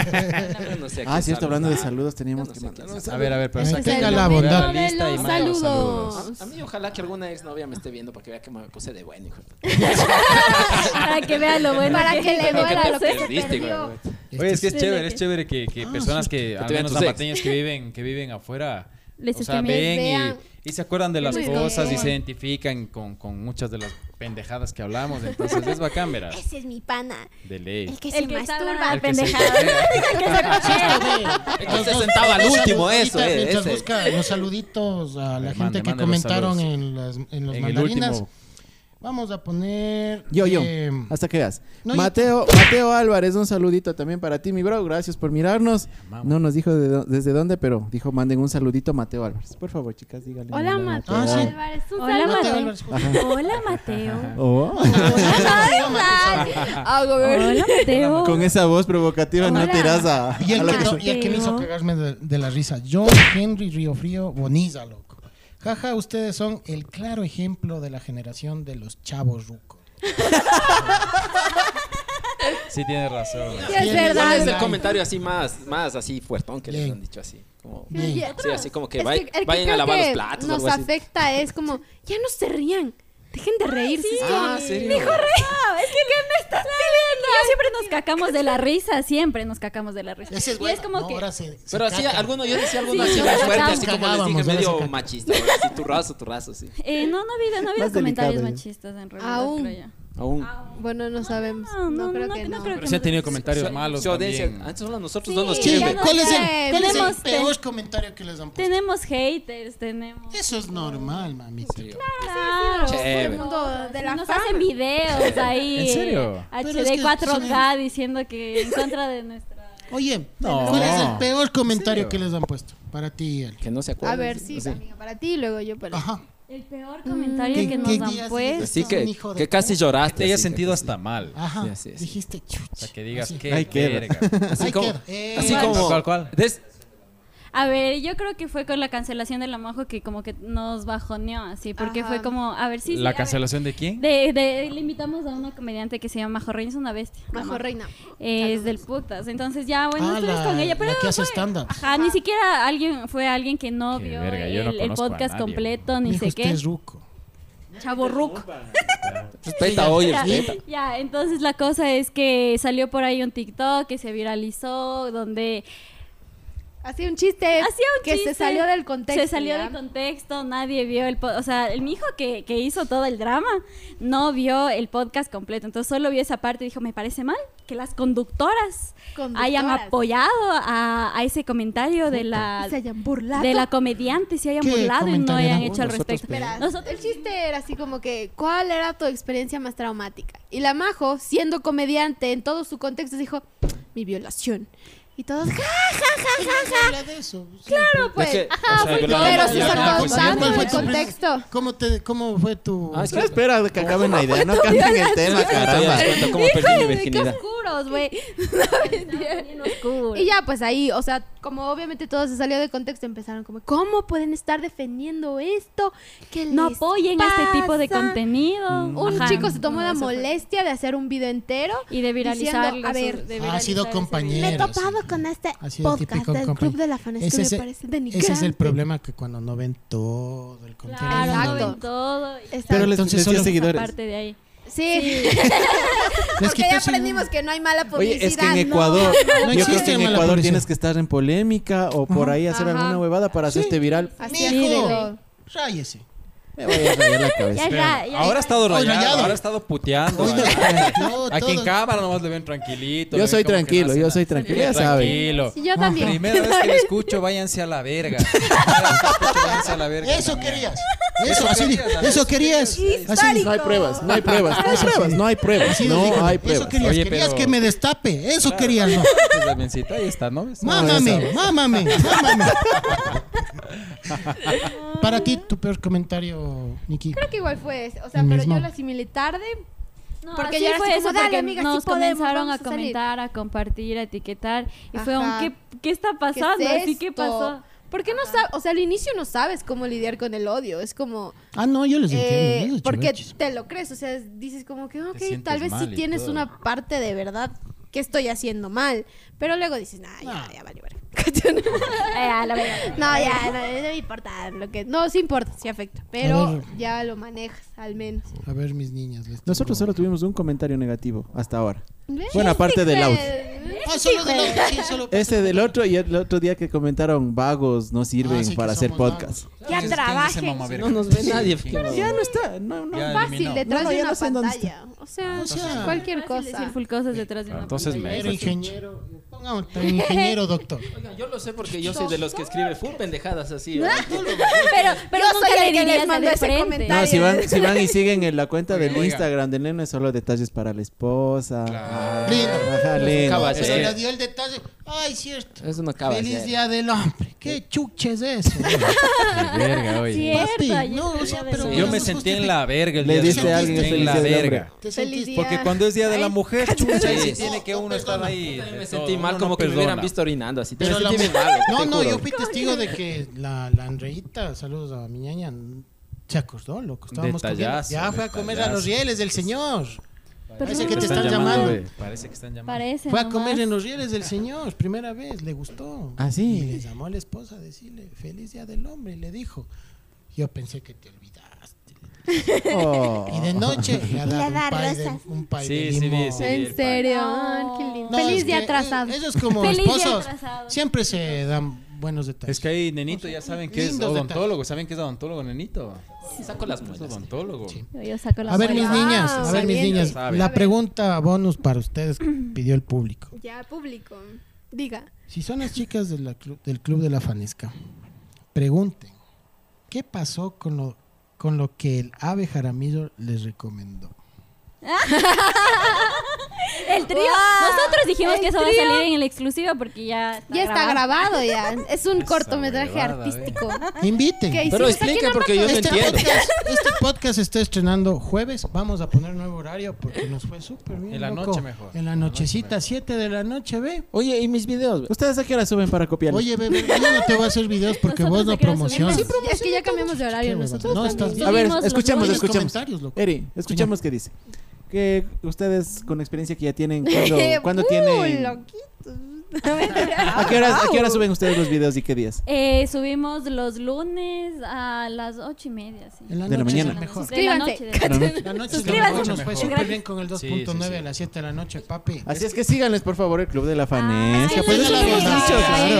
[SPEAKER 5] Ah,
[SPEAKER 7] No sé a quién
[SPEAKER 5] cierto,
[SPEAKER 7] saludar.
[SPEAKER 5] hablando de saludos, teníamos
[SPEAKER 7] Ya
[SPEAKER 5] que
[SPEAKER 7] no sé, ya no
[SPEAKER 5] meternos.
[SPEAKER 6] A ver, a ver, pero
[SPEAKER 4] Ese
[SPEAKER 6] saquen-
[SPEAKER 4] es el
[SPEAKER 6] la
[SPEAKER 4] modelo
[SPEAKER 6] bondad. lista y
[SPEAKER 1] de los
[SPEAKER 6] manda los
[SPEAKER 1] saludos.
[SPEAKER 7] A mí ojalá que alguna exnovia me esté viendo para que vea que me puse de bueno, hijo. de puta.
[SPEAKER 2] Para que vean lo bueno.
[SPEAKER 1] Para que le
[SPEAKER 7] Lo que
[SPEAKER 1] duela
[SPEAKER 7] te
[SPEAKER 1] lo que se
[SPEAKER 7] perdiste, güey.
[SPEAKER 1] perdió.
[SPEAKER 6] Oye,
[SPEAKER 4] Este,
[SPEAKER 6] es que es
[SPEAKER 2] Desde
[SPEAKER 6] chévere,
[SPEAKER 2] que-
[SPEAKER 6] es chévere que, que personas que, al
[SPEAKER 7] te vean
[SPEAKER 6] menos
[SPEAKER 7] tus ex.
[SPEAKER 6] zapateñas que viven, que viven afuera,
[SPEAKER 2] Les
[SPEAKER 6] o sea,
[SPEAKER 2] estén-
[SPEAKER 6] ven
[SPEAKER 1] les
[SPEAKER 6] y-
[SPEAKER 1] vean.
[SPEAKER 6] y, se acuerdan de las
[SPEAKER 1] Pues,
[SPEAKER 6] cosas y
[SPEAKER 1] ¿cómo?
[SPEAKER 6] se identifican con, con muchas de las pendejadas que hablamos, entonces es bacán, verás,
[SPEAKER 1] Ese es mi pana.
[SPEAKER 6] de ley.
[SPEAKER 1] El que se
[SPEAKER 2] El que está
[SPEAKER 1] masturba.
[SPEAKER 2] hablando
[SPEAKER 6] El que se-
[SPEAKER 2] pendejada.
[SPEAKER 7] Él se sentaba al último, eso,
[SPEAKER 4] Ahorita,
[SPEAKER 7] eh,
[SPEAKER 4] mientras
[SPEAKER 7] ese.
[SPEAKER 4] busca los saluditos a la
[SPEAKER 6] ver, mande,
[SPEAKER 4] gente que
[SPEAKER 6] mande los
[SPEAKER 4] comentaron
[SPEAKER 6] saludos.
[SPEAKER 4] en las, en los
[SPEAKER 6] En el
[SPEAKER 4] mandarinas.
[SPEAKER 6] último.
[SPEAKER 4] Vamos a poner.
[SPEAKER 5] Yo, yo.
[SPEAKER 4] eh,
[SPEAKER 5] Hasta que veas.
[SPEAKER 4] no, yo-
[SPEAKER 5] Mateo, Mateo Álvarez, un saludito también para ti, mi bro. Gracias por mirarnos.
[SPEAKER 6] amamos.
[SPEAKER 5] No nos dijo de dó- desde dónde, pero dijo manden un saludito a Mateo Álvarez. Por favor, chicas, díganle.
[SPEAKER 1] Hola,
[SPEAKER 5] hola,
[SPEAKER 1] Mateo
[SPEAKER 4] Ah, sí.
[SPEAKER 1] Álvarez. Un
[SPEAKER 2] Hola,
[SPEAKER 1] saludo.
[SPEAKER 4] Mateo
[SPEAKER 2] Mateo.
[SPEAKER 4] Álvarez.
[SPEAKER 2] Hola, Mateo.
[SPEAKER 5] Oh.
[SPEAKER 1] Ah, Hago
[SPEAKER 2] Hola, Mateo.
[SPEAKER 5] Con esa voz provocativa no
[SPEAKER 1] Hola.
[SPEAKER 5] te irás a,
[SPEAKER 4] Y
[SPEAKER 5] a
[SPEAKER 4] el,
[SPEAKER 5] lo
[SPEAKER 4] que,
[SPEAKER 5] que
[SPEAKER 4] no-
[SPEAKER 5] son.
[SPEAKER 4] y el que me hizo
[SPEAKER 2] Mateo.
[SPEAKER 4] cagarme de, de la risa. John Henry Riofrío Boniza, loco. Jaja, ustedes son el claro ejemplo de la generación de los chavos rucos.
[SPEAKER 6] Sí, tienes razón.
[SPEAKER 1] Sí, es
[SPEAKER 7] ¿Cuál es
[SPEAKER 1] verdad.
[SPEAKER 7] el comentario así más, más así fuertón que les han dicho así? Como,
[SPEAKER 1] Sí,
[SPEAKER 7] sí, así como que,
[SPEAKER 1] Es
[SPEAKER 7] vay-
[SPEAKER 1] el
[SPEAKER 7] vayan
[SPEAKER 1] creo
[SPEAKER 7] a lavar
[SPEAKER 1] que
[SPEAKER 7] los platos o
[SPEAKER 1] Nos
[SPEAKER 7] algo así.
[SPEAKER 1] afecta es como, ya no se rían. Dejen de reírse. es como,
[SPEAKER 7] Ah, ¿serio?
[SPEAKER 2] No, es que me estás pidiendo. Yo siempre nos cacamos de la risa, siempre nos cacamos de la risa.
[SPEAKER 4] Ese es
[SPEAKER 2] y
[SPEAKER 4] bueno.
[SPEAKER 2] es como
[SPEAKER 4] no,
[SPEAKER 2] que
[SPEAKER 4] ahora se- se
[SPEAKER 7] Pero así,
[SPEAKER 4] caca.
[SPEAKER 7] alguno, yo decía alguno
[SPEAKER 2] Sí,
[SPEAKER 7] así
[SPEAKER 2] nos
[SPEAKER 7] más
[SPEAKER 4] sacábamos,
[SPEAKER 7] fuerte, así como les dije,
[SPEAKER 4] nos
[SPEAKER 7] medio
[SPEAKER 4] sacábamos.
[SPEAKER 7] machista. güey, Así turrazo, turrazo, sí.
[SPEAKER 2] eh, no no ha habido, no ha habido
[SPEAKER 5] Más delicado
[SPEAKER 2] comentarios
[SPEAKER 5] ya.
[SPEAKER 2] machistas en realidad,
[SPEAKER 1] Aún.
[SPEAKER 2] creo yo.
[SPEAKER 7] Aún.
[SPEAKER 1] Bueno, no sabemos.
[SPEAKER 2] No,
[SPEAKER 1] No,
[SPEAKER 2] no,
[SPEAKER 1] creo
[SPEAKER 2] no,
[SPEAKER 1] que
[SPEAKER 2] no
[SPEAKER 1] no.
[SPEAKER 2] creo
[SPEAKER 6] Pero sí ha tenido comentarios
[SPEAKER 7] Su-
[SPEAKER 6] malos.
[SPEAKER 7] su audiencia- ah,
[SPEAKER 6] también.
[SPEAKER 7] Antes solo a nosotros dos nos
[SPEAKER 2] Sí,
[SPEAKER 7] chisme.
[SPEAKER 2] ya no
[SPEAKER 4] ¿Cuál es
[SPEAKER 1] sé,
[SPEAKER 4] el, cuál es el
[SPEAKER 2] tenemos te-
[SPEAKER 4] peor comentario que les han puesto?
[SPEAKER 2] Tenemos haters, tenemos.
[SPEAKER 4] Eso es normal, mamita.
[SPEAKER 2] Claro,
[SPEAKER 7] Chévere.
[SPEAKER 2] por
[SPEAKER 1] mundo de la
[SPEAKER 2] Nos
[SPEAKER 1] fama.
[SPEAKER 2] hacen videos ahí.
[SPEAKER 6] ¿En serio?
[SPEAKER 4] Pero es que
[SPEAKER 2] HD 4K diciendo que en contra de nuestra.
[SPEAKER 4] Oye,
[SPEAKER 6] No.
[SPEAKER 4] ¿cuál es el peor comentario
[SPEAKER 6] ¿En serio?
[SPEAKER 4] que les han puesto? Para ti, Ale.
[SPEAKER 7] Que no se
[SPEAKER 1] A
[SPEAKER 7] acuerdan.
[SPEAKER 1] ver, sí, amiga, para ti y luego yo para
[SPEAKER 4] Ajá.
[SPEAKER 2] El peor comentario
[SPEAKER 4] ¿Qué-
[SPEAKER 2] que
[SPEAKER 4] qué
[SPEAKER 2] nos pues.
[SPEAKER 4] días
[SPEAKER 2] han puesto.
[SPEAKER 4] es?
[SPEAKER 7] Así
[SPEAKER 4] Es un
[SPEAKER 7] que,
[SPEAKER 4] hijo de
[SPEAKER 7] que casi
[SPEAKER 4] puta.
[SPEAKER 7] lloraste.
[SPEAKER 6] Te haya
[SPEAKER 7] así que
[SPEAKER 6] sentido
[SPEAKER 7] casi-
[SPEAKER 6] hasta mal.
[SPEAKER 4] Ajá.
[SPEAKER 7] Sí, así es.
[SPEAKER 4] Dijiste chuch.
[SPEAKER 6] O sea, que digas
[SPEAKER 4] Así.
[SPEAKER 6] qué
[SPEAKER 5] Ay, qué-
[SPEAKER 6] verga.
[SPEAKER 7] Así
[SPEAKER 4] Ay,
[SPEAKER 7] como.
[SPEAKER 4] queda. Eh,
[SPEAKER 7] Así
[SPEAKER 4] ¿cuál?
[SPEAKER 7] como.
[SPEAKER 6] ¿Cuál, cuál?
[SPEAKER 7] des-
[SPEAKER 2] A ver, yo creo que fue con la cancelación de la mojo que como que nos bajoneó así, porque
[SPEAKER 1] Ajá.
[SPEAKER 2] fue como, a ver, sí, sí, a
[SPEAKER 6] ¿La
[SPEAKER 2] ver.
[SPEAKER 6] cancelación de quién?
[SPEAKER 2] De, de- le invitamos a una comediante que se llama Majo Reina, es una bestia. la
[SPEAKER 1] Majo
[SPEAKER 2] Majo.
[SPEAKER 1] Reina.
[SPEAKER 2] Eh, Es del putas. Entonces ya, bueno,
[SPEAKER 4] Ah,
[SPEAKER 2] estuvimos
[SPEAKER 4] la-
[SPEAKER 2] con ella, pero
[SPEAKER 4] la que hace
[SPEAKER 2] fue-
[SPEAKER 4] stand-up.
[SPEAKER 2] Ajá,
[SPEAKER 1] Ah.
[SPEAKER 2] ni siquiera alguien fue alguien que no
[SPEAKER 6] Qué
[SPEAKER 2] vio
[SPEAKER 6] verga, yo
[SPEAKER 2] el,
[SPEAKER 6] no
[SPEAKER 2] el
[SPEAKER 6] conozco a
[SPEAKER 2] podcast
[SPEAKER 6] nadie,
[SPEAKER 2] completo, ni
[SPEAKER 4] Mijo,
[SPEAKER 2] sé
[SPEAKER 4] usted
[SPEAKER 2] qué.
[SPEAKER 4] es ruco.
[SPEAKER 2] Chavo Ruco.
[SPEAKER 7] Respeta hoy, respeta.
[SPEAKER 2] Ya, entonces la cosa es que salió por ahí un TikTok que se viralizó, donde
[SPEAKER 1] Hacía un chiste
[SPEAKER 2] Hacía un
[SPEAKER 1] que
[SPEAKER 2] chiste.
[SPEAKER 1] se salió del contexto.
[SPEAKER 2] se salió
[SPEAKER 1] ¿ya?
[SPEAKER 2] de contexto, nadie vio el podcast. O sea, el mi hijo que, que hizo todo el drama no vio el podcast completo. Entonces solo vio esa parte y dijo, me parece mal que las conductoras,
[SPEAKER 1] Conductoras.
[SPEAKER 2] hayan apoyado a, a ese comentario de la,
[SPEAKER 1] Y se hayan burlado.
[SPEAKER 2] de la comediante, se hayan
[SPEAKER 4] ¿Qué
[SPEAKER 2] burlado y no
[SPEAKER 4] comentario
[SPEAKER 2] hayan
[SPEAKER 4] era?
[SPEAKER 2] hecho al
[SPEAKER 7] Nosotros
[SPEAKER 2] respecto.
[SPEAKER 1] Verás,
[SPEAKER 2] Nosotros-
[SPEAKER 1] el chiste era así como que, ¿cuál era tu experiencia más traumática? Y la Majo, siendo comediante en todo su contexto, dijo, mi violación. Y todos, ja, ja, ja, ja, ja.
[SPEAKER 4] Habla de eso. sí.
[SPEAKER 1] Pero pues,
[SPEAKER 7] que-
[SPEAKER 1] ajá,
[SPEAKER 7] o sea,
[SPEAKER 1] fue-
[SPEAKER 7] yo la-
[SPEAKER 1] pero
[SPEAKER 7] yo
[SPEAKER 1] se
[SPEAKER 7] la-
[SPEAKER 1] sacó
[SPEAKER 7] pues,
[SPEAKER 1] tanto
[SPEAKER 4] ¿cuál fue
[SPEAKER 1] de
[SPEAKER 4] tu primer-
[SPEAKER 1] contexto.
[SPEAKER 4] ¿Cómo, te, ¿Cómo fue tu.?
[SPEAKER 7] Ah, es que-
[SPEAKER 8] Espera que acaben la idea, no cambien el tema, caramba.
[SPEAKER 7] cómo perdí mi
[SPEAKER 2] Ay, qué
[SPEAKER 7] virginidad.
[SPEAKER 2] oscuros, güey. Bien oscuros.
[SPEAKER 1] Y ya, pues ahí, o sea, como obviamente todo se salió de contexto, empezaron como, ¿cómo pueden estar defendiendo esto? Que
[SPEAKER 2] no
[SPEAKER 1] les
[SPEAKER 2] apoyen este tipo de
[SPEAKER 1] pasa?"
[SPEAKER 2] contenido.
[SPEAKER 4] Mm.
[SPEAKER 1] Un
[SPEAKER 2] Ajá.
[SPEAKER 1] chico se tomó
[SPEAKER 2] No,
[SPEAKER 1] la
[SPEAKER 2] eso fue.
[SPEAKER 1] molestia de hacer un video entero.
[SPEAKER 2] Y de viralizar.
[SPEAKER 1] Diciendo, a ver,
[SPEAKER 4] ha sido compañero.
[SPEAKER 1] Me he
[SPEAKER 4] Pero
[SPEAKER 1] topado
[SPEAKER 4] sí.
[SPEAKER 1] con este
[SPEAKER 4] Ha sido
[SPEAKER 1] podcast
[SPEAKER 4] típico
[SPEAKER 1] del
[SPEAKER 4] compañero.
[SPEAKER 1] Club de la Fanes
[SPEAKER 4] Ese
[SPEAKER 1] que
[SPEAKER 4] es
[SPEAKER 1] me
[SPEAKER 4] el-
[SPEAKER 1] parece
[SPEAKER 4] Ese es el
[SPEAKER 1] denigrante.
[SPEAKER 4] problema que cuando no ven todo el contenido.
[SPEAKER 2] Claro,
[SPEAKER 1] Exacto.
[SPEAKER 2] no ven todo. y
[SPEAKER 1] Exacto.
[SPEAKER 5] Pero les,
[SPEAKER 4] Entonces
[SPEAKER 5] les dio
[SPEAKER 4] solo-
[SPEAKER 5] seguidores.
[SPEAKER 2] Aparte de ahí.
[SPEAKER 1] Sí,
[SPEAKER 4] Les
[SPEAKER 1] porque
[SPEAKER 4] quitó
[SPEAKER 1] ya
[SPEAKER 4] ese-
[SPEAKER 1] aprendimos que no hay mala publicidad.
[SPEAKER 5] Oye, es que en
[SPEAKER 1] ¿no?
[SPEAKER 5] Ecuador,
[SPEAKER 4] No
[SPEAKER 5] yo creo
[SPEAKER 4] existe
[SPEAKER 5] que en
[SPEAKER 4] mala
[SPEAKER 5] Ecuador
[SPEAKER 4] publicidad.
[SPEAKER 5] tienes que estar en polémica o por ahí hacer
[SPEAKER 1] Ajá.
[SPEAKER 5] alguna huevada para hacerte viral.
[SPEAKER 1] Así
[SPEAKER 4] Mijo.
[SPEAKER 1] es, digo.
[SPEAKER 4] Ráyese.
[SPEAKER 5] Me voy a rayar la cabeza.
[SPEAKER 2] Ya, ya, ya.
[SPEAKER 6] Ahora ha estado
[SPEAKER 4] Oye,
[SPEAKER 6] rayado,
[SPEAKER 4] rayado.
[SPEAKER 6] ahora ha estado puteando.
[SPEAKER 4] Uy, no,
[SPEAKER 6] ¿verdad?
[SPEAKER 4] eh, no,
[SPEAKER 6] Aquí en
[SPEAKER 4] todo-
[SPEAKER 6] cámara nomás le ven tranquilito.
[SPEAKER 5] Yo
[SPEAKER 6] le ven
[SPEAKER 5] soy
[SPEAKER 6] como que no
[SPEAKER 5] tranquilo,
[SPEAKER 6] hace
[SPEAKER 5] yo
[SPEAKER 6] nada.
[SPEAKER 5] soy tranquilo,
[SPEAKER 6] Bien
[SPEAKER 5] ya saben.
[SPEAKER 6] tranquilo.
[SPEAKER 1] Sí, yo también.
[SPEAKER 6] Primera vez que lo escucho, váyanse a la verga. Primera vez que escucho, váyanse a la verga.
[SPEAKER 4] Eso
[SPEAKER 6] también.
[SPEAKER 4] querías. Eso, así di-
[SPEAKER 6] querías,
[SPEAKER 4] Eso querías. Así di-
[SPEAKER 5] No hay pruebas, no hay pruebas, no hay pruebas, no hay pruebas,
[SPEAKER 4] así lo
[SPEAKER 5] no
[SPEAKER 4] dijo.
[SPEAKER 5] hay
[SPEAKER 4] Eso
[SPEAKER 5] pruebas.
[SPEAKER 4] querías.
[SPEAKER 6] Oye,
[SPEAKER 4] Querías
[SPEAKER 6] pero-
[SPEAKER 4] que me destape. Eso querías. No.
[SPEAKER 6] Pues la mencita, ahí está, ¿no? ves?
[SPEAKER 4] Mámame, mámame, mámame. Para ti, tu peor comentario, Nikki.
[SPEAKER 1] Creo que igual fue ese. O sea,
[SPEAKER 4] El
[SPEAKER 1] pero
[SPEAKER 4] mismo.
[SPEAKER 1] yo lo asimilé tarde.
[SPEAKER 2] No,
[SPEAKER 1] Porque
[SPEAKER 2] así
[SPEAKER 1] yo era así
[SPEAKER 2] fue
[SPEAKER 1] como,
[SPEAKER 2] eso,
[SPEAKER 1] dale,
[SPEAKER 2] porque
[SPEAKER 1] amiga, sí
[SPEAKER 2] nos
[SPEAKER 1] podemos,
[SPEAKER 2] comenzaron a
[SPEAKER 1] vamos a salir.
[SPEAKER 2] comentar, a compartir, a etiquetar. Y fue un,
[SPEAKER 1] Ajá.
[SPEAKER 2] ¿qué, qué está
[SPEAKER 1] ¿Qué
[SPEAKER 2] pasando?
[SPEAKER 1] es
[SPEAKER 2] Así que
[SPEAKER 1] esto?
[SPEAKER 2] pasó.
[SPEAKER 1] ¿Por qué no sabes? O sea, al inicio no sabes cómo lidiar con el odio. Es como.
[SPEAKER 4] Ah, no, yo les
[SPEAKER 1] eh,
[SPEAKER 4] entiendo. esos
[SPEAKER 1] porque
[SPEAKER 4] chiveches.
[SPEAKER 1] te lo crees. O sea, es- dices como que, ok,
[SPEAKER 6] sientes
[SPEAKER 1] tal vez
[SPEAKER 6] mal
[SPEAKER 1] sí
[SPEAKER 6] y
[SPEAKER 1] tienes
[SPEAKER 6] todo.
[SPEAKER 1] una parte de verdad que estoy haciendo mal. Pero luego dices, nah,
[SPEAKER 4] Nah.
[SPEAKER 1] ya, ya vale, vale.
[SPEAKER 2] Ay, Eh, a la verga.
[SPEAKER 1] No, ya, no, no me importa. Lo que, no, sí importa, sí afecta.
[SPEAKER 4] A
[SPEAKER 1] Pero
[SPEAKER 4] ver.
[SPEAKER 1] ya lo manejas, al menos.
[SPEAKER 4] A ver, mis niñas. les
[SPEAKER 5] Nosotros
[SPEAKER 4] tengo- Ah,
[SPEAKER 5] solo tuvimos un comentario negativo hasta ahora.
[SPEAKER 1] ¿Ves?
[SPEAKER 5] Bueno, aparte
[SPEAKER 1] pues,
[SPEAKER 5] del audio.
[SPEAKER 4] Ah, solo de los- sí, solo-
[SPEAKER 5] Ese del otro y el otro día que comentaron vagos no sirven
[SPEAKER 4] Ah, sí, que
[SPEAKER 5] para hacer
[SPEAKER 4] somos
[SPEAKER 5] podcast.
[SPEAKER 1] Ya
[SPEAKER 6] Entonces,
[SPEAKER 1] trabajen.
[SPEAKER 6] ¿quién es ese
[SPEAKER 7] No nos ve nadie.
[SPEAKER 5] Ya no está, no, no.
[SPEAKER 6] Ya
[SPEAKER 1] Fácil,
[SPEAKER 6] eliminó.
[SPEAKER 1] detrás
[SPEAKER 5] No, no,
[SPEAKER 1] de
[SPEAKER 5] ya
[SPEAKER 1] una
[SPEAKER 5] no sé en dónde
[SPEAKER 1] pantalla. O sea,
[SPEAKER 4] O sea,
[SPEAKER 1] cualquier
[SPEAKER 2] Ah. Fácil decir pues,
[SPEAKER 1] cosa.
[SPEAKER 2] full cosas detrás de una
[SPEAKER 6] Entonces
[SPEAKER 2] pantalla.
[SPEAKER 6] me
[SPEAKER 4] Era ingeniero. Pongamos ingeniero, doctor.
[SPEAKER 7] Oigan, yo lo sé porque yo soy de los que escribe full pendejadas así. ¿verdad?
[SPEAKER 2] Pero, pero
[SPEAKER 1] Yo soy
[SPEAKER 2] nunca
[SPEAKER 1] el
[SPEAKER 2] le
[SPEAKER 1] que les
[SPEAKER 2] dirías
[SPEAKER 1] mandó
[SPEAKER 2] de
[SPEAKER 1] ese
[SPEAKER 2] frente.
[SPEAKER 1] comentario.
[SPEAKER 5] No, si van, si van y siguen en la cuenta
[SPEAKER 6] Oiga,
[SPEAKER 5] del
[SPEAKER 6] oiga.
[SPEAKER 5] Instagram del nene, solo detalles para la esposa.
[SPEAKER 6] Claro.
[SPEAKER 4] Lindo.
[SPEAKER 5] Ajá, lindo.
[SPEAKER 7] Caballero.
[SPEAKER 4] Pero
[SPEAKER 7] Sí.
[SPEAKER 4] le dio el detalle. Ay, cierto.
[SPEAKER 7] Eso no acaba.
[SPEAKER 4] Feliz Día del Hombre. ¿Qué chuche es eso?
[SPEAKER 6] Qué verga, oye.
[SPEAKER 2] Cierto,
[SPEAKER 4] Papi,
[SPEAKER 2] ayer
[SPEAKER 4] no,
[SPEAKER 2] fue
[SPEAKER 4] o
[SPEAKER 2] el
[SPEAKER 4] sea,
[SPEAKER 2] día
[SPEAKER 4] pero-
[SPEAKER 2] del-
[SPEAKER 6] Yo me sentí en la verga el
[SPEAKER 5] Le
[SPEAKER 6] día de
[SPEAKER 5] diste
[SPEAKER 6] hoy,
[SPEAKER 5] a alguien el
[SPEAKER 6] estoy en
[SPEAKER 5] feliz
[SPEAKER 6] la
[SPEAKER 5] día del
[SPEAKER 6] verga.
[SPEAKER 4] ¿Te
[SPEAKER 1] Feliz
[SPEAKER 4] sentís?
[SPEAKER 1] día.
[SPEAKER 6] Porque cuando es día de la
[SPEAKER 1] Ay,
[SPEAKER 6] mujer, chucha, y
[SPEAKER 4] sí.
[SPEAKER 6] tiene que
[SPEAKER 4] No,
[SPEAKER 6] uno estar
[SPEAKER 4] perdona.
[SPEAKER 6] ahí. de todo.
[SPEAKER 7] Me sentí mal,
[SPEAKER 6] Uno
[SPEAKER 7] como que me hubieran
[SPEAKER 6] perdona.
[SPEAKER 7] visto orinando así.
[SPEAKER 4] Pero
[SPEAKER 7] me
[SPEAKER 4] la
[SPEAKER 7] sentí
[SPEAKER 4] mu-
[SPEAKER 7] bien mal.
[SPEAKER 4] No,
[SPEAKER 7] te
[SPEAKER 4] no,
[SPEAKER 7] juro.
[SPEAKER 4] yo fui testigo de que la, la Andreita, saludos a mi ñaña, se acordó, loco. Estábamos comiendo.
[SPEAKER 6] Detallazo,
[SPEAKER 4] Ya fue a comer a
[SPEAKER 6] detallazo.
[SPEAKER 4] los rieles del señor. Parece
[SPEAKER 2] Pero
[SPEAKER 4] que te
[SPEAKER 2] no,
[SPEAKER 4] están llamando.
[SPEAKER 5] llamando, ve.
[SPEAKER 6] Parece que están llamando.
[SPEAKER 2] Parece.
[SPEAKER 4] Fue a
[SPEAKER 2] nomás.
[SPEAKER 4] comer en los rieles del señor, primera vez, le gustó.
[SPEAKER 5] Ah, sí.
[SPEAKER 4] Y le llamó a la esposa a decirle, feliz día del hombre, y le dijo, yo pensé que te olvidaste.
[SPEAKER 5] Oh.
[SPEAKER 4] Y de noche le ha dado un pay de, un pay
[SPEAKER 6] Sí,
[SPEAKER 4] de
[SPEAKER 6] sí, vi,
[SPEAKER 4] limón.
[SPEAKER 6] sí, pues. vi.
[SPEAKER 1] En serio, qué lindo.
[SPEAKER 4] No,
[SPEAKER 1] Feliz
[SPEAKER 4] es
[SPEAKER 1] día
[SPEAKER 4] que, eh,
[SPEAKER 1] atrasado.
[SPEAKER 4] Ellos como
[SPEAKER 2] Feliz día
[SPEAKER 4] esposos
[SPEAKER 2] atrasado.
[SPEAKER 4] siempre se dan buenos detalles.
[SPEAKER 6] Es que ahí Nenito ya saben que es
[SPEAKER 4] Lindos
[SPEAKER 6] odontólogo. ¿Saben que es odontólogo, Nenito?
[SPEAKER 7] Saco las
[SPEAKER 6] Es
[SPEAKER 7] muelas.
[SPEAKER 6] odontólogo.
[SPEAKER 4] Sí.
[SPEAKER 2] Yo saco la
[SPEAKER 4] A ver,
[SPEAKER 2] muela.
[SPEAKER 4] mis niñas, a ver, mis
[SPEAKER 1] sabiendo.
[SPEAKER 4] niñas.
[SPEAKER 6] Sabe.
[SPEAKER 4] La pregunta bonus para ustedes que pidió el público.
[SPEAKER 1] Ya, público. Diga.
[SPEAKER 4] Si son las chicas de la clu- del Club de la Fanesca, pregunten, ¿qué pasó con lo, con lo que el ave Jaramillo les recomendó?
[SPEAKER 2] El trío. Ah. Nosotros dijimos que eso va a salir en la exclusiva porque ya está
[SPEAKER 1] Ya está
[SPEAKER 2] grabado.
[SPEAKER 1] grabado ya. Es un
[SPEAKER 6] Esa
[SPEAKER 1] cortometraje
[SPEAKER 6] huevada,
[SPEAKER 1] artístico.
[SPEAKER 4] Inviten.
[SPEAKER 1] Que
[SPEAKER 7] Pero
[SPEAKER 1] hicimos aquí
[SPEAKER 7] explique
[SPEAKER 1] en
[SPEAKER 7] porque yo no
[SPEAKER 4] Este
[SPEAKER 7] entiendo.
[SPEAKER 4] podcast, este podcast se está estrenando jueves. Vamos a poner nuevo horario porque nos fue súper bien.
[SPEAKER 6] En la
[SPEAKER 4] loco.
[SPEAKER 6] noche mejor.
[SPEAKER 4] En la nochecita, 7 de la noche, ve.
[SPEAKER 5] Oye, ¿y mis videos? ¿Ustedes a qué hora suben para copiar?
[SPEAKER 4] Oye, bebé, yo no te voy a hacer videos porque
[SPEAKER 2] Nosotros
[SPEAKER 4] vos no
[SPEAKER 2] te queremos
[SPEAKER 4] promocionas.
[SPEAKER 2] subir.
[SPEAKER 1] Es que ya cambiamos de
[SPEAKER 4] Qué
[SPEAKER 1] horario
[SPEAKER 4] huevada.
[SPEAKER 1] nosotros.
[SPEAKER 4] No, estás bien.
[SPEAKER 5] a ver,
[SPEAKER 2] subimos los
[SPEAKER 5] escuchemos,
[SPEAKER 4] Oye,
[SPEAKER 2] nuevos
[SPEAKER 5] escuchemos. Eh,
[SPEAKER 4] comentarios, loco.
[SPEAKER 5] Eri, escuchemos qué dice. Que ustedes con la experiencia que ya tienen, ¿cuándo, ¿cuándo
[SPEAKER 1] Uh,
[SPEAKER 5] tienen?
[SPEAKER 1] loquitos. No, mentira.
[SPEAKER 5] ¿A qué, horas, ¿A qué horas suben ustedes los videos y qué días?
[SPEAKER 2] Eh, subimos los lunes a las ocho y media. Sí.
[SPEAKER 4] En
[SPEAKER 5] De la
[SPEAKER 4] noche es
[SPEAKER 5] mañana.
[SPEAKER 4] el mejor.
[SPEAKER 2] De la
[SPEAKER 1] Suscríbanse.
[SPEAKER 2] noche, de la-
[SPEAKER 5] Para no-
[SPEAKER 4] La noche es la
[SPEAKER 2] Suscríbanse.
[SPEAKER 4] mejor. Nos fue
[SPEAKER 6] Mucho
[SPEAKER 4] súper
[SPEAKER 2] mejor.
[SPEAKER 4] bien con el 2.9
[SPEAKER 6] Sí, sí, sí.
[SPEAKER 4] a las 7 de la noche, papi.
[SPEAKER 5] Así es que síganles, por favor, el Club de la Fanesca.
[SPEAKER 2] Ay,
[SPEAKER 5] Pues es
[SPEAKER 2] sí.
[SPEAKER 5] lo hemos dicho,
[SPEAKER 2] Ay,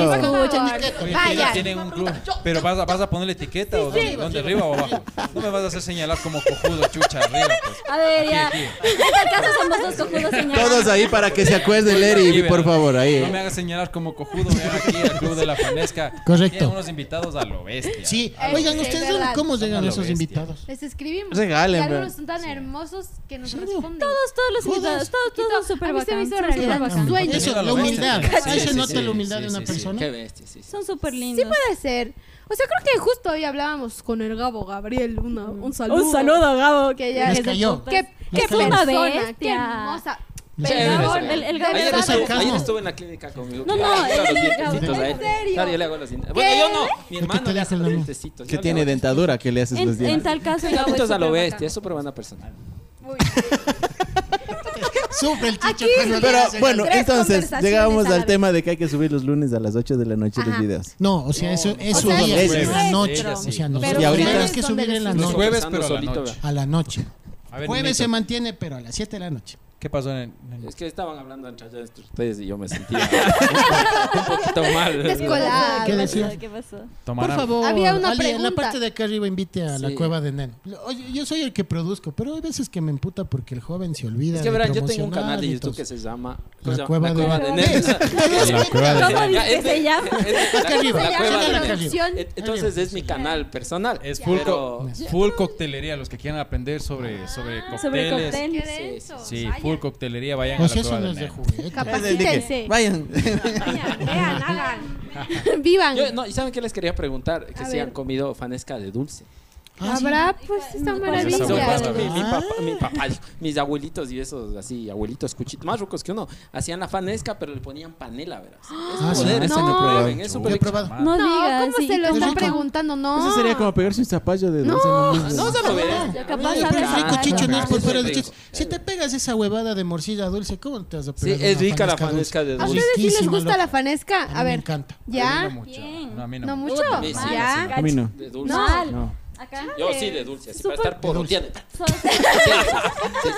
[SPEAKER 5] claro.
[SPEAKER 1] por
[SPEAKER 2] Escuchen,
[SPEAKER 1] favor.
[SPEAKER 6] Oye,
[SPEAKER 1] Vaya.
[SPEAKER 6] que ya tienen un club. Pero vas a, vas a ponerle etiqueta o dónde, dónde, arriba o abajo. No me vas a hacer señalar como cojudo, chucha, arriba. Pues.
[SPEAKER 2] A ver, ya.
[SPEAKER 6] Aquí, aquí.
[SPEAKER 2] En tal caso somos dos cojudos señores.
[SPEAKER 5] Todos ahí para que se acuerde el Eri,
[SPEAKER 6] Aquí,
[SPEAKER 5] por
[SPEAKER 6] verás.
[SPEAKER 5] favor,
[SPEAKER 6] No me
[SPEAKER 5] ahí.
[SPEAKER 6] hagas señalar como cojudo, me hagas aquí al club de la fanesca.
[SPEAKER 4] Correcto.
[SPEAKER 6] Tienen unos invitados a lo bestia.
[SPEAKER 4] Sí,
[SPEAKER 1] Ay,
[SPEAKER 4] oigan,
[SPEAKER 1] sí,
[SPEAKER 4] ¿ustedes
[SPEAKER 1] es verdad.
[SPEAKER 4] cómo llegan
[SPEAKER 6] Son a lo
[SPEAKER 4] esos
[SPEAKER 6] bestia.
[SPEAKER 4] invitados?
[SPEAKER 1] Les escribimos.
[SPEAKER 5] Regalen,
[SPEAKER 1] Y
[SPEAKER 5] bro.
[SPEAKER 1] algunos son tan hermosos que nos responden.
[SPEAKER 2] Todos, todos los
[SPEAKER 4] Jodas.
[SPEAKER 2] invitados, todos, todos son súper
[SPEAKER 1] A mí se me
[SPEAKER 2] bacán.
[SPEAKER 1] hizo
[SPEAKER 2] Son
[SPEAKER 1] realidad.
[SPEAKER 2] súper bacán.
[SPEAKER 1] Sueño. Ellos
[SPEAKER 4] Eso,
[SPEAKER 6] son a
[SPEAKER 4] la
[SPEAKER 6] lo bestia.
[SPEAKER 4] humildad.
[SPEAKER 6] Sí,
[SPEAKER 4] Ahí
[SPEAKER 6] sí,
[SPEAKER 4] se
[SPEAKER 6] sí,
[SPEAKER 4] nota
[SPEAKER 6] sí,
[SPEAKER 4] la humildad
[SPEAKER 6] sí,
[SPEAKER 4] de una
[SPEAKER 6] sí, sí.
[SPEAKER 4] persona.
[SPEAKER 7] Qué bestia, sí, sí.
[SPEAKER 2] Son súper
[SPEAKER 1] Sí
[SPEAKER 2] lindos.
[SPEAKER 1] puede ser. O sea, creo que justo hoy hablábamos con el Gabo Gabriel. Una,
[SPEAKER 2] Mm.
[SPEAKER 1] un saludo.
[SPEAKER 2] Gabo.
[SPEAKER 1] Que ya
[SPEAKER 4] Les
[SPEAKER 1] es de
[SPEAKER 4] cayó.
[SPEAKER 1] putas. Qué,
[SPEAKER 4] Les
[SPEAKER 1] qué
[SPEAKER 4] cayó.
[SPEAKER 1] persona,
[SPEAKER 2] Una bestia.
[SPEAKER 1] qué hermosa.
[SPEAKER 4] Les
[SPEAKER 1] Pero
[SPEAKER 2] El,
[SPEAKER 4] cayó.
[SPEAKER 2] Gabo- el, el Gabo-
[SPEAKER 1] De
[SPEAKER 7] Ayer,
[SPEAKER 1] verdad,
[SPEAKER 7] estuve,
[SPEAKER 1] de
[SPEAKER 7] ayer
[SPEAKER 1] verdad.
[SPEAKER 7] estuve en la clínica conmigo.
[SPEAKER 2] No, no, él
[SPEAKER 7] los
[SPEAKER 2] le
[SPEAKER 7] dientecitos
[SPEAKER 2] hago.
[SPEAKER 7] a él.
[SPEAKER 1] ¿En serio?
[SPEAKER 7] Claro, yo le hago los dientes. Bueno, yo no. Mi
[SPEAKER 4] ¿Por qué
[SPEAKER 7] hermano
[SPEAKER 4] te
[SPEAKER 7] le
[SPEAKER 4] haces
[SPEAKER 7] hace
[SPEAKER 4] lo
[SPEAKER 7] los
[SPEAKER 4] mismo?
[SPEAKER 7] dientecitos.
[SPEAKER 5] Que
[SPEAKER 7] yo le
[SPEAKER 5] tiene
[SPEAKER 7] hago-
[SPEAKER 5] dentadura, que le haces los
[SPEAKER 2] en, en
[SPEAKER 5] dientes.
[SPEAKER 2] tal caso el Gabo es
[SPEAKER 7] Dientitos a lo
[SPEAKER 2] súper
[SPEAKER 7] bestia, es
[SPEAKER 2] bacán.
[SPEAKER 7] súper buena persona.
[SPEAKER 4] Sufre el chicho
[SPEAKER 1] Aquí
[SPEAKER 4] cuando
[SPEAKER 1] sí.
[SPEAKER 4] le
[SPEAKER 5] Pero
[SPEAKER 4] hacen-
[SPEAKER 5] bueno,
[SPEAKER 1] Tres
[SPEAKER 5] entonces
[SPEAKER 1] conversaciones
[SPEAKER 5] llegábamos
[SPEAKER 1] a la
[SPEAKER 5] al
[SPEAKER 1] vez.
[SPEAKER 5] tema de que hay que subir los lunes a las 8 de la noche los
[SPEAKER 1] Ajá.
[SPEAKER 5] videos.
[SPEAKER 4] No, o sea, eso es
[SPEAKER 1] O
[SPEAKER 4] su
[SPEAKER 1] sea,
[SPEAKER 4] día,
[SPEAKER 5] ellos
[SPEAKER 4] es la
[SPEAKER 1] sí.
[SPEAKER 4] noche.
[SPEAKER 6] Ellos sí.
[SPEAKER 4] O sea, nosotros
[SPEAKER 1] Pero
[SPEAKER 5] ahorita-
[SPEAKER 4] tenemos que subir en la
[SPEAKER 1] Los
[SPEAKER 6] Los
[SPEAKER 4] noche.
[SPEAKER 6] jueves,
[SPEAKER 7] Conversando
[SPEAKER 6] pero a la
[SPEAKER 7] solito,
[SPEAKER 6] noche.
[SPEAKER 4] A la noche.
[SPEAKER 6] A ver,
[SPEAKER 4] Jueves se
[SPEAKER 6] Nenito,
[SPEAKER 4] mantiene, pero a las 7 de la noche.
[SPEAKER 6] ¿Qué pasó en en-
[SPEAKER 7] Es que estaban hablando entre allá entre ustedes y yo me sentía un poquito mal.
[SPEAKER 1] Descolada.
[SPEAKER 4] ¿Qué
[SPEAKER 2] ¿Qué
[SPEAKER 4] decías?
[SPEAKER 2] pasó? ¿Qué pasó?
[SPEAKER 6] Tomar
[SPEAKER 4] Por
[SPEAKER 6] agua?
[SPEAKER 4] favor,
[SPEAKER 1] Había una
[SPEAKER 4] Ali, en la
[SPEAKER 1] pregunta.
[SPEAKER 4] parte de acá arriba invite a la
[SPEAKER 7] Sí.
[SPEAKER 4] cueva de Nen. Oye, yo soy el que produzco, pero hay veces que me emputa porque el joven se olvida.
[SPEAKER 7] Es que
[SPEAKER 4] de
[SPEAKER 7] verán, yo tengo un canal de
[SPEAKER 4] promocionar y
[SPEAKER 7] YouTube
[SPEAKER 4] todo.
[SPEAKER 7] que se llama
[SPEAKER 4] La
[SPEAKER 7] ¿cómo se llama?
[SPEAKER 4] Cueva de-
[SPEAKER 7] Ned.
[SPEAKER 4] La
[SPEAKER 6] La cueva de-
[SPEAKER 2] ¿Cómo dice
[SPEAKER 7] Es
[SPEAKER 2] que
[SPEAKER 7] de-
[SPEAKER 2] se llama?
[SPEAKER 7] es de-
[SPEAKER 4] Acá arriba, acá arriba,
[SPEAKER 7] la cueva de-
[SPEAKER 4] acá arriba.
[SPEAKER 1] Producción.
[SPEAKER 7] Et- Entonces es mi canal personal.
[SPEAKER 6] Es full, co-
[SPEAKER 7] Pero-
[SPEAKER 6] full coctelería, los que quieran aprender sobre, sobre cócteles.
[SPEAKER 2] Sobre cócteles.
[SPEAKER 1] Qué
[SPEAKER 7] Sí,
[SPEAKER 1] denso.
[SPEAKER 6] Sí,
[SPEAKER 1] Ah, Vaya.
[SPEAKER 6] full coctelería, vayan
[SPEAKER 4] O
[SPEAKER 6] a
[SPEAKER 4] sea,
[SPEAKER 6] la
[SPEAKER 4] eso
[SPEAKER 6] prueba
[SPEAKER 4] no
[SPEAKER 6] del
[SPEAKER 4] es de
[SPEAKER 6] Nemo.
[SPEAKER 4] juguete.
[SPEAKER 5] Pues
[SPEAKER 1] Capacítense.
[SPEAKER 5] Vayan.
[SPEAKER 1] Vayan, vean, hagan. Vivan.
[SPEAKER 7] Yo- no, ¿Y saben qué les quería preguntar? Que
[SPEAKER 1] A
[SPEAKER 7] si
[SPEAKER 1] ver.
[SPEAKER 7] han comido fanesca de dulce.
[SPEAKER 4] Ah, sí.
[SPEAKER 1] Habrá pues esa
[SPEAKER 2] Maravilla.
[SPEAKER 7] Son cosas que
[SPEAKER 1] maravilla.
[SPEAKER 7] mi, mi
[SPEAKER 4] Ah.
[SPEAKER 7] papá, mi papá dijo, mis abuelitos y esos así, abuelitos cuchitos, más rucos que uno, hacían la fanesca, pero le ponían panela, verás. Es
[SPEAKER 4] Ah, sí.
[SPEAKER 7] poder,
[SPEAKER 5] Esa
[SPEAKER 7] eso
[SPEAKER 5] no he
[SPEAKER 7] no
[SPEAKER 5] probado.
[SPEAKER 7] prueben, eso
[SPEAKER 4] Yo
[SPEAKER 7] por-
[SPEAKER 4] he probado.
[SPEAKER 1] No,
[SPEAKER 2] No, digan,
[SPEAKER 1] ¿cómo
[SPEAKER 2] sí.
[SPEAKER 1] se lo
[SPEAKER 4] qué
[SPEAKER 1] están
[SPEAKER 4] rico.
[SPEAKER 1] preguntando? No.
[SPEAKER 5] Eso sería como pegarse un zapallo de dulce. No,
[SPEAKER 7] No, se lo verás.
[SPEAKER 2] Ya
[SPEAKER 4] No,
[SPEAKER 2] capaz
[SPEAKER 4] pero
[SPEAKER 2] sabe
[SPEAKER 4] es rico,
[SPEAKER 2] más.
[SPEAKER 4] Chicho, no es
[SPEAKER 7] Ajá.
[SPEAKER 4] por fuera
[SPEAKER 7] Sí,
[SPEAKER 4] de
[SPEAKER 7] es
[SPEAKER 4] Chicho.
[SPEAKER 7] rico.
[SPEAKER 4] Si te pegas esa huevada de morcilla dulce, ¿cómo te vas a
[SPEAKER 7] Sí,
[SPEAKER 4] pegar?
[SPEAKER 7] es
[SPEAKER 4] una
[SPEAKER 7] rica la
[SPEAKER 4] dulce?
[SPEAKER 7] fanesca de
[SPEAKER 1] ¿A
[SPEAKER 7] dulce.
[SPEAKER 1] ustedes sí les
[SPEAKER 4] Riquísima,
[SPEAKER 1] gusta
[SPEAKER 4] loco.
[SPEAKER 1] la fanesca?
[SPEAKER 4] A mí
[SPEAKER 1] A
[SPEAKER 4] me
[SPEAKER 1] ver.
[SPEAKER 4] encanta.
[SPEAKER 6] A mí
[SPEAKER 1] ¿Ya?
[SPEAKER 6] no mucho.
[SPEAKER 2] Bien.
[SPEAKER 6] No, a mí no.
[SPEAKER 1] ¿No mucho?
[SPEAKER 7] A mí sí,
[SPEAKER 1] ¿Ya?
[SPEAKER 5] A mí no.
[SPEAKER 7] De dulce.
[SPEAKER 2] Mal.
[SPEAKER 5] No.
[SPEAKER 2] Acá.
[SPEAKER 7] Yo sí, de dulce, así para
[SPEAKER 2] Súper-
[SPEAKER 7] estar por Sí,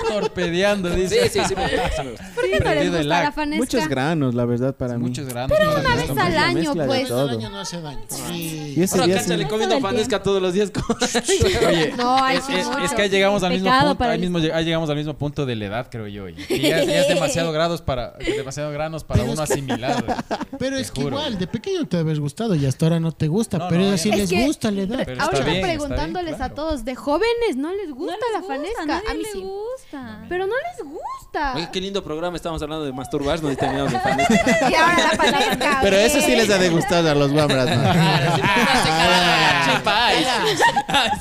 [SPEAKER 6] Torpedeando,
[SPEAKER 7] sí,
[SPEAKER 6] dice.
[SPEAKER 7] sí, sí, me gusta, sí me gusta.
[SPEAKER 1] ¿Por qué no les
[SPEAKER 6] Prendido
[SPEAKER 1] gusta
[SPEAKER 6] el
[SPEAKER 1] la
[SPEAKER 6] ac.
[SPEAKER 1] fanesca?
[SPEAKER 5] Muchos granos, la verdad, para mí.
[SPEAKER 6] Muchos grandes. Pero
[SPEAKER 1] una vez
[SPEAKER 5] Compré
[SPEAKER 1] al
[SPEAKER 5] la
[SPEAKER 1] año,
[SPEAKER 5] mezcla de
[SPEAKER 1] pues.
[SPEAKER 4] Todo el
[SPEAKER 5] todo.
[SPEAKER 4] año no hace daño.
[SPEAKER 5] Y
[SPEAKER 4] Sí.
[SPEAKER 5] ese
[SPEAKER 7] Ahora,
[SPEAKER 5] día
[SPEAKER 7] cacha,
[SPEAKER 5] sí-
[SPEAKER 7] le comiendo fanesca todos los días. con-
[SPEAKER 1] No, hay
[SPEAKER 6] Es, es- es que ahí llegamos al mismo
[SPEAKER 2] Pecado
[SPEAKER 6] punto,
[SPEAKER 2] para
[SPEAKER 6] ahí
[SPEAKER 2] el-
[SPEAKER 6] mismo lleg- ahí llegamos al mismo punto de la edad, creo yo. Y y ya, ya es demasiado grados para, demasiado granos para
[SPEAKER 4] Pero
[SPEAKER 6] uno
[SPEAKER 4] es que-
[SPEAKER 6] asimilar. güey.
[SPEAKER 4] Pero
[SPEAKER 6] Te
[SPEAKER 4] es que
[SPEAKER 6] juro.
[SPEAKER 4] igual, de pequeño te habías gustado y hasta ahora no te gusta.
[SPEAKER 6] No,
[SPEAKER 4] pero
[SPEAKER 6] no,
[SPEAKER 4] es así
[SPEAKER 6] ya no.
[SPEAKER 4] les
[SPEAKER 1] que-
[SPEAKER 4] gusta la edad.
[SPEAKER 6] Pero está
[SPEAKER 1] Ahorita
[SPEAKER 6] bien, está bien,
[SPEAKER 1] preguntándoles
[SPEAKER 6] claro.
[SPEAKER 1] a todos, de jóvenes no les gusta la
[SPEAKER 2] fanesca.
[SPEAKER 1] fanesca. A mí sí.
[SPEAKER 2] gusta.
[SPEAKER 1] Pero no les gusta.
[SPEAKER 7] Oye, qué lindo programa, estábamos hablando de masturbarnos y terminamos de fanesca.
[SPEAKER 1] Y ahora la fanesca.
[SPEAKER 5] Pero eso sí les ha de gustar a los guambras, ¿no?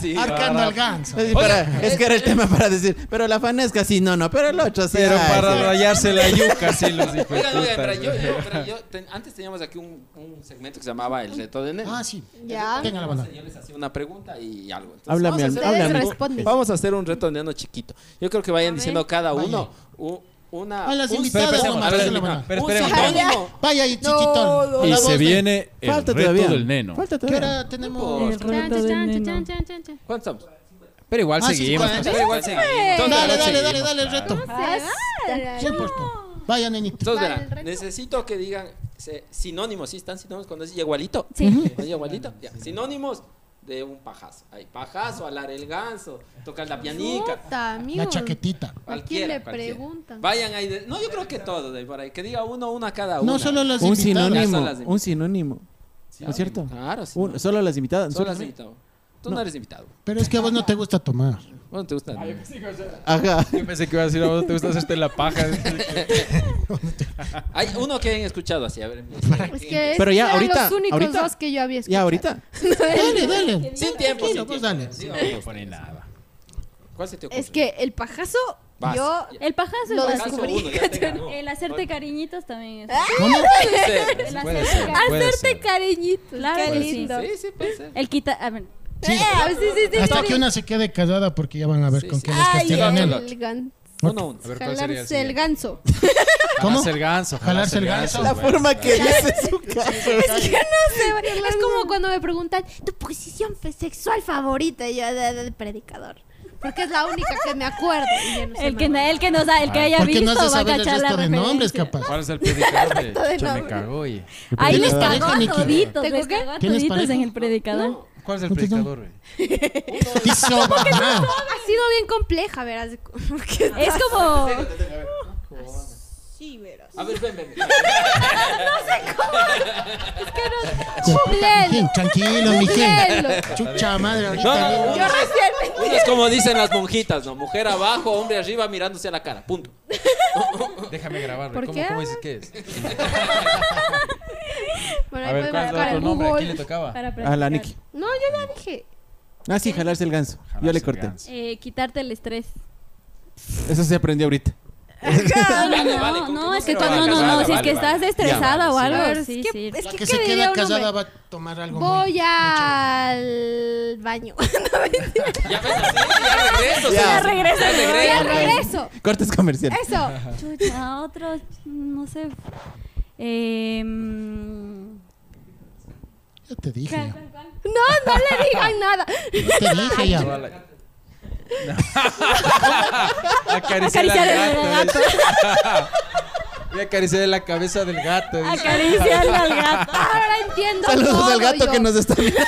[SPEAKER 7] Sí,
[SPEAKER 4] Arcando al ganso.
[SPEAKER 5] Así para- es que era el tema para decir, pero la fanesca sí, no, no, pero el otro sí.
[SPEAKER 6] Pero
[SPEAKER 5] ay,
[SPEAKER 6] para
[SPEAKER 5] sí.
[SPEAKER 6] rayarse la yuca, sí, los hijos de
[SPEAKER 7] Oigan,
[SPEAKER 6] puta,
[SPEAKER 7] oigan, verá, yo,
[SPEAKER 6] Pues, güey.
[SPEAKER 7] yo, verá, yo ten- antes teníamos aquí un, un segmento que se llamaba El Reto de Nene.
[SPEAKER 4] Ah, sí.
[SPEAKER 1] Ya.
[SPEAKER 4] Tenga la banda.
[SPEAKER 7] Yo les hacía una pregunta y algo. Entonces,
[SPEAKER 5] Háblame,
[SPEAKER 7] vamos a hacer-
[SPEAKER 5] háblame.
[SPEAKER 1] Ustedes responden.
[SPEAKER 7] Vamos a hacer un reto de neno chiquito. Yo creo que vayan diciendo cada
[SPEAKER 4] Vaya.
[SPEAKER 7] uno u- una...
[SPEAKER 4] A Ah, las
[SPEAKER 7] un-
[SPEAKER 6] Pero
[SPEAKER 4] invitadas
[SPEAKER 6] pensemos,
[SPEAKER 4] nomás.
[SPEAKER 6] a ver,
[SPEAKER 4] hazle la
[SPEAKER 6] ah,
[SPEAKER 4] banda.
[SPEAKER 6] pero
[SPEAKER 7] un
[SPEAKER 6] esperemos.
[SPEAKER 7] sinónimo.
[SPEAKER 4] Vaya ahí, chichitón. Con
[SPEAKER 6] Y
[SPEAKER 4] la voz
[SPEAKER 6] se
[SPEAKER 4] de-
[SPEAKER 6] viene el
[SPEAKER 5] Falta
[SPEAKER 6] reto
[SPEAKER 5] todavía.
[SPEAKER 6] del neno.
[SPEAKER 5] Falta
[SPEAKER 4] ¿Qué
[SPEAKER 5] todavía.
[SPEAKER 4] hora tenemos?
[SPEAKER 7] Pues, ¿Cuántos estamos?
[SPEAKER 6] Pero igual
[SPEAKER 4] Ah, sí,
[SPEAKER 6] seguimos.
[SPEAKER 4] sí,
[SPEAKER 6] Pero igual seguimos.
[SPEAKER 7] Entonces,
[SPEAKER 4] Dale,
[SPEAKER 7] verán,
[SPEAKER 4] dale,
[SPEAKER 7] sí.
[SPEAKER 4] dale, dale el reto.
[SPEAKER 1] Basta.
[SPEAKER 4] Sí, pues, Vaya, nenito.
[SPEAKER 7] Entonces,
[SPEAKER 1] Vale,
[SPEAKER 7] verán,
[SPEAKER 1] el reto.
[SPEAKER 7] necesito que digan se- sinónimos, ¿sí están sinónimos cuando es igualito?
[SPEAKER 2] Sí. Ujú.
[SPEAKER 7] Cuando es igualito, ya. Sinónimos de un pajazo. Hay pajazo, alar el ganso, tocar la pianica.
[SPEAKER 1] Puta, amigo.
[SPEAKER 4] La chaquetita.
[SPEAKER 1] ¿A quién
[SPEAKER 7] Cualquiera,
[SPEAKER 1] le
[SPEAKER 7] cualquiera.
[SPEAKER 1] preguntan?
[SPEAKER 7] Vayan ahí. de- no, yo creo que todos, de ahí por ahí. Que diga uno, una cada uno.
[SPEAKER 4] No solo las
[SPEAKER 9] Un
[SPEAKER 4] invitadas.
[SPEAKER 9] sinónimo,
[SPEAKER 7] Las invitadas.
[SPEAKER 9] un sinónimo. ¿No es cierto?
[SPEAKER 7] Claro, sí.
[SPEAKER 9] Un- solo las invitadas.
[SPEAKER 7] Solo
[SPEAKER 9] Solo
[SPEAKER 7] has invitado. Tú no, eres invitado.
[SPEAKER 4] Pero es que a vos no te gusta tomar.
[SPEAKER 7] Bueno, te gusta.
[SPEAKER 5] Ajá.
[SPEAKER 10] Yo pensé que iba a decir, a
[SPEAKER 6] "Oh,
[SPEAKER 10] vos te gusta hacerte la paja.
[SPEAKER 7] Hay uno que han escuchado así. A ver.
[SPEAKER 1] Es que
[SPEAKER 9] Pero ya,
[SPEAKER 1] eran
[SPEAKER 9] ahorita,
[SPEAKER 1] los únicos
[SPEAKER 9] ahorita.
[SPEAKER 1] dos que yo había escuchado.
[SPEAKER 9] Ya ahorita.
[SPEAKER 4] Dale, dale.
[SPEAKER 7] Sin tiempo.
[SPEAKER 4] Tranquilo,
[SPEAKER 7] Sin
[SPEAKER 4] pues
[SPEAKER 7] tiempo.
[SPEAKER 4] dale.
[SPEAKER 7] Sí,
[SPEAKER 6] No pone nada.
[SPEAKER 7] ¿Cuál se te ocurre?
[SPEAKER 1] Es que el pajazo,
[SPEAKER 7] Vas.
[SPEAKER 1] yo.
[SPEAKER 2] El pajazo
[SPEAKER 1] Lo
[SPEAKER 2] es
[SPEAKER 1] descubrí.
[SPEAKER 2] básico.
[SPEAKER 7] Pajazo uno, ya te ganó.
[SPEAKER 2] El hacerte cariñitos también es.
[SPEAKER 4] ¿Cómo?
[SPEAKER 7] Sí,
[SPEAKER 2] El
[SPEAKER 6] Puede
[SPEAKER 2] hacerte
[SPEAKER 6] ser,
[SPEAKER 2] cari-
[SPEAKER 6] puede
[SPEAKER 1] Hacerte
[SPEAKER 6] ser.
[SPEAKER 1] cariñitos.
[SPEAKER 2] Claro
[SPEAKER 1] Qué
[SPEAKER 2] que
[SPEAKER 1] lindo.
[SPEAKER 7] sí, sí, puede ser.
[SPEAKER 2] El quita. A ver.
[SPEAKER 4] Sí.
[SPEAKER 1] Eh, sí, sí, sí,
[SPEAKER 4] Hasta
[SPEAKER 1] sí.
[SPEAKER 4] que una se quede callada porque ya van a ver
[SPEAKER 7] Sí,
[SPEAKER 4] con
[SPEAKER 7] sí.
[SPEAKER 4] qué les
[SPEAKER 1] Ay,
[SPEAKER 4] castigan ¿eh?
[SPEAKER 7] el-
[SPEAKER 4] él.
[SPEAKER 7] él.
[SPEAKER 1] el gan-
[SPEAKER 6] A
[SPEAKER 7] Uno, uno.
[SPEAKER 6] ver, ¿cuál sería el
[SPEAKER 1] Jalarse el
[SPEAKER 6] siguiente?
[SPEAKER 1] ganso.
[SPEAKER 4] ¿Cómo?
[SPEAKER 6] Jalarse el ganso.
[SPEAKER 4] Jalarse el
[SPEAKER 6] Ah,
[SPEAKER 4] ganso.
[SPEAKER 5] La forma que dice su cara.
[SPEAKER 1] Es que no sé, güey. es como cuando me preguntan tu posición fe- sexual favorita y yo de, de- de predicador. Porque es la única que me acuerdo. y yo no sé
[SPEAKER 2] El que,
[SPEAKER 1] nada.
[SPEAKER 2] el que nos ha- el que haya
[SPEAKER 4] Porque
[SPEAKER 2] visto
[SPEAKER 4] no has de
[SPEAKER 2] va a
[SPEAKER 4] saber el
[SPEAKER 2] cachar la
[SPEAKER 4] resto de nombres,
[SPEAKER 2] referencia.
[SPEAKER 4] capaz.
[SPEAKER 6] ¿Cuál es el predicador de-
[SPEAKER 1] de
[SPEAKER 6] Che, me
[SPEAKER 1] nombre.
[SPEAKER 6] cagó, oye.
[SPEAKER 2] Ahí les
[SPEAKER 4] ¿Tienes
[SPEAKER 2] cagó
[SPEAKER 4] pareja, Miki?
[SPEAKER 2] toditos,
[SPEAKER 1] ¿Tengo
[SPEAKER 2] les
[SPEAKER 1] qué?
[SPEAKER 2] cagó
[SPEAKER 4] ¿Tienes
[SPEAKER 2] toditos
[SPEAKER 4] pareja?
[SPEAKER 2] en el predicador.
[SPEAKER 6] ¿Cuál es el
[SPEAKER 4] No te
[SPEAKER 6] predicador, güey?
[SPEAKER 4] Hizo mal.
[SPEAKER 1] Ha sido bien compleja, verás. Porque
[SPEAKER 2] Es como.
[SPEAKER 7] A ver, ven, ven. ven.
[SPEAKER 1] Chublelo.
[SPEAKER 4] Mijín, Tranquilo, mijín.
[SPEAKER 1] Chublelo.
[SPEAKER 4] Chucha madre.
[SPEAKER 7] No, no,
[SPEAKER 4] ahorita
[SPEAKER 7] no,
[SPEAKER 4] viene.
[SPEAKER 7] no,
[SPEAKER 1] Yo
[SPEAKER 7] no.
[SPEAKER 1] recién me
[SPEAKER 7] Uno es como dicen las monjitas, ¿no? Mujer abajo, hombre arriba, mirándose a la cara. Punto.
[SPEAKER 6] Déjame grabar.
[SPEAKER 1] ¿Por
[SPEAKER 6] ¿Cómo,
[SPEAKER 1] qué?
[SPEAKER 6] ¿Cómo dices que es?
[SPEAKER 1] Bueno,
[SPEAKER 6] A
[SPEAKER 1] ahí
[SPEAKER 6] ver,
[SPEAKER 1] pueden
[SPEAKER 6] ¿cuál es
[SPEAKER 1] buscar
[SPEAKER 6] otro
[SPEAKER 1] en
[SPEAKER 6] nombre? ¿A quién le
[SPEAKER 1] Google.
[SPEAKER 6] tocaba?
[SPEAKER 2] Para
[SPEAKER 9] A Ah, la
[SPEAKER 2] practicar.
[SPEAKER 9] Nikki.
[SPEAKER 1] No, yo ya dije.
[SPEAKER 9] Ah, sí, jalarse el ganso. Yo
[SPEAKER 6] Jalarse
[SPEAKER 9] le
[SPEAKER 6] el
[SPEAKER 9] corté.
[SPEAKER 6] ganso.
[SPEAKER 2] Eh, quitarte el estrés.
[SPEAKER 9] Eso se aprendió ahorita.
[SPEAKER 7] Vale,
[SPEAKER 2] no,
[SPEAKER 7] vale,
[SPEAKER 2] no,
[SPEAKER 7] continúa,
[SPEAKER 2] es Ah, que
[SPEAKER 7] pero
[SPEAKER 2] cuando no,
[SPEAKER 7] vale,
[SPEAKER 2] no,
[SPEAKER 7] vale,
[SPEAKER 2] si es
[SPEAKER 7] vale,
[SPEAKER 2] que
[SPEAKER 7] vale.
[SPEAKER 2] estás estresada o
[SPEAKER 1] A
[SPEAKER 2] algo,
[SPEAKER 1] ver, es
[SPEAKER 2] sí,
[SPEAKER 1] que,
[SPEAKER 2] sí.
[SPEAKER 1] es
[SPEAKER 4] La
[SPEAKER 1] que,
[SPEAKER 4] que
[SPEAKER 1] ¿qué
[SPEAKER 4] se
[SPEAKER 1] diría
[SPEAKER 4] queda
[SPEAKER 1] uno?
[SPEAKER 4] callada va a tomar algo muy...
[SPEAKER 1] Voy al baño. No, mentira.
[SPEAKER 7] Ya ves, así, ya regreso.
[SPEAKER 5] Ya.
[SPEAKER 2] regreso,
[SPEAKER 5] Ya
[SPEAKER 7] sí. Ya regreso.
[SPEAKER 1] Ya regreso.
[SPEAKER 9] Cortes comerciales.
[SPEAKER 1] Eso.
[SPEAKER 2] Chucha, otro, no sé. Eh, mm,
[SPEAKER 4] Ya te dije.
[SPEAKER 2] ¿cuál,
[SPEAKER 4] ya.
[SPEAKER 2] cuál, cuál?
[SPEAKER 1] No, no le digan nada.
[SPEAKER 4] Ya te dije ya.
[SPEAKER 6] Toda la- Acariciar,
[SPEAKER 2] Acariciar
[SPEAKER 6] al
[SPEAKER 2] el
[SPEAKER 6] gato. Voy a acariciar la cabeza del gato. dice.
[SPEAKER 2] Acariciarle al gato.
[SPEAKER 1] Ahora entiendo.
[SPEAKER 5] Saludos
[SPEAKER 1] todo
[SPEAKER 5] al gato
[SPEAKER 1] yo.
[SPEAKER 5] que nos está viendo.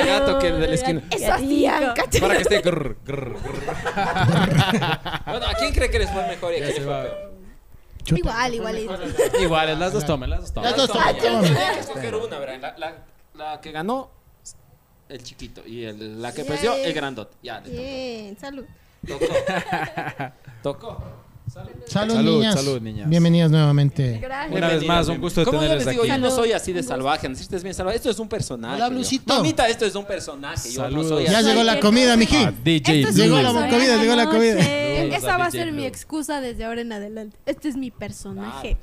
[SPEAKER 7] El gato que de la esquina.
[SPEAKER 1] Eso hacían,
[SPEAKER 2] Rico.
[SPEAKER 1] ¿cachai?
[SPEAKER 6] Para que esté. grrr, grrr, grrr.
[SPEAKER 7] Bueno, ¿a quién cree que les fue mejor y a
[SPEAKER 6] Ya
[SPEAKER 7] quién
[SPEAKER 6] se
[SPEAKER 7] les
[SPEAKER 6] va.
[SPEAKER 7] fue peor?
[SPEAKER 4] Chuta.
[SPEAKER 1] Igual, igualito.
[SPEAKER 6] Igual, las dos tomen, las dos tomen.
[SPEAKER 4] Las dos
[SPEAKER 7] Toma, ya,
[SPEAKER 4] tomen.
[SPEAKER 7] voy a escoger una, verán, la, la- la que ganó, el chiquito. Y el- la que
[SPEAKER 1] Ya,
[SPEAKER 7] perdió,
[SPEAKER 1] ya.
[SPEAKER 7] el grandote. Ya, le
[SPEAKER 1] Bien, salud.
[SPEAKER 7] tocó. Tocó.
[SPEAKER 4] Salud,
[SPEAKER 6] Salud,
[SPEAKER 4] niñas.
[SPEAKER 6] salud, niñas.
[SPEAKER 4] Bienvenidas nuevamente.
[SPEAKER 1] Gracias.
[SPEAKER 6] Una vez más, un gusto
[SPEAKER 7] ¿Cómo yo
[SPEAKER 6] tenerles
[SPEAKER 7] les digo?
[SPEAKER 6] aquí.
[SPEAKER 7] Yo no soy así de salvaje, no sé si ustedes bien salvaje. Esto es un personaje.
[SPEAKER 4] Hola,
[SPEAKER 7] yo.
[SPEAKER 4] Blusito.
[SPEAKER 7] Mamita, esto es un personaje. Yo no
[SPEAKER 6] Saludos.
[SPEAKER 7] soy
[SPEAKER 4] Ya
[SPEAKER 7] así.
[SPEAKER 4] llegó la comida, mijín.
[SPEAKER 6] Ah, DJ
[SPEAKER 1] Esto es
[SPEAKER 4] Llegó
[SPEAKER 1] un
[SPEAKER 4] la
[SPEAKER 1] personaje.
[SPEAKER 4] comida, llegó la comida.
[SPEAKER 6] Saludos
[SPEAKER 1] Eh, Esa
[SPEAKER 6] a
[SPEAKER 1] va a
[SPEAKER 6] DJ
[SPEAKER 1] ser mi
[SPEAKER 6] Blue.
[SPEAKER 1] excusa desde ahora en adelante. Este es mi personaje.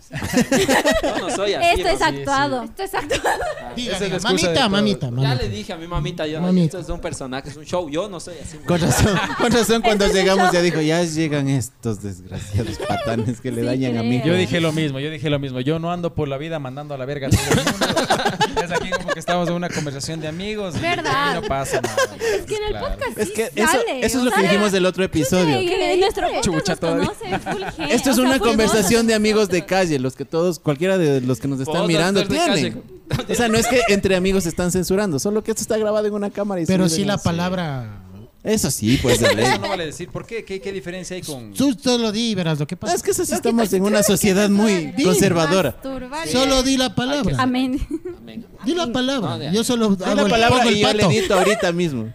[SPEAKER 7] Yo no soy así.
[SPEAKER 2] Esto es
[SPEAKER 7] mamita.
[SPEAKER 2] actuado.
[SPEAKER 1] Esto es acto.
[SPEAKER 4] Diga,
[SPEAKER 6] Esa es la
[SPEAKER 4] diga,
[SPEAKER 6] excusa de
[SPEAKER 4] Mamita,
[SPEAKER 6] todos.
[SPEAKER 4] mamita,
[SPEAKER 7] Ya
[SPEAKER 4] mamita.
[SPEAKER 7] le dije a mi mamita, yo,
[SPEAKER 4] Mamita.
[SPEAKER 7] esto es un personaje, es un show. Yo no soy así. mamita.
[SPEAKER 5] Con razón, con razón cuando llegamos ya dijo, ya llegan estos desgraciados patanes que le
[SPEAKER 2] Sí,
[SPEAKER 5] dañan a mi
[SPEAKER 2] creo.
[SPEAKER 6] Yo dije lo mismo, yo dije lo mismo. Yo no ando por la vida mandando a la verga a todo el mundo. Es aquí como que estamos en una conversación de amigos. y
[SPEAKER 1] Verdad.
[SPEAKER 6] aquí no pasa nada.
[SPEAKER 1] Es que en el
[SPEAKER 6] Claro.
[SPEAKER 1] podcast
[SPEAKER 5] Es
[SPEAKER 1] sí
[SPEAKER 5] que eso,
[SPEAKER 1] sale,
[SPEAKER 5] eso
[SPEAKER 1] o
[SPEAKER 5] es lo que
[SPEAKER 1] sea,
[SPEAKER 5] dijimos del otro episodio.
[SPEAKER 2] Que en nuestro podcast
[SPEAKER 6] Chucha,
[SPEAKER 2] nos
[SPEAKER 6] todavía.
[SPEAKER 2] conoce full gente,
[SPEAKER 5] Esto
[SPEAKER 2] o
[SPEAKER 5] es
[SPEAKER 2] sea,
[SPEAKER 5] una
[SPEAKER 2] full
[SPEAKER 5] conversación de
[SPEAKER 2] gozo.
[SPEAKER 5] amigos de calle, los que todos, cualquiera de los que nos están
[SPEAKER 7] Todos
[SPEAKER 5] mirando
[SPEAKER 7] los de calle.
[SPEAKER 5] tienen. O sea, no es que entre amigos se están censurando, solo que esto está grabado en una cámara y
[SPEAKER 4] Pero
[SPEAKER 5] subido
[SPEAKER 4] sí
[SPEAKER 5] en
[SPEAKER 4] la
[SPEAKER 5] las-
[SPEAKER 4] palabra...
[SPEAKER 5] Eso sí, pues de ley.
[SPEAKER 6] Eso no vale decir. ¿Por qué? ¿Qué, qué diferencia hay con.?
[SPEAKER 4] Tú solo di y verás lo que
[SPEAKER 5] No,
[SPEAKER 4] pasa.
[SPEAKER 5] es que eso sí estamos en una sociedad muy
[SPEAKER 4] Di.
[SPEAKER 5] conservadora.
[SPEAKER 1] masturbar.
[SPEAKER 4] Solo di la palabra.
[SPEAKER 2] Amén.
[SPEAKER 7] Amén.
[SPEAKER 4] Di la palabra.
[SPEAKER 7] No, ya.
[SPEAKER 4] Yo solo
[SPEAKER 5] Di
[SPEAKER 4] hago
[SPEAKER 5] la
[SPEAKER 4] el-
[SPEAKER 5] palabra
[SPEAKER 4] pongo el
[SPEAKER 5] y yo le
[SPEAKER 4] pato.
[SPEAKER 5] edito ahorita mismo.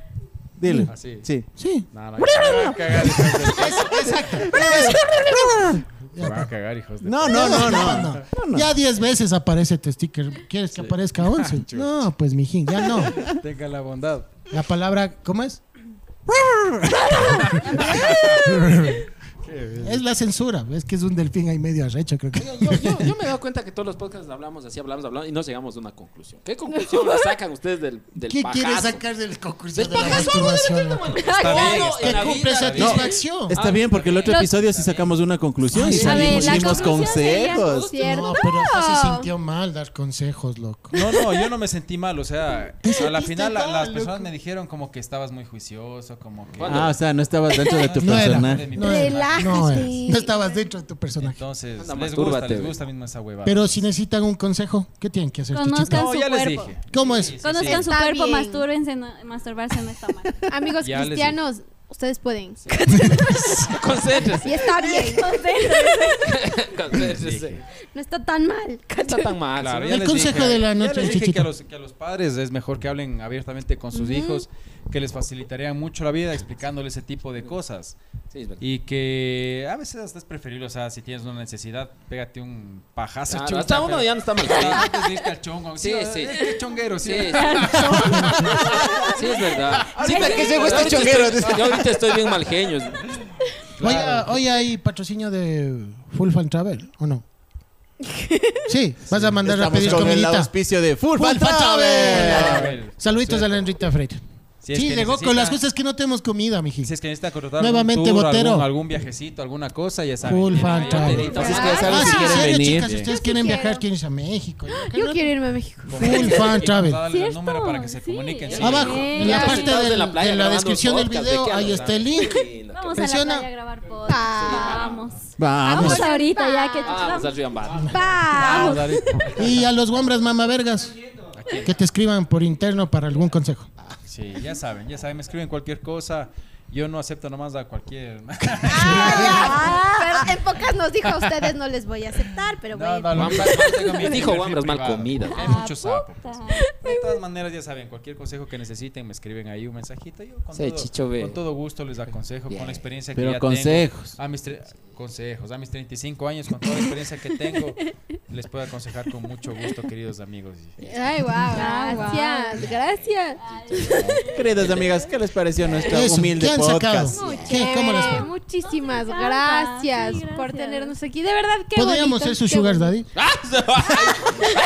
[SPEAKER 5] Dile.
[SPEAKER 6] Así.
[SPEAKER 5] Sí.
[SPEAKER 4] Sí.
[SPEAKER 6] No, no, van a cagar, hijos de-
[SPEAKER 4] Ya.
[SPEAKER 6] van a cagar, hijos de.
[SPEAKER 5] No, no, no, no. no, no.
[SPEAKER 4] Ya 10 veces aparece tu sticker. ¿Quieres que aparezca 11? No, pues mijín, ya no.
[SPEAKER 6] Tenga la bondad.
[SPEAKER 4] La palabra, ¿cómo es? es la censura. Es que es un delfín ahí medio arrecho, creo que.
[SPEAKER 7] Yo, yo- yo- yo me he dado cuenta que todos los podcasts hablamos así, hablamos, hablamos y no llegamos a una conclusión. ¿Qué conclusión la sacan ustedes del, del
[SPEAKER 4] ¿Qué
[SPEAKER 7] pajazo?
[SPEAKER 4] quieres sacar del concurso
[SPEAKER 7] Del
[SPEAKER 4] de la
[SPEAKER 7] pajazo, algo
[SPEAKER 4] masturbación?
[SPEAKER 7] de bueno,
[SPEAKER 6] Está bien,
[SPEAKER 7] todo en
[SPEAKER 4] Que
[SPEAKER 7] la
[SPEAKER 4] cumple
[SPEAKER 7] vida-
[SPEAKER 4] satisfacción.
[SPEAKER 5] Está bien, porque el otro
[SPEAKER 2] Los-
[SPEAKER 5] episodio sí sacamos una conclusión
[SPEAKER 4] Ay,
[SPEAKER 5] y
[SPEAKER 4] sí. A ver,
[SPEAKER 5] salimos,
[SPEAKER 4] la
[SPEAKER 5] dimos
[SPEAKER 2] conclusión sería
[SPEAKER 5] consejos.
[SPEAKER 1] justo- ¿Cierto?
[SPEAKER 4] No, pero acá se sintió mal dar consejos, loco.
[SPEAKER 6] No, no, yo no me sentí mal. O sea, a la
[SPEAKER 4] sentiste
[SPEAKER 6] final la-
[SPEAKER 4] mal,
[SPEAKER 6] las
[SPEAKER 4] loco.
[SPEAKER 6] personas me dijeron como que estabas muy juicioso, como que.
[SPEAKER 7] Bueno,
[SPEAKER 5] Ah, o sea, no estabas dentro de tu
[SPEAKER 4] No era.
[SPEAKER 5] personaje.
[SPEAKER 6] de mi
[SPEAKER 4] no era.
[SPEAKER 6] personaje.
[SPEAKER 4] No,
[SPEAKER 1] Relájate.
[SPEAKER 4] eh, no estabas dentro de tu personaje.
[SPEAKER 6] Entonces,
[SPEAKER 7] Anda,
[SPEAKER 6] les gusta,
[SPEAKER 7] mastúrbate,
[SPEAKER 6] les
[SPEAKER 7] güey.
[SPEAKER 6] gusta mismo esa huevada.
[SPEAKER 4] Pero si necesitan un consejo, ¿qué tienen que hacer,
[SPEAKER 2] Conozcan
[SPEAKER 4] chichito?
[SPEAKER 6] no,
[SPEAKER 2] su
[SPEAKER 6] ya les
[SPEAKER 2] cuerpo.
[SPEAKER 6] dije.
[SPEAKER 4] ¿Cómo es?
[SPEAKER 6] Sí, sí,
[SPEAKER 2] Conozcan
[SPEAKER 6] sí.
[SPEAKER 2] su
[SPEAKER 1] Está
[SPEAKER 2] cuerpo,
[SPEAKER 1] bien.
[SPEAKER 2] mastúrbense, no- masturbarse no está mal.
[SPEAKER 1] Amigos
[SPEAKER 6] Ya les dije.
[SPEAKER 1] cristianos, ustedes pueden.
[SPEAKER 7] Concéntrese.
[SPEAKER 1] Y está bien.
[SPEAKER 7] Concéntrese.
[SPEAKER 1] No está tan mal.
[SPEAKER 7] No está tan mal.
[SPEAKER 6] Claro,
[SPEAKER 7] ¿sí?
[SPEAKER 6] ya
[SPEAKER 4] El
[SPEAKER 6] les
[SPEAKER 4] consejo
[SPEAKER 6] dije,
[SPEAKER 4] de la
[SPEAKER 6] ya
[SPEAKER 4] noche,
[SPEAKER 6] les dije que
[SPEAKER 4] Chichito.
[SPEAKER 6] a, los, que a los padres es mejor que hablen abiertamente con sus hijos, que les facilitaría mucho la vida explicándole ese tipo de cosas.
[SPEAKER 7] Sí, es verdad.
[SPEAKER 6] Y que a veces hasta es preferible, o sea, si tienes una necesidad, pégate un pajazo.
[SPEAKER 7] Claro,
[SPEAKER 6] chuta,
[SPEAKER 7] hasta uno
[SPEAKER 6] pero-
[SPEAKER 7] ya no está mal.
[SPEAKER 6] Ah, antes de irte al chongo.
[SPEAKER 7] Sí,
[SPEAKER 6] Sí,
[SPEAKER 7] sí.
[SPEAKER 6] sí. Este chonguero, sí.
[SPEAKER 7] Sí, sí. Sí, es verdad.
[SPEAKER 5] Sí, para que se
[SPEAKER 7] Yo
[SPEAKER 5] este
[SPEAKER 7] ahorita
[SPEAKER 5] chonguero.
[SPEAKER 7] estoy- Yo ahorita estoy bien mal genio.
[SPEAKER 4] Hoy, ah, hoy hay patrocinio de Full Fan Travel, ¿o no? Sí, vas a mandar a
[SPEAKER 5] Estamos
[SPEAKER 4] pedir
[SPEAKER 5] con el
[SPEAKER 4] comidita.
[SPEAKER 5] auspicio de Furfan
[SPEAKER 4] Furfan
[SPEAKER 5] Travel.
[SPEAKER 6] Travel.
[SPEAKER 4] Saluditos
[SPEAKER 6] Suerte.
[SPEAKER 4] a la Enrita Freire.
[SPEAKER 6] Si es
[SPEAKER 4] sí,
[SPEAKER 6] que
[SPEAKER 4] llegó con
[SPEAKER 6] necesita-
[SPEAKER 4] las cosas que no tenemos comida, mijín.
[SPEAKER 6] Si es que necesita contratar
[SPEAKER 4] Nuevamente,
[SPEAKER 6] algún tour,
[SPEAKER 4] Botero.
[SPEAKER 6] Algún, algún viajecito, alguna cosa, ya saben.
[SPEAKER 4] Full
[SPEAKER 6] tienen
[SPEAKER 4] Fan
[SPEAKER 6] ahí
[SPEAKER 4] Travel.
[SPEAKER 6] hotelito.
[SPEAKER 7] Así es
[SPEAKER 1] Ah,
[SPEAKER 7] que ya saben si
[SPEAKER 4] en
[SPEAKER 7] quieren
[SPEAKER 4] serio,
[SPEAKER 7] venir.
[SPEAKER 4] chicas, si ustedes
[SPEAKER 1] Yo sí
[SPEAKER 4] quieren viajar,
[SPEAKER 1] quiero.
[SPEAKER 4] quieren irse a México.
[SPEAKER 1] Yo quiero irme a México.
[SPEAKER 4] Full Fan
[SPEAKER 6] Vamos a
[SPEAKER 4] Travel.
[SPEAKER 6] darle el
[SPEAKER 2] ¿Cierto?
[SPEAKER 6] número para que se
[SPEAKER 2] Sí.
[SPEAKER 6] comuniquen. sí.
[SPEAKER 4] Abajo, en la
[SPEAKER 1] Ya,
[SPEAKER 4] parte
[SPEAKER 7] sentados
[SPEAKER 4] del-
[SPEAKER 7] en
[SPEAKER 4] de
[SPEAKER 7] la
[SPEAKER 4] la,
[SPEAKER 7] playa grabando
[SPEAKER 4] descripción del
[SPEAKER 7] podcast,
[SPEAKER 4] video,
[SPEAKER 7] ¿de qué
[SPEAKER 4] ahí
[SPEAKER 7] hablan?
[SPEAKER 4] está el link.
[SPEAKER 2] Vamos a
[SPEAKER 4] Presiona.
[SPEAKER 2] la playa a grabar podcast.
[SPEAKER 1] Ah.
[SPEAKER 2] Vamos.
[SPEAKER 5] Vamos.
[SPEAKER 2] Vamos ahorita ya que
[SPEAKER 7] Ah, Vamos
[SPEAKER 2] vamos.
[SPEAKER 7] al Riambán.
[SPEAKER 1] Pa.
[SPEAKER 6] Vamos a darle-
[SPEAKER 4] Y a los guambras mamavergas, que te escriban por interno para algún consejo.
[SPEAKER 6] Sí, ya saben, ya saben, me escriben cualquier cosa. Yo no acepto nomás a cualquier.
[SPEAKER 1] Ah, pero en pocas nos dijo a ustedes no les voy a aceptar, pero
[SPEAKER 6] No,
[SPEAKER 1] bueno. Ah,
[SPEAKER 6] no, no,
[SPEAKER 7] Wambras, tengo mi- Dijo Wambras mal comida.
[SPEAKER 6] Hay muchos sapos. pues. De todas maneras, ya saben, cualquier consejo que necesiten, me escriben ahí un mensajito. Yo con,
[SPEAKER 7] Sí,
[SPEAKER 6] todo,
[SPEAKER 7] Chicho, ve.
[SPEAKER 6] con todo gusto les aconsejo, con la experiencia que
[SPEAKER 11] Pero
[SPEAKER 6] ya
[SPEAKER 11] consejos.
[SPEAKER 6] tengo. A mis tre- consejos. A mis 35 años, con toda la experiencia que tengo, les puedo aconsejar con mucho gusto, queridos amigos.
[SPEAKER 1] Ay,
[SPEAKER 2] Ah,
[SPEAKER 1] wow,
[SPEAKER 2] guau.
[SPEAKER 1] gracias, gracias.
[SPEAKER 5] Queridas amigas, ¿qué les pareció nuestro
[SPEAKER 4] Eso,
[SPEAKER 5] humilde
[SPEAKER 4] ¿qué han sacado?
[SPEAKER 5] podcast?
[SPEAKER 1] Muy
[SPEAKER 4] ¿Qué? ¿Cómo les
[SPEAKER 1] chévere,
[SPEAKER 4] fue?
[SPEAKER 1] Eh, Muchísimas
[SPEAKER 2] Nos encanta, sí,
[SPEAKER 1] gracias, por
[SPEAKER 2] gracias.
[SPEAKER 1] tenernos aquí. De verdad, qué
[SPEAKER 4] ¿Podríamos
[SPEAKER 1] bonito,
[SPEAKER 4] ser su
[SPEAKER 1] qué
[SPEAKER 4] sugar
[SPEAKER 1] bonito.
[SPEAKER 4] daddy?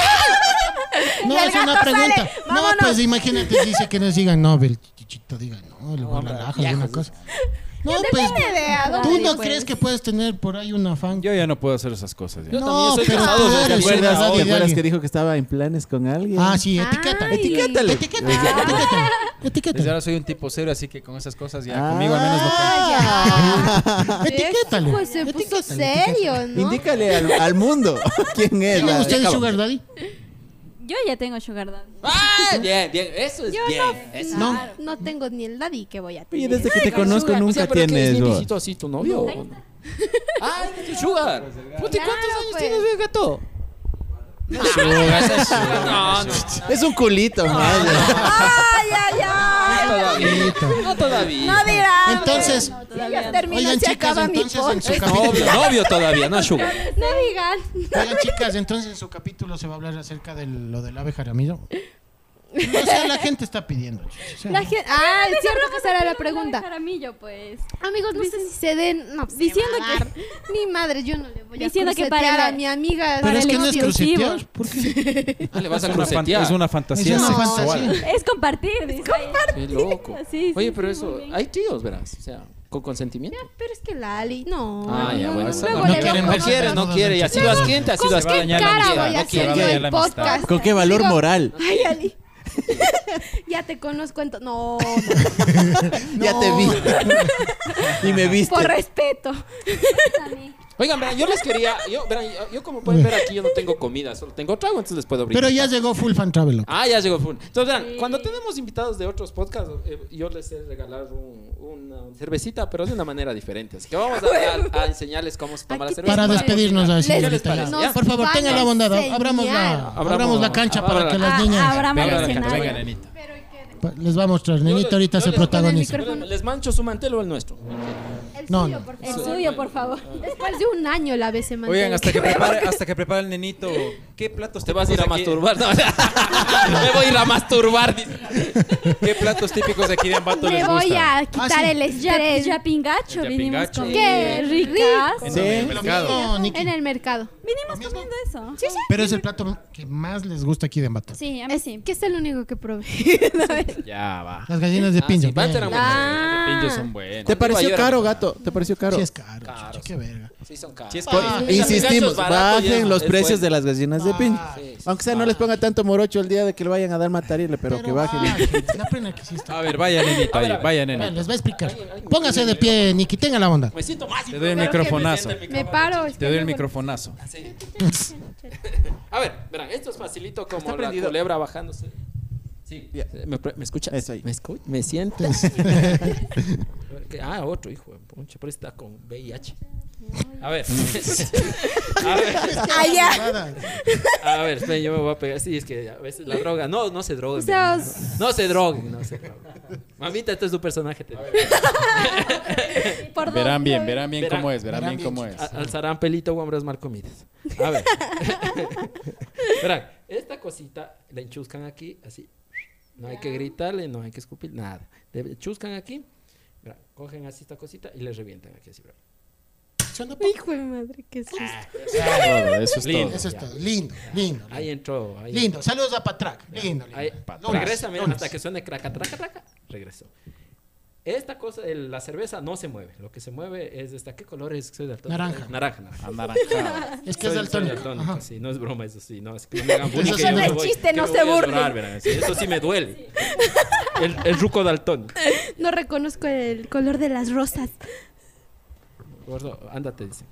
[SPEAKER 4] No,
[SPEAKER 1] Y el
[SPEAKER 4] es una
[SPEAKER 1] gato
[SPEAKER 4] pregunta.
[SPEAKER 1] sale,
[SPEAKER 4] No,
[SPEAKER 1] vámonos.
[SPEAKER 4] pues imagínate, dice que nos digan, no, el chichito diga, no, le voy a la laja, alguna cosa. No, pues,
[SPEAKER 1] Depende de a dónde
[SPEAKER 4] ¿tú no
[SPEAKER 1] pues.
[SPEAKER 4] crees que puedes tener por ahí una fan?
[SPEAKER 6] Yo ya no puedo hacer esas cosas. ya.
[SPEAKER 4] no,
[SPEAKER 7] soy
[SPEAKER 4] pero
[SPEAKER 7] casado,
[SPEAKER 4] tú
[SPEAKER 7] ¿te
[SPEAKER 5] ¿Te
[SPEAKER 4] eres sugar
[SPEAKER 5] acuerdas,
[SPEAKER 4] daddy
[SPEAKER 5] ¿Te
[SPEAKER 4] de
[SPEAKER 5] acuerdas
[SPEAKER 4] alguien.
[SPEAKER 5] que dijo que estaba en planes con alguien?
[SPEAKER 4] Ah, sí, etiqueta.
[SPEAKER 1] Ay.
[SPEAKER 5] Etiquétale.
[SPEAKER 4] Etiqueta, etiqueta,
[SPEAKER 6] Desde
[SPEAKER 4] etiqueta.
[SPEAKER 6] ahora soy un tipo cero, así que con esas cosas ya
[SPEAKER 5] Ah.
[SPEAKER 6] conmigo al menos no pueden.
[SPEAKER 4] Ah, Etiquétale.
[SPEAKER 1] Ah. Pues se puso
[SPEAKER 4] Etiquétale,
[SPEAKER 1] serio, ¿no?
[SPEAKER 5] Indícale al, al mundo quién es. Ah,
[SPEAKER 4] ¿Tienen
[SPEAKER 5] la-
[SPEAKER 4] ustedes sugar daddy?
[SPEAKER 1] Ah,
[SPEAKER 2] Yo ya tengo sugar daddy.
[SPEAKER 7] Ah, bien, bien. Eso es bien. Eso.
[SPEAKER 4] No.
[SPEAKER 1] No tengo ni el daddy que voy a
[SPEAKER 5] Oye,
[SPEAKER 1] tener.
[SPEAKER 5] desde que te conozco
[SPEAKER 7] O
[SPEAKER 5] nunca
[SPEAKER 7] sea, ¿pero qué es
[SPEAKER 5] tienes. vos.
[SPEAKER 7] Ninisito así tu novio? Ah, es tu sugar. Puta, ¿y ¿cuántos
[SPEAKER 1] Claro,
[SPEAKER 7] años
[SPEAKER 1] pues.
[SPEAKER 7] tienes, ve, gato? No, no,
[SPEAKER 5] Es un culito, madre.
[SPEAKER 1] Ah. ¡Ay, ay, ay!
[SPEAKER 7] no todavía. No todavía.
[SPEAKER 1] No dirás.
[SPEAKER 4] Entonces,
[SPEAKER 1] Ya terminó,
[SPEAKER 4] oigan
[SPEAKER 1] se
[SPEAKER 4] chicas,
[SPEAKER 1] acaba mi
[SPEAKER 4] entonces en
[SPEAKER 1] podcast.
[SPEAKER 4] su capítulo...
[SPEAKER 7] Novio, novio todavía, no sugar.
[SPEAKER 1] No digan.
[SPEAKER 4] Oigan, chicas, entonces en su capítulo se va a hablar acerca de lo del ave jaramillo. No sé, la gente está pidiendo. chicas, ¿eh? o sea,
[SPEAKER 1] La gente, ah, es cierto que será la pregunta.
[SPEAKER 2] Jaramillo, pues.
[SPEAKER 1] Amigos, no sé si se den. No,
[SPEAKER 2] Diciendo
[SPEAKER 1] diciendo que. Ni madre, yo no le voy a
[SPEAKER 2] Diciendo que para
[SPEAKER 1] crucetear a
[SPEAKER 2] la-
[SPEAKER 1] mi amiga.
[SPEAKER 4] Pero
[SPEAKER 2] para
[SPEAKER 4] es
[SPEAKER 2] el
[SPEAKER 4] que no es
[SPEAKER 2] exclusivo.
[SPEAKER 4] crucetear. ¿Por qué?
[SPEAKER 7] Ah, le vas a
[SPEAKER 6] Es una fan-
[SPEAKER 7] crucetear.
[SPEAKER 6] Es una fantasía
[SPEAKER 4] Es una
[SPEAKER 6] sexual.
[SPEAKER 4] fantasía.
[SPEAKER 2] Es compartir, dice.
[SPEAKER 7] Qué loco.
[SPEAKER 2] Sí, sí,
[SPEAKER 7] Oye,
[SPEAKER 2] sí,
[SPEAKER 7] pero
[SPEAKER 2] muy
[SPEAKER 7] eso,
[SPEAKER 2] bien.
[SPEAKER 7] hay tíos, verás. O sea, con consentimiento.
[SPEAKER 1] Ah, Pero es que la Ali, no.
[SPEAKER 7] Ah, ya,
[SPEAKER 1] no,
[SPEAKER 7] bueno.
[SPEAKER 1] no,
[SPEAKER 7] está
[SPEAKER 1] luego le
[SPEAKER 6] no
[SPEAKER 7] bien.
[SPEAKER 4] queremos
[SPEAKER 1] vamos
[SPEAKER 7] no
[SPEAKER 1] a-
[SPEAKER 7] quiere, no quiere. Y así lo has quien, así lo has
[SPEAKER 1] ¿Con
[SPEAKER 6] va a
[SPEAKER 1] qué
[SPEAKER 6] dañar la
[SPEAKER 1] cara
[SPEAKER 6] amistad,
[SPEAKER 1] voy a
[SPEAKER 6] no quiere
[SPEAKER 1] hacer yo
[SPEAKER 6] dañar
[SPEAKER 1] el
[SPEAKER 6] la amistad.
[SPEAKER 1] podcast?
[SPEAKER 5] ¿Con qué valor
[SPEAKER 1] Digo,
[SPEAKER 5] moral?
[SPEAKER 1] Ay, Ali. ya te conozco, entonces. No,
[SPEAKER 5] Ya te vi. y me viste.
[SPEAKER 1] por respeto.
[SPEAKER 7] Oigan, verán, yo les quería. Yo, verán, yo- yo como pueden ver aquí, yo no tengo comida, solo tengo trago, entonces les puedo brindar.
[SPEAKER 4] Pero ya llegó Full Fan Travel.
[SPEAKER 7] Ah, ya llegó Fun. Entonces, verán, cuando tenemos invitados de otros podcasts, eh, yo les he regalado un- una cervecita, pero de una manera diferente. Así que vamos a, a- a enseñarles cómo se toma
[SPEAKER 1] Aquí
[SPEAKER 7] la cerveza.
[SPEAKER 4] Para despedirnos a
[SPEAKER 1] Les-
[SPEAKER 4] señorita.
[SPEAKER 7] les-
[SPEAKER 4] Lisa. Por favor,
[SPEAKER 1] nos
[SPEAKER 4] tenga la
[SPEAKER 1] van a
[SPEAKER 4] bondad.
[SPEAKER 1] enseñar.
[SPEAKER 4] Abramos la,
[SPEAKER 7] Abramos-
[SPEAKER 4] abramos la cancha para
[SPEAKER 7] abramos-
[SPEAKER 4] que las
[SPEAKER 2] Ah,
[SPEAKER 4] niñas.
[SPEAKER 2] Abramos
[SPEAKER 6] Venga,
[SPEAKER 2] el
[SPEAKER 6] nenita, venga,
[SPEAKER 2] escenario.
[SPEAKER 6] nenita.
[SPEAKER 4] pa- Les va a mostrar.
[SPEAKER 7] Yo
[SPEAKER 4] Nenita
[SPEAKER 7] les-
[SPEAKER 4] ahorita
[SPEAKER 7] yo
[SPEAKER 4] se
[SPEAKER 7] les-
[SPEAKER 4] protagoniza.
[SPEAKER 7] Yo les- ¿Les mancho su mantel o el nuestro?
[SPEAKER 1] El
[SPEAKER 4] No,
[SPEAKER 1] suyo,
[SPEAKER 4] no.
[SPEAKER 1] por favor.
[SPEAKER 2] El suyo, por favor.
[SPEAKER 1] Después de un año la vez se mantiene.
[SPEAKER 6] Oigan, hasta que, prepare, hasta que prepare el nenito, ¿qué platos
[SPEAKER 7] Te vas a ir
[SPEAKER 6] típicos
[SPEAKER 7] a
[SPEAKER 6] aquí-
[SPEAKER 7] masturbar. No, Pues me voy a ir a masturbar. dice.
[SPEAKER 6] ¿Qué platos típicos de aquí de Ambato
[SPEAKER 1] Me
[SPEAKER 6] les
[SPEAKER 1] voy
[SPEAKER 6] gusta?
[SPEAKER 1] a quitar
[SPEAKER 4] sí.
[SPEAKER 1] el estrés.
[SPEAKER 2] Yapingacho vinimos
[SPEAKER 6] Yapingacho.
[SPEAKER 2] con.
[SPEAKER 1] ¡Qué
[SPEAKER 2] Ricas.
[SPEAKER 6] En
[SPEAKER 4] Sí.
[SPEAKER 6] el mercado.
[SPEAKER 4] No, Niki.
[SPEAKER 1] En el mercado.
[SPEAKER 2] Vinimos
[SPEAKER 4] mismo?
[SPEAKER 2] comiendo eso.
[SPEAKER 1] Sí, sí.
[SPEAKER 4] Pero es el plato que más les gusta aquí de Ambato.
[SPEAKER 2] Sí, a mí
[SPEAKER 1] Es
[SPEAKER 2] sí.
[SPEAKER 1] que es el único que probé. La verdad.
[SPEAKER 7] Ya va.
[SPEAKER 4] Las gallinas de
[SPEAKER 7] Ah,
[SPEAKER 4] pincho.
[SPEAKER 7] sí, Bats eran
[SPEAKER 4] bien.
[SPEAKER 7] buenas.
[SPEAKER 1] Ah.
[SPEAKER 7] Los de pincho son buenos.
[SPEAKER 5] ¿Te pareció
[SPEAKER 7] Digo, yo era
[SPEAKER 5] caro,
[SPEAKER 7] muy-
[SPEAKER 5] gato? ¿Te pareció caro?
[SPEAKER 4] Sí, es caro.
[SPEAKER 7] Caros.
[SPEAKER 4] chucha, qué verga.
[SPEAKER 7] Sí, son caros.
[SPEAKER 3] Sí, es
[SPEAKER 6] Ah,
[SPEAKER 7] Por-
[SPEAKER 4] caro.
[SPEAKER 5] Insistimos, bajen los precios de
[SPEAKER 7] la...
[SPEAKER 5] las gallinas de pincho. Aunque sea, no les ponga tanto morocho el día de que le vayan a dar matarile, pero, que bajen.
[SPEAKER 4] ah, La pena que hiciste.
[SPEAKER 7] Ah,
[SPEAKER 3] A ver, vaya nenito ahí, vaya
[SPEAKER 4] Bueno,
[SPEAKER 3] nenito.
[SPEAKER 4] les voy a explicar. Póngase de pie, Niki, tenga la bondad.
[SPEAKER 7] Me siento más.
[SPEAKER 3] Te doy el microfonazo.
[SPEAKER 1] Me paro. es
[SPEAKER 3] Te
[SPEAKER 1] que
[SPEAKER 3] doy el
[SPEAKER 1] me-
[SPEAKER 3] microfonazo.
[SPEAKER 7] A ver, verán, esto es facilito como la
[SPEAKER 5] prendido.
[SPEAKER 7] culebra bajándose. Sí. ¿Me, pre- me escucha?
[SPEAKER 5] Eso ahí.
[SPEAKER 7] ¿Me, escu- ¿Me sientes? ah, otro hijo. de Pucha, pero está con VIH. A ver.
[SPEAKER 5] Mm.
[SPEAKER 7] a ver,
[SPEAKER 1] Ah, ya.
[SPEAKER 7] a ver, esperen, yo me voy a pegar. Sí, es que a veces la droga. No, no se
[SPEAKER 1] O
[SPEAKER 7] droguen.
[SPEAKER 1] sea,
[SPEAKER 7] mi amor. no, se droguen, no se droguen. Mamita, este es tu personaje. Te
[SPEAKER 2] Por dos.
[SPEAKER 6] Verán bien, verán bien
[SPEAKER 7] Verán-
[SPEAKER 6] cómo es, verán bien cómo es.
[SPEAKER 7] A- Alzarán pelito o hombres mal comidas. A ver. Verán, esta cosita la enchuscan aquí, así. No hay que gritarle, no hay que escupir, nada. Le enchuscan aquí, verán, cogen así esta cosita y le revientan aquí así. verán.
[SPEAKER 1] Hijo de madre, qué susto.
[SPEAKER 6] Todo, eso es
[SPEAKER 7] Lindo.
[SPEAKER 6] todo.
[SPEAKER 4] Eso es todo. Lindo, lindo. lindo.
[SPEAKER 7] Ahí entró. Ahí
[SPEAKER 4] Lindo. Saludos a Patrac. Lindo, lindo.
[SPEAKER 7] Ahí,
[SPEAKER 4] Lunes,
[SPEAKER 7] regresa, mira,
[SPEAKER 4] lunes.
[SPEAKER 7] hasta que suene craca, traca, traca. Regresó. Esta cosa, el- la cerveza no se mueve. Lo que se mueve es esta. ¿Qué color es? Soy daltónico.
[SPEAKER 4] Naranja.
[SPEAKER 7] Naranja, naranja.
[SPEAKER 3] Anaranjado.
[SPEAKER 4] Es que es
[SPEAKER 7] Soy- soy
[SPEAKER 4] daltónico.
[SPEAKER 7] daltónico,
[SPEAKER 4] Ajá.
[SPEAKER 7] sí, no es broma eso, sí. No, es que no me hagan bullying,
[SPEAKER 4] Eso
[SPEAKER 7] que
[SPEAKER 4] sí
[SPEAKER 7] yo
[SPEAKER 4] no
[SPEAKER 7] me
[SPEAKER 4] es
[SPEAKER 7] voy-
[SPEAKER 1] chiste,
[SPEAKER 7] que
[SPEAKER 1] no
[SPEAKER 7] me
[SPEAKER 1] se
[SPEAKER 7] voy a
[SPEAKER 1] burlen.
[SPEAKER 7] llorar, verán, sí, eso sí me duele. El, el ruco daltónico.
[SPEAKER 1] No reconozco el color de las rosas.
[SPEAKER 7] Gordo, ándate, dice.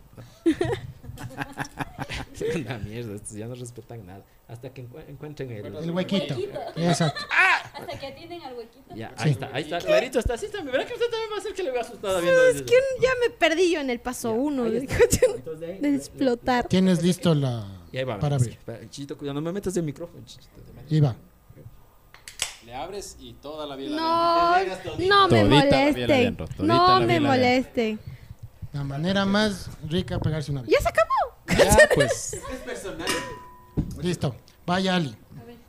[SPEAKER 7] Una mierda, estos ya no respetan nada. Hasta que encu- encuentren
[SPEAKER 4] El huequito.
[SPEAKER 2] Huequito.
[SPEAKER 4] Exacto.
[SPEAKER 2] Hasta que atienden al huequito.
[SPEAKER 7] Ya,
[SPEAKER 4] Sí.
[SPEAKER 7] ahí está, ahí está, clarito está, así está. Verá que usted también va a ser que le vea asustada viendo
[SPEAKER 1] Es
[SPEAKER 7] desde-
[SPEAKER 1] que ya me perdí yo en el paso uno.
[SPEAKER 7] ahí
[SPEAKER 1] De,
[SPEAKER 7] está. Entonces, de ahí-
[SPEAKER 1] de explotar.
[SPEAKER 4] Tienes listo la.
[SPEAKER 7] Y ahí va.
[SPEAKER 4] Para
[SPEAKER 7] verás.
[SPEAKER 4] abrir.
[SPEAKER 7] Espera, Chichito, cuidado, no me metas el micrófono, Chichito. te metes.
[SPEAKER 4] Y va.
[SPEAKER 3] Le abres y toda la vida.
[SPEAKER 1] No, no me
[SPEAKER 6] Todita la viera
[SPEAKER 1] molesten.
[SPEAKER 6] adentro, todita
[SPEAKER 1] No
[SPEAKER 6] la
[SPEAKER 1] me
[SPEAKER 6] viera
[SPEAKER 1] molesten.
[SPEAKER 4] La manera más rica pegarse una vez.
[SPEAKER 1] Ya se acabó.
[SPEAKER 6] Ya, pues.
[SPEAKER 4] Listo. Vaya, Ali.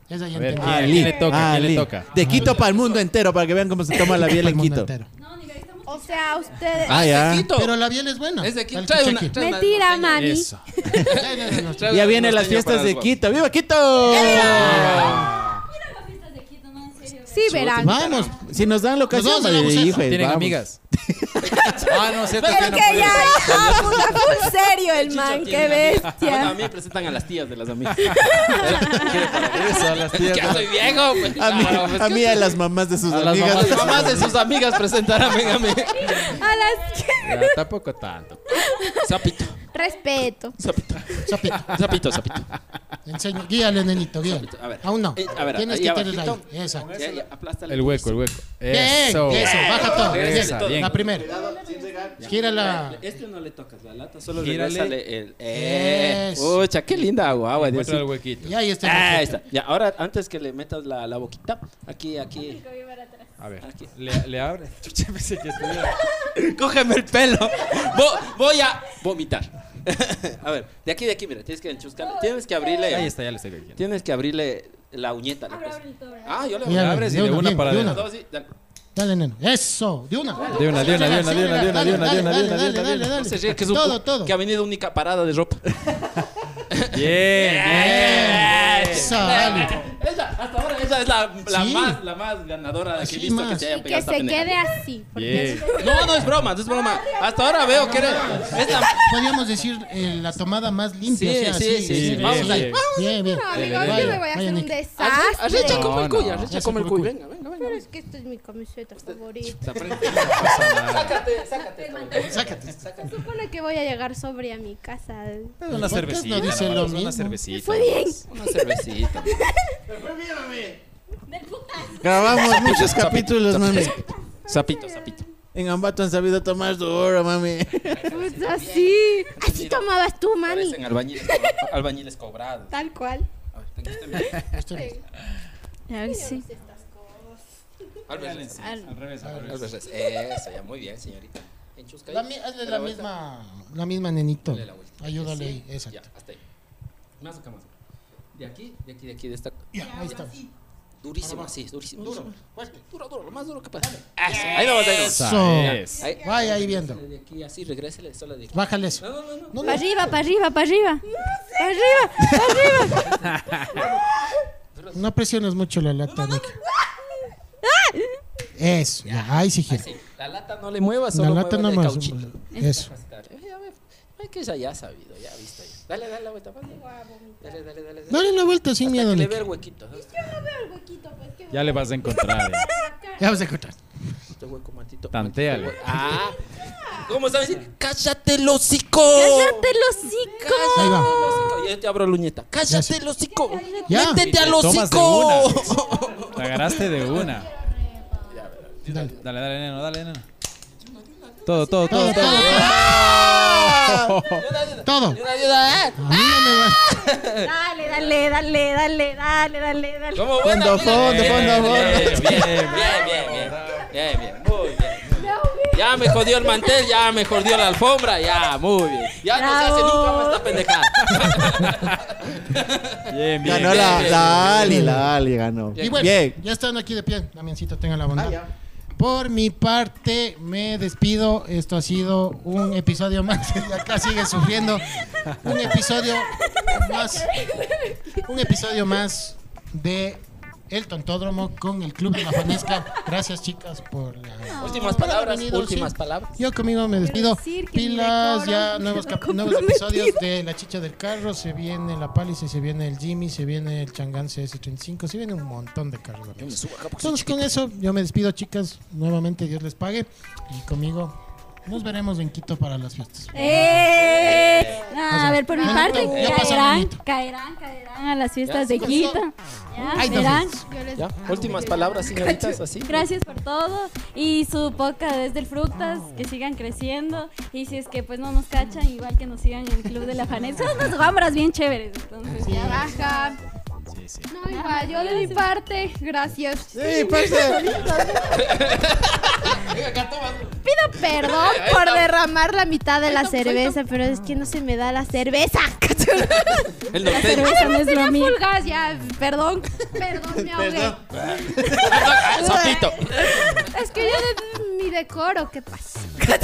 [SPEAKER 4] Esa ya
[SPEAKER 6] A ver,
[SPEAKER 4] entendí.
[SPEAKER 5] Ah,
[SPEAKER 7] Ah,
[SPEAKER 6] ¿quién, quién le toca? ¿Quién le toca?
[SPEAKER 5] De Quito para el mundo entero, para que vean cómo se toma la
[SPEAKER 4] Para
[SPEAKER 5] biela
[SPEAKER 4] el
[SPEAKER 5] en
[SPEAKER 4] mundo
[SPEAKER 5] Quito.
[SPEAKER 4] entero.
[SPEAKER 2] No, ni estamos.
[SPEAKER 1] O sea, ustedes.
[SPEAKER 5] Ah, ya.
[SPEAKER 4] Pero la biel es buena.
[SPEAKER 7] Es de aquí,
[SPEAKER 4] Para el
[SPEAKER 7] trae una-
[SPEAKER 4] chichaqui.
[SPEAKER 7] trae-
[SPEAKER 1] Mentira, mami.
[SPEAKER 6] Eso.
[SPEAKER 5] Ya vienen las fiestas de Quito. ¡Viva Quito!
[SPEAKER 7] Ah,
[SPEAKER 2] Mira las fiestas de Quito, no, en serio.
[SPEAKER 1] Sí, verán.
[SPEAKER 4] Vamos.
[SPEAKER 5] Si nos dan la ocasión,
[SPEAKER 4] Nos vamos a la buceta.
[SPEAKER 5] hijo,
[SPEAKER 6] ¿Tienen
[SPEAKER 5] vamos.
[SPEAKER 6] amigas? ah, no, cierto.
[SPEAKER 1] Pero que ya está puta, full serio el man, qué
[SPEAKER 7] Ah, Bueno, a
[SPEAKER 1] bestia.
[SPEAKER 7] mí me presentan a las tías de las amigas.
[SPEAKER 6] Eso, a las
[SPEAKER 7] Es que ya
[SPEAKER 6] tías.
[SPEAKER 7] soy viejo, pues.
[SPEAKER 5] A mí,
[SPEAKER 7] Claro, pues,
[SPEAKER 5] a,
[SPEAKER 7] ¿qué?
[SPEAKER 5] mí a las mamás de sus
[SPEAKER 6] A las
[SPEAKER 5] amigas.
[SPEAKER 7] Las mamás de sus amigas presentarán a mí.
[SPEAKER 1] A las que...
[SPEAKER 6] Ya, tampoco tanto.
[SPEAKER 7] Zapito,
[SPEAKER 1] Respeto.
[SPEAKER 7] zapito,
[SPEAKER 4] Zapito.
[SPEAKER 7] zapito, zapito.
[SPEAKER 4] Enseña. Guíale, nenito, guíale.
[SPEAKER 7] A ver.
[SPEAKER 4] Aún no.
[SPEAKER 7] Eh, a ver,
[SPEAKER 4] Tienes
[SPEAKER 7] ahí
[SPEAKER 4] que tener ahí.
[SPEAKER 7] abajito.
[SPEAKER 4] Esa.
[SPEAKER 7] Ya, ya, aplástale.
[SPEAKER 6] El hueco, el hueco.
[SPEAKER 4] Bien,
[SPEAKER 6] Eso.
[SPEAKER 4] eso, baja todo.
[SPEAKER 7] Regresa,
[SPEAKER 4] Esa,
[SPEAKER 7] todo.
[SPEAKER 6] bien.
[SPEAKER 4] La primera. Gírala.
[SPEAKER 7] Este no le tocas la lata, solo
[SPEAKER 3] Gírale.
[SPEAKER 7] regresale el... ¡Eh!
[SPEAKER 4] Eso.
[SPEAKER 7] ¡Ucha, qué linda agua! Dios
[SPEAKER 6] Encuentra el huequito.
[SPEAKER 4] Y ahí está.
[SPEAKER 7] Ah, ahí está. Ya, ahora, antes que le metas la, la boquita, aquí, aquí.
[SPEAKER 3] A ver, le, le abres. Chucha, pensé que estuviera-
[SPEAKER 7] Cógeme el pelo. Vo- voy a vomitar. a ver, de aquí, de aquí, mira, tienes que enchuscar. Tienes que
[SPEAKER 3] Ahí
[SPEAKER 7] abrirle.
[SPEAKER 3] está, ya le estoy cogiendo.
[SPEAKER 7] Tienes que abrirle la uñeta. la cosa. Ah, yo le voy
[SPEAKER 4] Mira,
[SPEAKER 7] a
[SPEAKER 6] abres y
[SPEAKER 4] de
[SPEAKER 6] de
[SPEAKER 4] una,
[SPEAKER 6] una
[SPEAKER 4] bien,
[SPEAKER 6] para
[SPEAKER 4] de
[SPEAKER 7] Una,
[SPEAKER 6] adentro.
[SPEAKER 7] dos y- dale.
[SPEAKER 4] Dale, neno. Eso. De una.
[SPEAKER 6] De una, de una, de una, de una, de una, de una, de una, de una, de
[SPEAKER 4] Dale,
[SPEAKER 6] una.
[SPEAKER 4] dale,
[SPEAKER 7] No se ríe,
[SPEAKER 4] dale.
[SPEAKER 7] que es un
[SPEAKER 4] Todo,
[SPEAKER 7] pu-
[SPEAKER 4] todo.
[SPEAKER 7] Que ha venido única parada de ropa.
[SPEAKER 6] Bien, bien.
[SPEAKER 4] Eso, dale.
[SPEAKER 7] Esa, hasta ahora, esa es la, la
[SPEAKER 4] Sí. Ah,
[SPEAKER 7] más, la más ganadora que he
[SPEAKER 4] Sí,
[SPEAKER 7] visto que
[SPEAKER 4] más.
[SPEAKER 7] se haya
[SPEAKER 1] Y que
[SPEAKER 7] pegado esta
[SPEAKER 1] se
[SPEAKER 7] pendeja.
[SPEAKER 1] quede así. Porque
[SPEAKER 6] Bien.
[SPEAKER 7] No, no es broma, no es broma. Hasta ahora veo que eres. Es la,
[SPEAKER 4] Podríamos decir eh, la tomada más limpia.
[SPEAKER 7] Sí,
[SPEAKER 4] o sea,
[SPEAKER 7] sí,
[SPEAKER 6] sí,
[SPEAKER 7] sí,
[SPEAKER 4] Vamos
[SPEAKER 6] bien,
[SPEAKER 4] ahí.
[SPEAKER 6] bien.
[SPEAKER 4] Bien, bien.
[SPEAKER 1] No, amigo,
[SPEAKER 6] Dale,
[SPEAKER 1] yo
[SPEAKER 6] dale.
[SPEAKER 1] me voy a hacer
[SPEAKER 4] Vaya,
[SPEAKER 1] un
[SPEAKER 4] Nick.
[SPEAKER 7] Arre- Arrecha
[SPEAKER 1] desastre.
[SPEAKER 7] como el cuy,
[SPEAKER 6] No, no.
[SPEAKER 7] arrecha como el cuy. Venga, venga, venga.
[SPEAKER 1] Pero es que esta es mi camiseta favorita.
[SPEAKER 7] Sácate, sácate.
[SPEAKER 4] Sácate.
[SPEAKER 1] Se supone que voy a llegar sobre a mi casa.
[SPEAKER 6] Una
[SPEAKER 4] ¿Por qué no
[SPEAKER 6] cervecita.
[SPEAKER 4] dice
[SPEAKER 6] nada
[SPEAKER 4] lo
[SPEAKER 6] más,
[SPEAKER 4] mismo?
[SPEAKER 6] Una cervecita.
[SPEAKER 1] Fue bien.
[SPEAKER 7] Una cervecita.
[SPEAKER 5] Grabamos muchos capítulos, mami.
[SPEAKER 7] Sapito, sapito.
[SPEAKER 5] En Ambato han sabido tomar su hora, mami.
[SPEAKER 1] Pues así. Así tomabas tú, mami.
[SPEAKER 7] Parecen albañiles, albañiles cobrados.
[SPEAKER 1] Tal cual.
[SPEAKER 7] A ver, tenga usted mira.
[SPEAKER 2] Ay, sí.
[SPEAKER 7] Al revés.
[SPEAKER 3] Al revés, al
[SPEAKER 7] Al
[SPEAKER 3] revés.
[SPEAKER 7] revés. Eso, ya muy bien, señorita. Enchusca ahí.
[SPEAKER 4] La mi- Hazle
[SPEAKER 7] Dale
[SPEAKER 4] la
[SPEAKER 7] vuelta.
[SPEAKER 4] misma, la misma nenito.
[SPEAKER 7] Dale la vuelta.
[SPEAKER 4] Ayúdale
[SPEAKER 7] Sí,
[SPEAKER 4] ahí,
[SPEAKER 7] Ya,
[SPEAKER 4] exacto.
[SPEAKER 7] hasta ahí. Más acá, más acá. De aquí, de aquí, de aquí, de esta.
[SPEAKER 4] Ya, ahí está.
[SPEAKER 7] Durísimo, así, durísimo. Duro, fuerte, duro, duro, lo más duro que pueda. Eso, Ahí no vas, ahí nomás.
[SPEAKER 4] Eso.
[SPEAKER 6] Es.
[SPEAKER 7] Ahí,
[SPEAKER 4] Vaya ahí viendo.
[SPEAKER 7] de aquí, así, regrésele, solo de aquí.
[SPEAKER 4] Bájale eso.
[SPEAKER 7] No, no, no, no.
[SPEAKER 4] No, no.
[SPEAKER 2] Para arriba, para arriba, para arriba. Para arriba, para arriba.
[SPEAKER 4] No presiones mucho la lata, Nick. Eso, ya, ahí sí gira.
[SPEAKER 7] Sí, la lata no le muevas,
[SPEAKER 4] La
[SPEAKER 7] solo
[SPEAKER 4] lata
[SPEAKER 7] mueva de
[SPEAKER 4] nomás.
[SPEAKER 7] cauchito.
[SPEAKER 4] Eso.
[SPEAKER 7] Eh, ya ve, Ay, que esa ya ha sabido, ya ha visto. Ya. Dale, dale la vuelta. Dale, dale, dale. dale, dale.
[SPEAKER 4] Dale la vuelta sin
[SPEAKER 7] Hasta
[SPEAKER 4] miedo,
[SPEAKER 7] que le
[SPEAKER 4] Nick.
[SPEAKER 7] ve el huequito. ¿no? Este
[SPEAKER 6] Ya le vas a encontrar. eh.
[SPEAKER 4] Ya vas a encontrar.
[SPEAKER 7] hueco, mantito.
[SPEAKER 6] Tantéale.
[SPEAKER 7] mantito, hue- Ah, ¿cómo sabes? ¡Cállate el hocico!
[SPEAKER 2] Cállate el hocico.
[SPEAKER 4] Ahí va.
[SPEAKER 7] el hocico! Yo te abro la uñeta. ¡Cállate el hocico!
[SPEAKER 4] Ya.
[SPEAKER 7] ¡Métete al
[SPEAKER 6] Te tomas de
[SPEAKER 7] hocico!
[SPEAKER 6] La agarraste de una. Dale, dale, neno, dale, neno. Todo, todo, todo,
[SPEAKER 4] Todo,
[SPEAKER 6] todo.
[SPEAKER 4] todo, todo.
[SPEAKER 7] Ayuda, ayuda, ¿eh?
[SPEAKER 4] A mí no me va.
[SPEAKER 2] Dale, dale, dale, dale, dale, dale, dale.
[SPEAKER 7] ¿Cómo? Bueno,
[SPEAKER 5] Fondo,
[SPEAKER 7] bien,
[SPEAKER 5] fondo,
[SPEAKER 7] bien,
[SPEAKER 5] fondo, fondo.
[SPEAKER 7] Bien, bien, bien, bien, bien. Bien, bien, muy bien. Ya me jodió el mantel, ya me jodió la alfombra, ya, muy bien. Ya no se hace
[SPEAKER 2] Bravo.
[SPEAKER 7] nunca más esta pendejada.
[SPEAKER 6] Bien, bien.
[SPEAKER 5] Ganó la,
[SPEAKER 7] bien,
[SPEAKER 5] la Ali, la Ali ganó.
[SPEAKER 4] Y
[SPEAKER 5] Bien.
[SPEAKER 4] bueno, ya están aquí de pie. Damiancito, tenga la bondad. Por mi parte, me despido. Esto ha sido un episodio más. Y acá sigue sufriendo. Un episodio más. Un episodio más de El Tontódromo con el Club de la Fanesca. Gracias, chicas, por la.
[SPEAKER 7] últimas
[SPEAKER 4] por haber
[SPEAKER 7] palabras,
[SPEAKER 4] venido,
[SPEAKER 7] últimas
[SPEAKER 4] sí.
[SPEAKER 7] palabras.
[SPEAKER 4] Yo conmigo me despido.
[SPEAKER 2] decir que mi
[SPEAKER 4] Pilas,
[SPEAKER 2] decoro
[SPEAKER 4] ya
[SPEAKER 2] me
[SPEAKER 4] nuevos,
[SPEAKER 2] quedó
[SPEAKER 4] cap- nuevos
[SPEAKER 2] comprometido.
[SPEAKER 4] episodios de La Chicha del Carro. Se viene la Pálice, se viene el Jimmy, se viene el Changán CS35, se viene un montón de carros. amigos.
[SPEAKER 7] pues,
[SPEAKER 4] Entonces, con eso, yo me despido, chicas. Nuevamente, Dios les pague. Y conmigo, nos veremos en Quito para las fiestas.
[SPEAKER 2] ¡Eh! Ah,
[SPEAKER 4] O sea,
[SPEAKER 2] a ver, por mi
[SPEAKER 4] no,
[SPEAKER 2] parte,
[SPEAKER 4] no, no pasa
[SPEAKER 2] caerán,
[SPEAKER 4] bonito.
[SPEAKER 2] caerán, caerán a las fiestas
[SPEAKER 7] Ya,
[SPEAKER 2] de Quito.
[SPEAKER 4] Ay,
[SPEAKER 2] Ya,
[SPEAKER 4] no
[SPEAKER 2] verán.
[SPEAKER 4] sé.
[SPEAKER 1] Yo les
[SPEAKER 7] Ya, últimas palabras, señoritas, así.
[SPEAKER 2] Gracias por todo y su podcast es del Fructas, que sigan creciendo y si es que pues no nos cachan, igual que nos sigan en el Club de la Fanet. Son unas guambras bien chéveres, entonces ya va.
[SPEAKER 1] baja.
[SPEAKER 6] Sí, sí.
[SPEAKER 1] No, igual, yo de mi parte, gracias.
[SPEAKER 5] Sí, parce.
[SPEAKER 1] Pido perdón por derramar la mitad de la cerveza, pero es que no se me da la cerveza.
[SPEAKER 7] El norteño.
[SPEAKER 2] Cerveza no es lo
[SPEAKER 1] Tenía
[SPEAKER 2] mío.
[SPEAKER 1] full gas, ya, perdón. Perdón, me ahogué.
[SPEAKER 7] Ah, Sopito.
[SPEAKER 1] Es que yo de mi decoro, ¿qué pasa?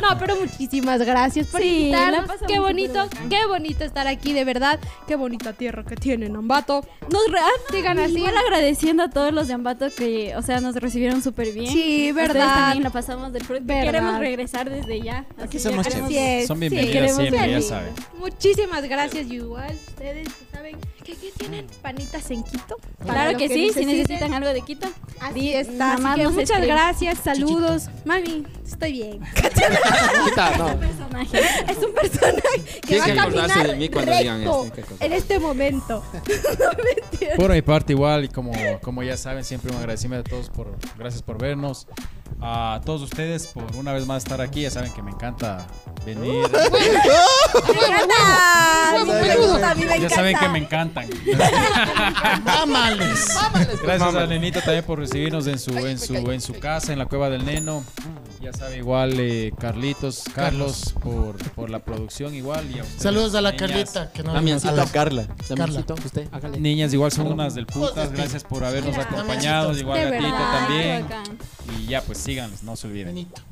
[SPEAKER 1] No, pero muchísimas gracias por
[SPEAKER 2] Sí, la
[SPEAKER 1] invitarnos.
[SPEAKER 2] pasamos
[SPEAKER 1] Qué
[SPEAKER 2] súper
[SPEAKER 1] bonito,
[SPEAKER 2] bacán.
[SPEAKER 1] qué bonito estar aquí, de verdad. Qué bonita tierra que tiene Ambato.
[SPEAKER 2] Nos re- ah,
[SPEAKER 1] Sigan así.
[SPEAKER 2] Igual agradeciendo a todos los de Ambato que, o sea, nos recibieron súper bien.
[SPEAKER 1] Sí,
[SPEAKER 2] Ustedes
[SPEAKER 1] verdad.
[SPEAKER 2] también la pasamos del Fructas.
[SPEAKER 1] Verdad.
[SPEAKER 2] Queremos regresar desde ya. Así ya
[SPEAKER 5] somos
[SPEAKER 2] queremos-
[SPEAKER 1] Así es,
[SPEAKER 6] Son
[SPEAKER 1] sí.
[SPEAKER 6] bienvenidas
[SPEAKER 2] queremos
[SPEAKER 6] siempre, ya
[SPEAKER 2] salir.
[SPEAKER 6] saben.
[SPEAKER 1] Muchísimas gracias, y igual ustedes que saben que aquí tienen panitas en Quito. Para
[SPEAKER 2] Claro
[SPEAKER 1] lo
[SPEAKER 2] que, sí, si
[SPEAKER 1] necesiten.
[SPEAKER 2] necesitan algo de Quito.
[SPEAKER 1] Así
[SPEAKER 2] di-
[SPEAKER 1] está.
[SPEAKER 2] nada
[SPEAKER 1] así
[SPEAKER 2] más
[SPEAKER 1] que
[SPEAKER 2] nos este
[SPEAKER 1] muchas
[SPEAKER 2] escriben.
[SPEAKER 1] gracias, saludos. Mami, estoy bien.
[SPEAKER 7] Ahorita, no.
[SPEAKER 2] Personaje.
[SPEAKER 1] es un personaje que
[SPEAKER 7] Tienen
[SPEAKER 1] va
[SPEAKER 7] que
[SPEAKER 1] a
[SPEAKER 7] acordarse
[SPEAKER 1] caminar
[SPEAKER 7] de mí cuando digan
[SPEAKER 1] recto
[SPEAKER 7] esto, qué cosa.
[SPEAKER 1] en este momento. No me entiendes.
[SPEAKER 6] Por mi parte igual, y como, como ya saben, siempre un agradecimiento a todos por, gracias por vernos, a todos ustedes por una vez más estar aquí, ya saben que me encanta venir,
[SPEAKER 1] a mí me
[SPEAKER 6] ya saben que me encantan.
[SPEAKER 4] ¡Mámales!
[SPEAKER 6] Gracias a Nenito también por recibirnos en su, en su, en su casa, en la cueva del Neno. Ya sabe igual eh, Carlitos, Carlos por, por la producción igual. Y a ustedes,
[SPEAKER 4] Saludos a la
[SPEAKER 6] niñas.
[SPEAKER 4] Carlita, que no
[SPEAKER 5] A la Carla.
[SPEAKER 4] Carla.
[SPEAKER 7] Damiancito, usted, hágale.
[SPEAKER 6] Niñas igual son unas del putas, gracias por habernos
[SPEAKER 2] Gracias.
[SPEAKER 6] acompañado, igual
[SPEAKER 2] De
[SPEAKER 6] Gatito
[SPEAKER 2] verdad,
[SPEAKER 6] también.
[SPEAKER 2] qué bacán.
[SPEAKER 6] Y ya pues síganos, no se olviden.
[SPEAKER 4] Benito.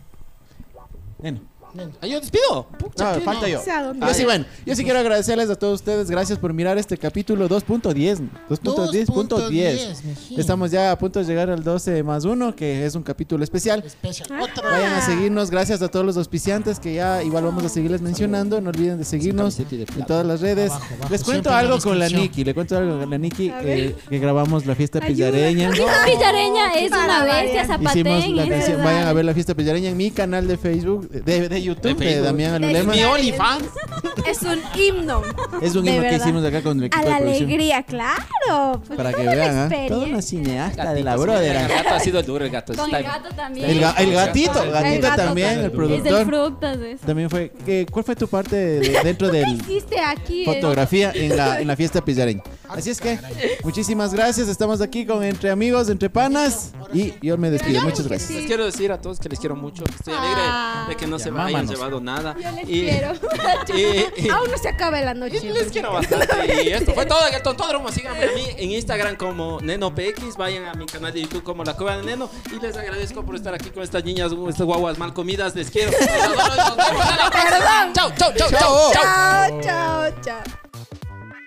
[SPEAKER 5] Neno.
[SPEAKER 4] Neno.
[SPEAKER 7] Ah, yo despido.
[SPEAKER 5] No, falta yo.
[SPEAKER 1] encanta.
[SPEAKER 5] Yo Ah, sí, bueno, yo sí quiero agradecerles a todos ustedes. Gracias por mirar este capítulo 2.10. 2.10.10.
[SPEAKER 4] 2.10, mijín.
[SPEAKER 5] Estamos ya a punto de llegar al 12 más 1, que es un capítulo especial.
[SPEAKER 4] Especial.
[SPEAKER 5] Vayan
[SPEAKER 1] Ah.
[SPEAKER 5] a seguirnos, gracias a todos los auspiciantes que ya igual vamos a seguirles mencionando. No olviden de seguirnos
[SPEAKER 7] camiseta y de plata.
[SPEAKER 5] en todas las redes.
[SPEAKER 4] Abajo, abajo,
[SPEAKER 5] Les cuento
[SPEAKER 4] siempre en la
[SPEAKER 5] algo con la
[SPEAKER 4] descripción.
[SPEAKER 5] Niki, le cuento algo con la Niki
[SPEAKER 1] A
[SPEAKER 5] eh, que grabamos la fiesta
[SPEAKER 1] Ayuda.
[SPEAKER 5] pillareña.
[SPEAKER 2] Pillareña es
[SPEAKER 1] Para
[SPEAKER 2] una
[SPEAKER 1] variar.
[SPEAKER 2] bestia
[SPEAKER 5] Hicimos
[SPEAKER 2] zapateña.
[SPEAKER 5] la
[SPEAKER 2] es
[SPEAKER 5] fiesta-
[SPEAKER 2] verdad.
[SPEAKER 5] vayan a ver la fiesta pillareña en mi canal de Facebook, de, de YouTube, de,
[SPEAKER 7] Facebook.
[SPEAKER 5] Damián Alulema.
[SPEAKER 7] Mi OnlyFans.
[SPEAKER 1] Es un himno.
[SPEAKER 5] Es un
[SPEAKER 1] De
[SPEAKER 5] himno que
[SPEAKER 1] verdad.
[SPEAKER 5] hicimos acá con el equipo
[SPEAKER 1] A la
[SPEAKER 5] de producción.
[SPEAKER 1] alegría, claro. pues,
[SPEAKER 5] Para que
[SPEAKER 1] toda la
[SPEAKER 5] vean, ¿ah?
[SPEAKER 1] experiencia.
[SPEAKER 5] Toda una cineasta de la
[SPEAKER 7] Gatito, El
[SPEAKER 5] brother.
[SPEAKER 7] gato ha sido duro, el gato.
[SPEAKER 2] Con
[SPEAKER 7] está
[SPEAKER 2] el
[SPEAKER 7] bien.
[SPEAKER 2] gato también.
[SPEAKER 5] El, ga- el gatito,
[SPEAKER 7] El
[SPEAKER 5] gatito
[SPEAKER 1] gato
[SPEAKER 5] también,
[SPEAKER 1] también.
[SPEAKER 5] el
[SPEAKER 2] es del
[SPEAKER 5] productor.
[SPEAKER 2] Fructas. es.
[SPEAKER 5] También fue. ¿qué- ¿Cuál fue tu parte de- dentro del
[SPEAKER 1] ¿Qué hiciste aquí? eh?
[SPEAKER 5] fotografía en la, en la fiesta pillareña? Así es que, muchísimas gracias. Estamos aquí con Entre Amigos, Entre Panas. Y yo me despido. Muchas gracias.
[SPEAKER 7] Les quiero decir a todos que les quiero mucho. Estoy alegre de que no se me hayan llevado nada.
[SPEAKER 1] Yo les
[SPEAKER 7] Y-
[SPEAKER 1] quiero.
[SPEAKER 7] y- y-
[SPEAKER 1] Aún no se acaba la noche.
[SPEAKER 7] Y les quiero bastante. Y esto fue todo en el Tontódromo. Síganme a mí en Instagram como NenoPX. Vayan a mi canal de YouTube como La Cueva de Neno. Y les agradezco por estar aquí con estas niñas, con estas guaguas mal comidas. Les quiero. Les adoro y nos vemos en la próxima. Chau, chau, chau, chau, chau.
[SPEAKER 1] Chao, chao, chao.